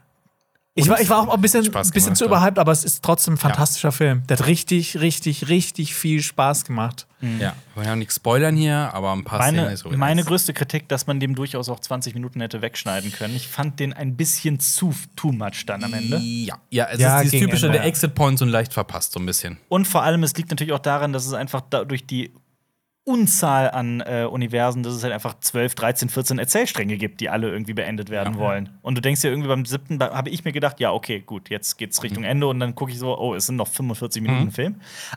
Speaker 2: Ich war, ich war auch ein bisschen,
Speaker 3: Spaß
Speaker 2: ein bisschen
Speaker 3: gemacht,
Speaker 2: zu
Speaker 3: ja.
Speaker 2: überhyped, aber es ist trotzdem ein fantastischer Film. Der hat richtig, richtig, richtig viel Spaß gemacht.
Speaker 3: Ja, wir wollen ja auch nichts spoilern hier, aber ein paar Szenen
Speaker 1: Meine,
Speaker 3: ist so
Speaker 1: meine größte Kritik, dass man dem durchaus auch 20 Minuten hätte wegschneiden können. Ich fand den ein bisschen zu too much dann am Ende.
Speaker 3: Ja, ja, es
Speaker 2: Ja,
Speaker 3: ist dieses
Speaker 2: gegen
Speaker 3: typische,
Speaker 2: Ende,
Speaker 3: der
Speaker 2: ja.
Speaker 3: Exit Point so leicht verpasst, so ein bisschen.
Speaker 1: Und vor allem, es liegt natürlich auch daran, dass es einfach da, durch die Unzahl an äh, Universen, dass es halt einfach 12, 13, 14 Erzählstränge gibt, die alle irgendwie beendet werden wollen. Und du denkst ja irgendwie beim siebten, bei- habe ich mir gedacht, ja, okay, gut, jetzt geht's Richtung Ende und dann gucke ich so, oh, es sind noch 45 Minuten Film.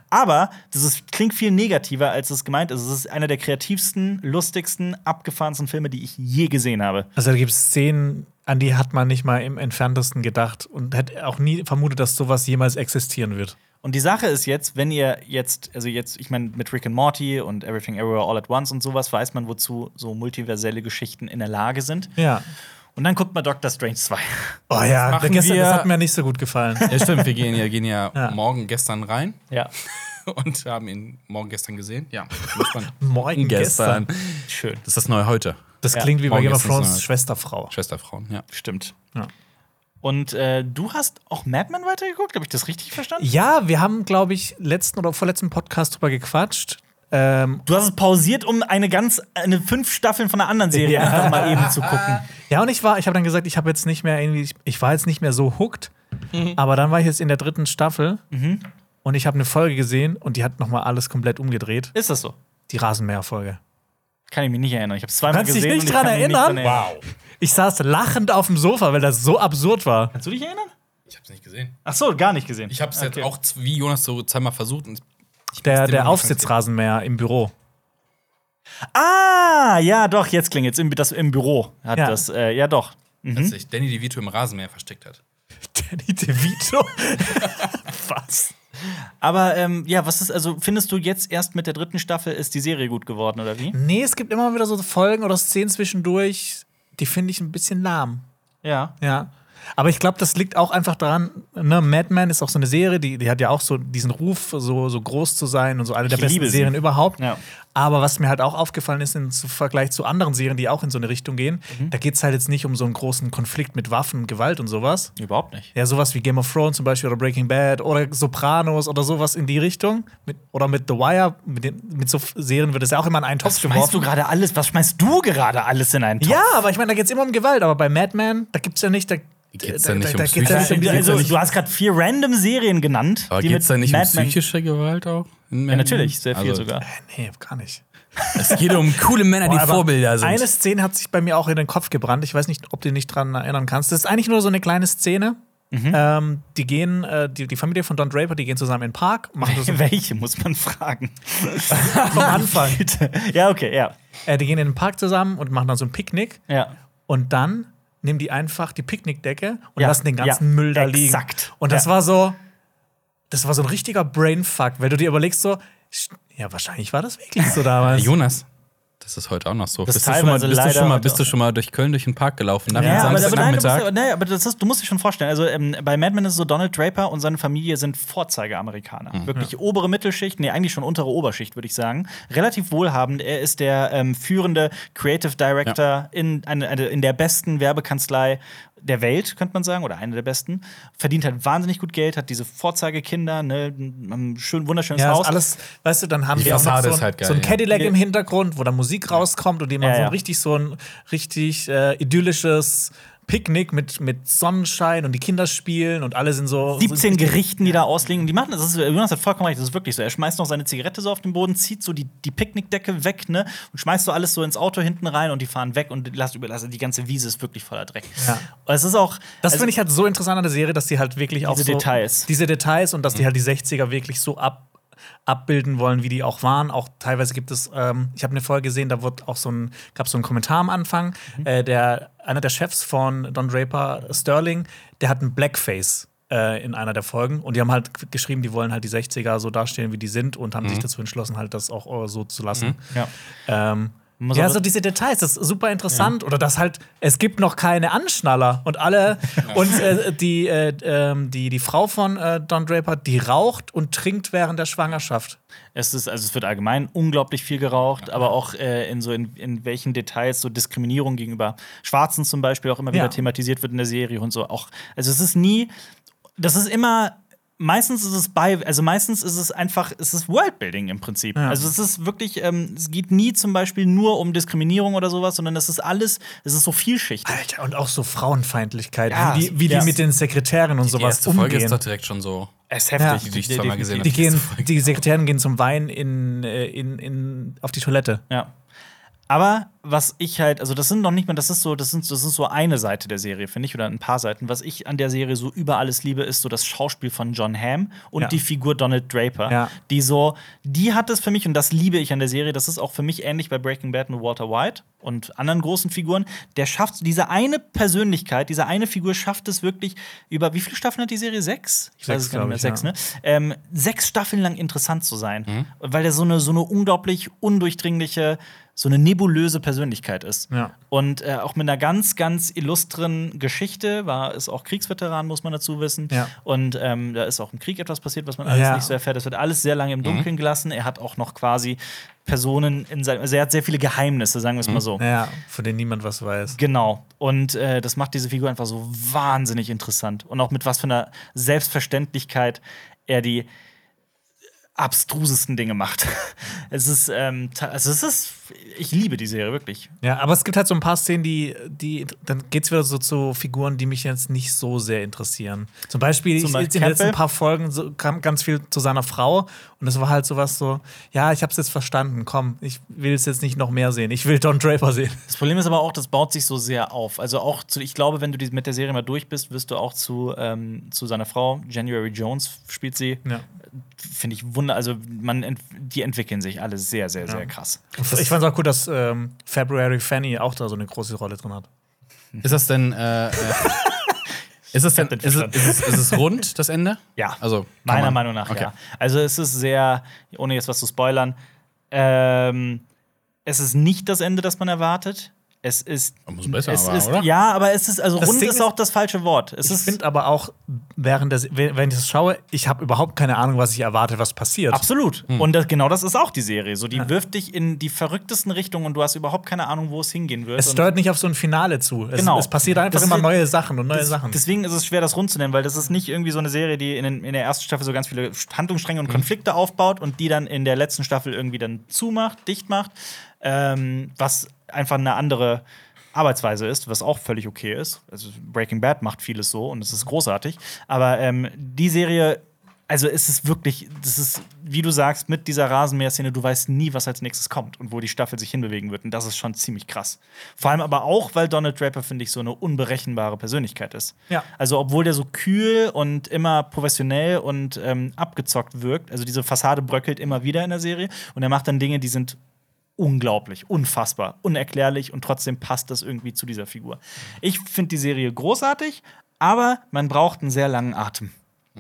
Speaker 1: Aber das ist, klingt viel negativer, als es gemeint ist. Es ist einer der kreativsten, lustigsten, abgefahrensten Filme, die ich je gesehen habe.
Speaker 2: Also da gibt es Szenen, an die hat man nicht mal im entferntesten gedacht und hätte auch nie vermutet, dass sowas jemals existieren wird.
Speaker 1: Und die Sache ist jetzt, wenn ihr jetzt, also jetzt, ich meine, mit Rick and Morty und Everything Everywhere All at Once und sowas, weiß man, wozu so multiverselle Geschichten in der Lage sind.
Speaker 2: Ja.
Speaker 1: Und dann guckt man Doctor Strange 2.
Speaker 2: Oh ja,
Speaker 3: machen
Speaker 2: gestern, das
Speaker 3: wir-
Speaker 2: hat mir nicht so gut gefallen.
Speaker 3: Ja, stimmt, wir gehen ja, gehen ja,
Speaker 2: Ja.
Speaker 3: morgen gestern rein
Speaker 1: ja,
Speaker 3: und haben ihn morgen gestern gesehen. Ja, bin gespannt.
Speaker 2: Morgen gestern.
Speaker 1: schön.
Speaker 3: Das ist das neue heute.
Speaker 2: Das
Speaker 1: Ja.
Speaker 2: klingt wie bei
Speaker 3: Morgen
Speaker 2: Game of
Speaker 3: gestern,
Speaker 2: Thrones
Speaker 3: ja.
Speaker 2: Schwesterfrau.
Speaker 3: Schwesterfrauen, ja.
Speaker 1: Stimmt.
Speaker 2: Ja.
Speaker 1: Und äh, du hast auch Mad Men weitergeguckt? Habe ich das richtig verstanden?
Speaker 2: Ja, wir haben, glaube ich, letzten oder vorletzten Podcast drüber gequatscht. Ähm,
Speaker 1: Du hast es pausiert, um eine ganz, eine fünf Staffeln von einer anderen Serie einfach mal eben zu gucken.
Speaker 2: ja, und ich war, ich habe dann gesagt, ich habe jetzt nicht mehr irgendwie, ich, ich war jetzt nicht mehr so hooked, aber dann war ich jetzt in der dritten Staffel und ich habe eine Folge gesehen und die hat nochmal alles komplett umgedreht.
Speaker 1: Ist das so?
Speaker 2: Die Rasenmäherfolge.
Speaker 1: Kann ich mich nicht erinnern. Ich habe zweimal
Speaker 2: Kannst dich
Speaker 1: gesehen.
Speaker 2: nicht
Speaker 1: und ich
Speaker 2: dran
Speaker 1: kann mich
Speaker 2: erinnern?
Speaker 1: Wow.
Speaker 2: Ich saß lachend auf dem Sofa, weil das so absurd war.
Speaker 1: Kannst du dich erinnern?
Speaker 3: Ich hab's nicht gesehen.
Speaker 1: Ach so, gar nicht gesehen.
Speaker 3: Ich hab's
Speaker 1: Okay.
Speaker 3: jetzt auch z- wie Jonas so zweimal versucht. Und ich
Speaker 2: Der,
Speaker 3: hab's
Speaker 2: der
Speaker 3: dem noch nicht
Speaker 2: Aufsitzrasenmäher im Büro.
Speaker 1: Ah, ja, doch, jetzt klingelt's im, das im Büro. Hat
Speaker 2: Ja.
Speaker 1: das, äh, ja doch.
Speaker 3: ganz gesehen, Als sich Danny DeVito im Rasenmäher versteckt hat.
Speaker 2: Danny DeVito.
Speaker 1: Was? Aber ähm, ja, was ist, also findest du jetzt erst mit der dritten Staffel ist die Serie gut geworden, oder wie?
Speaker 2: Nee, es gibt immer wieder so Folgen oder Szenen zwischendurch, die finde ich ein bisschen lahm.
Speaker 1: Ja.
Speaker 2: Ja. Aber ich glaube, das liegt auch einfach daran, ne, Mad Men ist auch so eine Serie, die, die hat ja auch so diesen Ruf, so, so groß zu sein und so eine der
Speaker 1: Ich
Speaker 2: besten
Speaker 1: liebe sie.
Speaker 2: Serien überhaupt.
Speaker 1: Ja.
Speaker 2: Aber was mir halt auch aufgefallen ist im zu- Vergleich zu anderen Serien, die auch in so eine Richtung gehen,
Speaker 1: Mhm.
Speaker 2: da geht es halt jetzt nicht um so einen großen Konflikt mit Waffen, Gewalt und sowas.
Speaker 1: Überhaupt nicht.
Speaker 2: Ja, sowas wie Game of Thrones zum Beispiel oder Breaking Bad oder Sopranos oder sowas in die Richtung. Mit, oder mit The Wire, mit, den, mit so Serien wird es ja auch immer in einen Topf geworfen.
Speaker 1: Schmeißt du gerade alles, was schmeißt du gerade alles in einen Topf?
Speaker 2: Ja, aber ich meine, da geht es immer um Gewalt, aber bei Mad Men, da gibt es ja nicht, da,
Speaker 3: Geht's
Speaker 2: da,
Speaker 3: da nicht um
Speaker 2: da geht's ja nicht um
Speaker 3: Psyche?
Speaker 2: Gewalt.
Speaker 1: Also, du hast gerade vier random Serien genannt.
Speaker 3: Aber
Speaker 1: die
Speaker 3: geht's
Speaker 1: mit
Speaker 3: da nicht um
Speaker 1: Mad Men-
Speaker 3: psychische Gewalt auch?
Speaker 1: Ja, natürlich, sehr viel sogar.
Speaker 2: Nee, gar nicht.
Speaker 3: Also, Es geht um coole Männer, die
Speaker 2: Aber
Speaker 3: Vorbilder sind.
Speaker 2: Eine Szene hat sich bei mir auch in den Kopf gebrannt. Ich weiß nicht, ob du dich dran erinnern kannst. Das ist eigentlich nur so eine kleine Szene.
Speaker 3: Mhm.
Speaker 2: Ähm, die gehen, äh, die, die Familie von Don Draper, die gehen zusammen in den Park, machen das
Speaker 1: Welche muss man fragen?
Speaker 2: am Anfang.
Speaker 1: ja, okay, ja.
Speaker 2: Äh, die gehen in den Park zusammen und machen dann so ein Picknick.
Speaker 1: ja.
Speaker 2: Und dann nehmen die einfach die Picknickdecke und
Speaker 1: Ja,
Speaker 2: lassen den ganzen
Speaker 1: ja,
Speaker 2: Müll da
Speaker 1: exakt.
Speaker 2: liegen. Und das
Speaker 1: Ja.
Speaker 2: war so, das war so ein richtiger Brainfuck, weil du dir überlegst so, sch- ja, wahrscheinlich war das wirklich so
Speaker 3: Äh,
Speaker 2: damals.
Speaker 3: Jonas, das ist heute auch noch so.
Speaker 1: Das
Speaker 3: bist, du schon mal,
Speaker 1: teilweise
Speaker 3: bist, du
Speaker 1: leider
Speaker 3: schon mal,
Speaker 1: heute
Speaker 3: bist du
Speaker 1: auch.
Speaker 3: schon mal durch Köln durch den Park gelaufen? Nach
Speaker 1: Ja, aber, aber, nein, du,
Speaker 3: Samstagnachmittag?
Speaker 1: musst, nee, aber das ist, du musst dich schon vorstellen. Also ähm, bei Mad Men ist es so, Donald Draper und seine Familie sind Vorzeigeamerikaner.
Speaker 2: Mhm.
Speaker 1: Wirklich obere Mittelschicht, nee, eigentlich schon untere Oberschicht, würde ich sagen. Relativ wohlhabend. Er ist der ähm, führende Creative Director in, eine, eine, in der besten Werbekanzlei der Welt, könnte man sagen, oder eine der besten. Verdient halt wahnsinnig gut Geld, hat diese Vorzeigekinder, ne, ein schön, wunderschönes
Speaker 2: Ja,
Speaker 1: Haus.
Speaker 2: ist alles, weißt du, dann haben
Speaker 3: Die
Speaker 2: die auch noch
Speaker 3: Fassade
Speaker 2: so,
Speaker 3: ist halt geil,
Speaker 2: so ein
Speaker 3: ja.
Speaker 2: Cadillac im Hintergrund, wo da Musik rauskommt und die machen
Speaker 1: Ja,
Speaker 2: so ein
Speaker 1: ja.
Speaker 2: richtig so ein richtig äh, idyllisches Picknick mit, mit Sonnenschein und die Kinder spielen und alle sind so
Speaker 1: 17 Gerichten, die da ausliegen. Und die machen das. das ist, Jonas hat vollkommen recht, das ist wirklich so. Er schmeißt noch seine Zigarette so auf den Boden, zieht so die, die Picknickdecke weg, ne? Und schmeißt so alles so ins Auto hinten rein und die fahren weg und lassen überlassen. Die ganze Wiese ist wirklich voller Dreck.
Speaker 2: Ja.
Speaker 1: Und es ist auch.
Speaker 2: Das
Speaker 1: also-
Speaker 2: finde ich halt so interessant an der Serie, dass die halt wirklich auch
Speaker 1: Diese
Speaker 2: so
Speaker 1: Details. Mhm.
Speaker 2: diese Details und dass die halt die 60er wirklich so ab, abbilden wollen, wie die auch waren. Auch teilweise gibt es, ähm, ich habe eine Folge gesehen, da wird auch so ein, gab so einen Kommentar am Anfang,
Speaker 1: Mhm.
Speaker 2: äh, der einer der Chefs von Don Draper, Sterling, der hat einen Blackface äh, in einer der Folgen und die haben halt g- geschrieben, die wollen halt die 60er so darstellen, wie die sind und haben sich
Speaker 1: Mhm.
Speaker 2: dazu entschlossen, halt das auch äh, so zu lassen.
Speaker 1: Ja.
Speaker 2: Ähm,
Speaker 1: Muss
Speaker 2: ja,
Speaker 1: aber-
Speaker 2: so diese Details, das ist super interessant. Oder dass halt, es gibt noch keine Anschnaller und alle. und äh, die, äh, ähm, die, die Frau von äh, Don Draper, die raucht und trinkt während der Schwangerschaft.
Speaker 1: Es ist, also es wird allgemein unglaublich viel geraucht, aber auch äh, in so in, in welchen Details so Diskriminierung gegenüber Schwarzen zum Beispiel auch immer wieder
Speaker 2: Ja.
Speaker 1: thematisiert wird in der Serie und so auch. Also es ist nie, das ist immer. Meistens ist es bei, also meistens ist es einfach, es ist Worldbuilding im Prinzip.
Speaker 2: Ja.
Speaker 1: Also es ist wirklich, ähm, es geht nie zum Beispiel nur um Diskriminierung oder sowas, sondern es ist alles, es ist so vielschichtig.
Speaker 2: Alter, und auch so Frauenfeindlichkeit,
Speaker 1: Ja,
Speaker 2: wie die, wie
Speaker 1: ja.
Speaker 2: die mit den Sekretären und
Speaker 3: Die
Speaker 2: sowas
Speaker 3: erste Folge ist
Speaker 2: umgehen.
Speaker 3: doch direkt schon so.
Speaker 1: Es ist
Speaker 2: Ja.
Speaker 3: Die ich zweimal gesehen
Speaker 2: Die,
Speaker 3: habe.
Speaker 2: gehen,
Speaker 3: erste Folge.
Speaker 2: die Sekretären gehen zum Wein in, äh, in, in, auf die Toilette.
Speaker 1: Ja. Aber was ich halt, also das sind noch nicht mal, das ist so, das sind, das ist so eine Seite der Serie, finde ich, oder ein paar Seiten. Was ich an der Serie so über alles liebe, ist so das Schauspiel von John Hamm und
Speaker 2: Ja.
Speaker 1: die Figur Donald Draper.
Speaker 2: Ja.
Speaker 1: Die so, die hat es für mich, und das liebe ich an der Serie, das ist auch für mich ähnlich bei Breaking Bad mit Walter White und anderen großen Figuren. Der schafft, diese eine Persönlichkeit, diese eine Figur schafft es wirklich über, wie viele Staffeln hat die Serie? Sechs? Ich
Speaker 2: Sechs, glaub ich,
Speaker 1: sechs,
Speaker 2: ja.
Speaker 1: ne? ähm, sechs Staffeln lang interessant zu sein,
Speaker 2: Mhm.
Speaker 1: weil er so eine, so eine unglaublich undurchdringliche, so eine nebulöse Persönlichkeit ist.
Speaker 2: Ja.
Speaker 1: Und äh, auch mit einer ganz, ganz illustren Geschichte, war es auch Kriegsveteran, muss man dazu wissen.
Speaker 2: Ja.
Speaker 1: Und ähm, da ist auch im Krieg etwas passiert, was man alles
Speaker 2: Ja. Mhm.
Speaker 1: nicht so erfährt. Das wird alles sehr lange im Dunkeln gelassen. Er hat auch noch quasi Personen in seinem, also er hat sehr viele Geheimnisse, sagen wir
Speaker 2: Mhm.
Speaker 1: es mal so.
Speaker 2: Ja, von denen niemand was weiß.
Speaker 1: Genau. Und äh, das macht diese Figur einfach so wahnsinnig interessant. Und auch mit was für einer Selbstverständlichkeit er die abstrusesten Dinge macht. es ist, ähm, ta- also es ist, ich liebe die Serie wirklich.
Speaker 2: Ja, aber es gibt halt so ein paar Szenen, die, die dann geht's wieder so zu Figuren, die mich jetzt nicht so sehr interessieren. Zum Beispiel,
Speaker 1: Zum
Speaker 2: ich-
Speaker 1: Beispiel
Speaker 2: in den letzten
Speaker 1: Campbell?
Speaker 2: paar Folgen so, kam ganz viel zu seiner Frau und es war halt sowas so, ja, ich hab's jetzt verstanden, komm, ich will es jetzt nicht noch mehr sehen, ich will Don Draper sehen.
Speaker 1: Das Problem ist aber auch, das baut sich so sehr auf. Also auch zu, ich glaube, wenn du die, mit der Serie mal durch bist, wirst du auch zu, ähm, zu seiner Frau, January Jones spielt sie.
Speaker 2: Ja.
Speaker 1: Finde ich wunder, also man, ent die entwickeln sich alle sehr, sehr, sehr krass.
Speaker 2: Ich fand's auch cool, dass ähm, February Fanny auch da so eine große Rolle drin hat.
Speaker 3: Ist das denn. Äh, äh, ist es denn.
Speaker 1: den
Speaker 3: Ist es,
Speaker 1: verstanden.
Speaker 3: ist, es, ist es rund, das Ende?
Speaker 1: Ja.
Speaker 3: Also, kann
Speaker 1: Meiner
Speaker 3: man-
Speaker 1: Meinung nach,
Speaker 3: okay.
Speaker 1: ja. Also es ist sehr, ohne jetzt was zu spoilern, ähm, es ist nicht das Ende, das man erwartet. Es ist.
Speaker 3: Umso besser
Speaker 1: es
Speaker 3: aber,
Speaker 1: ist,
Speaker 3: oder?
Speaker 1: Ja, aber es ist, also
Speaker 2: Das
Speaker 1: rund
Speaker 2: Ding
Speaker 1: ist
Speaker 2: ist-
Speaker 1: auch das falsche Wort. Es
Speaker 2: Ich
Speaker 1: ist
Speaker 2: finde aber auch, während des, wenn wenn ich das schaue, ich habe überhaupt keine Ahnung, was ich erwarte, was passiert.
Speaker 1: Absolut.
Speaker 3: Hm.
Speaker 1: Und das, genau das ist auch die Serie. So, die wirft dich in die verrücktesten Richtungen und du hast überhaupt keine Ahnung, wo es hingehen wird.
Speaker 2: Es
Speaker 1: Und
Speaker 2: steuert nicht auf so ein Finale zu. Es,
Speaker 1: Genau.
Speaker 2: es passiert einfach
Speaker 1: Das ist-
Speaker 2: immer neue Sachen und neue
Speaker 1: des-
Speaker 2: Sachen.
Speaker 1: Deswegen ist es schwer, das rund zu nennen, weil das ist nicht irgendwie so eine Serie, die in, den, in der ersten Staffel so ganz viele Handlungsstränge und Konflikte aufbaut und die dann in der letzten Staffel irgendwie dann zumacht, dicht macht, ähm, was einfach eine andere Arbeitsweise ist, was auch völlig okay ist. Also Breaking Bad macht vieles so und es ist großartig. Aber ähm, die Serie, also es ist wirklich, das ist, wie du sagst, mit dieser Rasenmäher-Szene, du weißt nie, was als nächstes kommt und wo die Staffel sich hinbewegen wird. Und das ist schon ziemlich krass. Vor allem aber auch, weil Donald Draper, finde ich, so eine unberechenbare Persönlichkeit ist.
Speaker 2: Ja.
Speaker 1: Also, obwohl der so kühl und immer professionell und ähm, abgezockt wirkt, also diese Fassade bröckelt immer wieder in der Serie und er macht dann Dinge, die sind unglaublich, unfassbar, unerklärlich und trotzdem passt das irgendwie zu dieser Figur. Ich finde die Serie großartig, aber man braucht einen sehr langen Atem.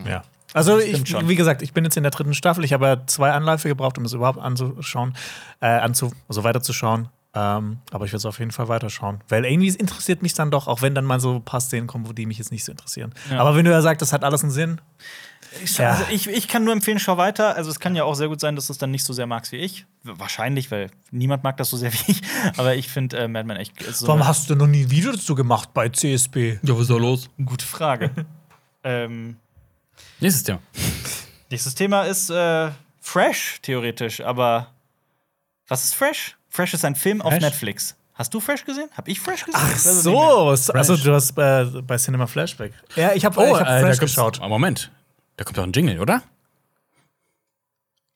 Speaker 2: Ja. Also,
Speaker 1: stimmt
Speaker 2: ich,
Speaker 1: schon.
Speaker 2: wie gesagt, ich bin jetzt in der dritten Staffel. Ich habe ja zwei Anläufe gebraucht, um es überhaupt anzuschauen, äh, anzu, also weiterzuschauen. Ähm, aber ich werde es auf jeden Fall weiterschauen. Weil irgendwie es interessiert mich dann doch, auch wenn dann mal so ein paar Szenen kommen, wo die mich jetzt nicht so interessieren. Aber wenn du ja sagst, das hat alles einen Sinn,
Speaker 1: Ich,
Speaker 2: Ja.
Speaker 1: also ich, ich kann nur empfehlen, schau weiter. Also es kann ja auch sehr gut sein, dass du es dann nicht so sehr magst wie ich. Wahrscheinlich, weil niemand mag das so sehr wie ich. Aber ich finde äh, Mad Men echt ist so
Speaker 2: warum
Speaker 1: eine
Speaker 2: hast du noch nie wieder dazu gemacht bei CSB?
Speaker 3: Ja, was ist da los?
Speaker 1: gute Frage. ähm,
Speaker 3: Nächstes Thema.
Speaker 1: nächstes Thema ist äh, Fresh, theoretisch. Aber was ist Fresh? Fresh ist ein Film auf
Speaker 3: Fresh?
Speaker 1: Netflix. Hast du Fresh gesehen? Hab ich Fresh gesehen?
Speaker 2: Ach
Speaker 1: Ich weiß es nicht mehr. Oh,
Speaker 2: so, also du hast äh, bei Cinema Flashback. Ja, ich habe ich hab
Speaker 3: äh,
Speaker 2: Flash
Speaker 3: da kommt's-
Speaker 2: geschaut.
Speaker 3: Ah, Moment, da kommt doch ein Jingle, oder?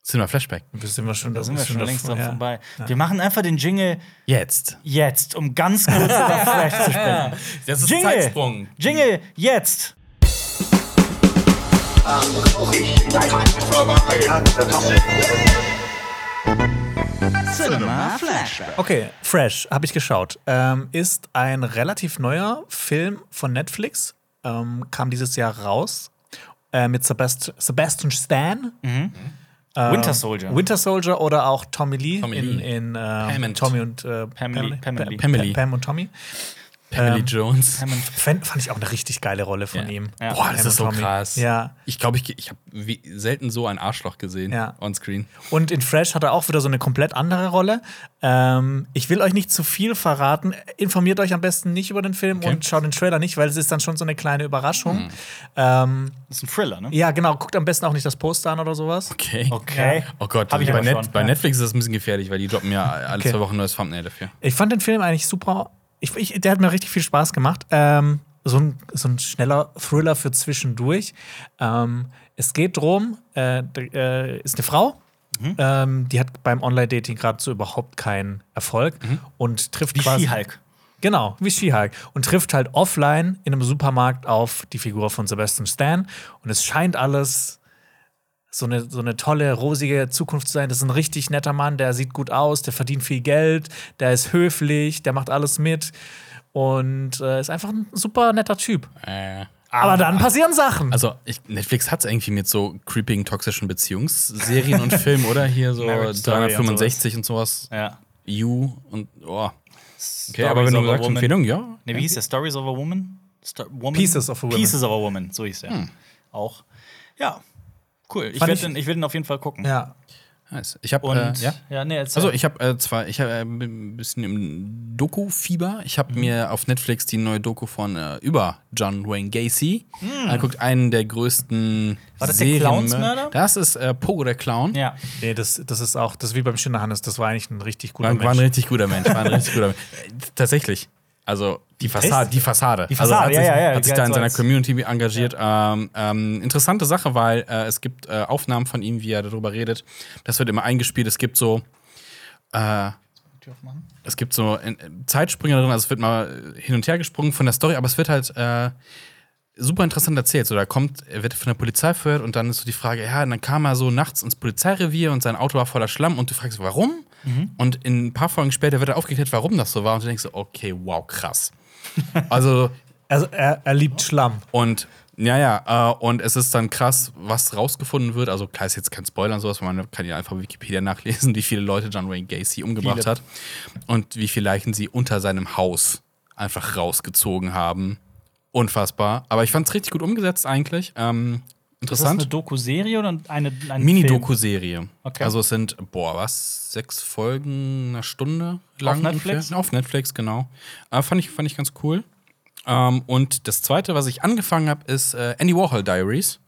Speaker 3: Cinema Flashback.
Speaker 2: Da sind wir schon,
Speaker 1: Da sind wir schon längst dran
Speaker 2: ja.
Speaker 1: vorbei. Wir machen einfach den Jingle
Speaker 3: Jetzt.
Speaker 1: jetzt, um ganz kurz über Fresh zu sprechen.
Speaker 3: Das ist
Speaker 1: Jingle. Jingle jetzt! Cinema Flashback.
Speaker 2: Okay, Fresh, habe ich geschaut. Ähm, ist ein relativ neuer Film von Netflix. Ähm, kam dieses Jahr raus. Äh, mit Sebast Sebastian Stan. Ähm,
Speaker 1: Winter Soldier.
Speaker 2: Winter Soldier oder auch Tommy Lee
Speaker 3: Tommy
Speaker 2: in,
Speaker 3: Lee.
Speaker 2: in äh,
Speaker 3: Pam and-
Speaker 2: Tommy und äh,
Speaker 1: Pam Lee, Pam Lee.
Speaker 2: Pam,
Speaker 3: Pam Lee.
Speaker 2: Pam und Tommy.
Speaker 3: Emily Jones.
Speaker 2: Fand, fand ich auch eine richtig geile Rolle von
Speaker 3: Ja.
Speaker 2: ihm.
Speaker 1: Ja.
Speaker 3: Boah,
Speaker 2: Pam
Speaker 3: das ist
Speaker 2: und
Speaker 3: so
Speaker 2: Tommy.
Speaker 3: krass.
Speaker 2: Ja.
Speaker 3: Ich glaube, ich, ich habe selten so ein Arschloch gesehen
Speaker 2: Ja.
Speaker 3: onscreen.
Speaker 2: Und in Fresh hat er auch wieder so eine komplett andere Rolle. Ähm, ich will euch nicht zu viel verraten. Informiert euch am besten nicht über den Film
Speaker 3: Okay.
Speaker 2: und schaut den Trailer nicht, weil es ist dann schon so eine kleine Überraschung. Ähm,
Speaker 1: Das ist ein Thriller, ne?
Speaker 2: ja, genau. Guckt am besten auch nicht das Poster an oder sowas.
Speaker 3: Okay.
Speaker 1: Okay.
Speaker 3: Oh Gott,
Speaker 1: Hab ich
Speaker 3: bei,
Speaker 1: aber
Speaker 3: Net
Speaker 1: schon.
Speaker 3: bei
Speaker 1: Ja.
Speaker 3: Netflix ist das ein bisschen gefährlich, weil die droppen ja alle
Speaker 2: Okay.
Speaker 3: zwei Wochen ein neues Thumbnail dafür.
Speaker 2: Ich fand den Film eigentlich super. Ich, ich, der hat mir richtig viel Spaß gemacht. Ähm, so, ein, so ein schneller Thriller für zwischendurch. Ähm, es geht drum, äh, d- äh, ist eine Frau,
Speaker 1: Mhm.
Speaker 2: ähm, die hat beim Online-Dating gerade so überhaupt keinen Erfolg und trifft
Speaker 1: Mhm. Wie
Speaker 2: quasi.
Speaker 1: She-Hulk.
Speaker 2: Genau, wie She-Hulk. Und trifft halt offline in einem Supermarkt auf die Figur von Sebastian Stan. Und es scheint alles so eine, so eine tolle, rosige Zukunft zu sein. Das ist ein richtig netter Mann, der sieht gut aus, der verdient viel Geld, der ist höflich, der macht alles mit. Und äh, ist einfach ein super netter Typ.
Speaker 3: Äh,
Speaker 2: Aber dann passieren Sachen.
Speaker 3: also, ich, Netflix hat es irgendwie mit so creeping, toxischen Beziehungsserien und Filmen, oder? Hier so
Speaker 1: Marriage Story
Speaker 3: 365 und sowas.
Speaker 1: Ja.
Speaker 3: You und. Oh. Okay,
Speaker 1: Stories
Speaker 3: aber wenn du
Speaker 1: of a
Speaker 3: sagst,
Speaker 1: Woman.
Speaker 3: Empfehlung, ja.
Speaker 1: Ne, wie hieß der? Stories of a Woman? Sto woman?
Speaker 2: Pieces of a Woman.
Speaker 1: Pieces of a Woman, so hieß der.
Speaker 3: Hm.
Speaker 1: Auch. Ja, cool. Ich
Speaker 2: Fand
Speaker 1: werde
Speaker 2: ich-
Speaker 1: den, ich werd den auf jeden Fall gucken.
Speaker 2: ja.
Speaker 3: Nice. Ich habe.
Speaker 1: Und,
Speaker 3: Äh, ja?
Speaker 1: nee, erzähl.
Speaker 3: Also ich habe äh, zwar, ich habe äh, bin ein bisschen im Doku-Fieber.
Speaker 1: Mhm.
Speaker 3: Ich habe mir auf Netflix die neue Doku von äh, über John Wayne Gacy angeguckt, einen der
Speaker 1: Hm.
Speaker 3: größten.
Speaker 1: War das der
Speaker 3: Serienmörder.
Speaker 1: Clownsmörder?
Speaker 3: Das ist äh, Pogo der Clown.
Speaker 1: ja.
Speaker 2: Nee, das, das ist auch, das ist wie beim Schinderhannes, das war eigentlich ein richtig guter
Speaker 3: War, war ein
Speaker 2: Mensch.
Speaker 3: richtig guter Mensch. War ein richtig guter Mensch. Äh, Tatsächlich. Also die Fassade,
Speaker 1: Echt?
Speaker 3: die Fassade.
Speaker 1: Die Fassade,
Speaker 3: also,
Speaker 1: ja,
Speaker 3: hat sich,
Speaker 1: ja, ja,
Speaker 3: Hat sich
Speaker 1: geil,
Speaker 3: da in
Speaker 1: so
Speaker 3: seiner
Speaker 1: als-
Speaker 3: Community engagiert. Ähm, ähm, interessante Sache, weil äh, es gibt äh, Aufnahmen von ihm, wie er darüber redet. Das wird immer eingespielt. Es gibt so äh,
Speaker 1: Tür aufmachen.
Speaker 3: es gibt so in- in Zeitsprünge drin, also es wird mal hin und her gesprungen von der Story, aber es wird halt äh, super interessant erzählt. So, da kommt, er wird von der Polizei verhört und dann ist so die Frage, ja, und dann kam er so nachts ins Polizeirevier und sein Auto war voller Schlamm und du fragst, warum? Und in ein paar Folgen später wird er aufgeklärt, warum das so war und du denkst so, okay, wow, krass. also,
Speaker 2: Also, er, er liebt Schlamm.
Speaker 3: und ja, ja, äh, und es ist dann krass, was rausgefunden wird. Also klar ist jetzt kein Spoiler und sowas, weil man kann ja einfach Wikipedia nachlesen, wie viele Leute John Wayne Gacy umgebracht
Speaker 2: Viele.
Speaker 3: hat und wie viele Leichen sie unter seinem Haus einfach rausgezogen haben. Unfassbar. Aber ich fand's richtig gut umgesetzt eigentlich. Ähm,
Speaker 1: Ist das
Speaker 3: interessant.
Speaker 1: eine Doku-Serie oder eine, ein Film?
Speaker 3: Mini-Doku-Serie.
Speaker 1: Okay.
Speaker 3: Also es sind, boah, was, sechs Folgen, eine Stunde lang.
Speaker 1: Netflix?
Speaker 3: ungefähr? Auf Netflix, genau. Äh, fand, ich, fand ich ganz cool. Ähm, und das zweite, was ich angefangen habe, ist äh, Andy Warhol Diaries.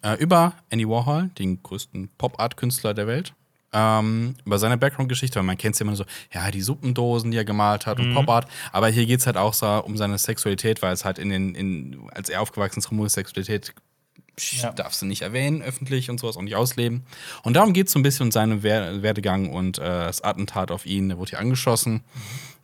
Speaker 3: Äh, über Andy Warhol, den größten Pop-Art-Künstler der Welt. Ähm, über seine Background-Geschichte, weil man kennt ja immer so, ja, die Suppendosen, die er gemalt hat und Pop-Art. Aber hier geht es halt auch so um seine Sexualität, weil es halt in den, in, als er aufgewachsen ist, Homosexualität
Speaker 1: Ja.
Speaker 3: darfst du nicht erwähnen, öffentlich und sowas und nicht ausleben. Und darum geht es so ein bisschen um seinen Wer Werdegang und äh, das Attentat auf ihn. Er wurde hier angeschossen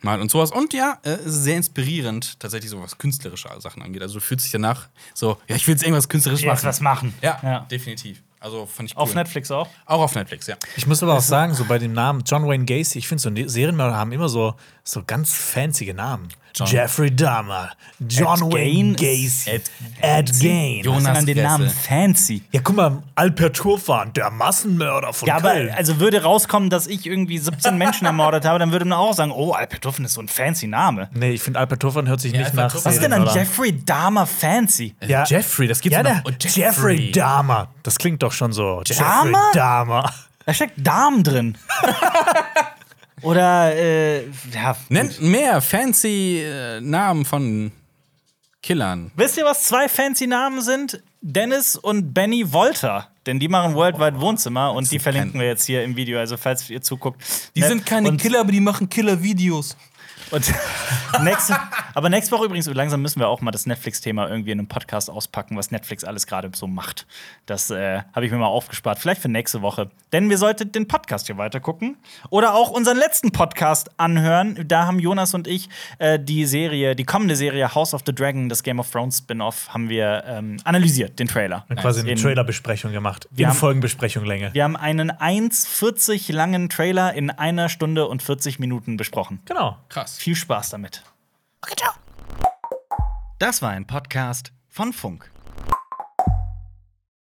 Speaker 3: mal und sowas. Und ja, äh, es ist sehr inspirierend, tatsächlich so was künstlerische Sachen angeht. Also du fühlst dich danach so, ja, ich will jetzt irgendwas künstlerisch
Speaker 1: Jetzt
Speaker 3: machen.
Speaker 1: was machen.
Speaker 3: Ja, definitiv. Also fand ich cool.
Speaker 1: Auf Netflix auch.
Speaker 3: Auch auf Netflix, ja.
Speaker 2: Ich muss aber auch sagen, so bei dem Namen John Wayne Gacy, ich finde so ne- Serienmörder haben immer so, so ganz fancy Namen. Jeffrey Dahmer, John
Speaker 1: Ed
Speaker 2: Wayne
Speaker 1: Gein.
Speaker 2: Gacy, Ed,
Speaker 1: Ed-
Speaker 2: Gain.
Speaker 3: Jo-
Speaker 1: Was ist denn an den
Speaker 3: Jonas
Speaker 1: Namen
Speaker 3: Fresse.
Speaker 1: Fancy.
Speaker 2: Ja, guck mal, Alper Turfan, der Massenmörder von
Speaker 1: Ja, aber
Speaker 2: Köln.
Speaker 1: also würde rauskommen, dass ich irgendwie 17 Menschen ermordet habe, dann würde man auch sagen, oh, Alpertuffen ist so ein fancy Name.
Speaker 2: nee, ich finde Alper Turfan hört sich
Speaker 3: Ja,
Speaker 2: nicht
Speaker 3: Alper
Speaker 2: nach
Speaker 3: Turfan-
Speaker 1: Was ist denn an
Speaker 2: Serienmörder an.
Speaker 1: Jeffrey Dahmer fancy?
Speaker 2: Ja.
Speaker 3: Äh, Jeffrey, das gibt's
Speaker 2: Ja,
Speaker 3: noch.
Speaker 2: der
Speaker 3: Oh,
Speaker 2: Jeffrey. Dahmer. Das klingt doch schon so. Jeffrey
Speaker 1: Dahmer?
Speaker 2: Dahmer.
Speaker 1: Da steckt Darm drin. Oder, äh, ja.
Speaker 3: Nennt mehr fancy äh, Namen von Killern.
Speaker 1: Wisst ihr, was zwei fancy Namen sind? Dennis und Benny Volta. Denn die machen Worldwide Wohnzimmer und die verlinken wir jetzt hier im Video. Also, falls ihr zuguckt.
Speaker 3: Die
Speaker 2: Äh,
Speaker 1: Ne?
Speaker 3: sind keine
Speaker 1: und,
Speaker 3: Killer, aber die machen Killer-Videos.
Speaker 1: Und nächste, aber nächste Woche übrigens, langsam müssen wir auch mal das Netflix-Thema irgendwie in einem Podcast auspacken, was Netflix alles gerade so macht. Das äh, habe ich mir mal aufgespart. Vielleicht für nächste Woche. Denn wir sollten den Podcast hier weiter gucken. Oder auch unseren letzten Podcast anhören. Da haben Jonas und ich äh, die Serie, die kommende Serie House of the Dragon, das Game of Thrones Spin-off, haben wir ähm, analysiert, den Trailer.
Speaker 2: Quasi eine
Speaker 1: In-
Speaker 2: Trailerbesprechung gemacht.
Speaker 1: Wir
Speaker 2: in
Speaker 1: haben-
Speaker 2: Folgenbesprechung Länge.
Speaker 1: Wir haben einen 1,40 langen Trailer in einer Stunde und 40 Minuten besprochen.
Speaker 2: Genau.
Speaker 3: Krass.
Speaker 1: Viel Spaß damit. Das war ein Podcast von Funk.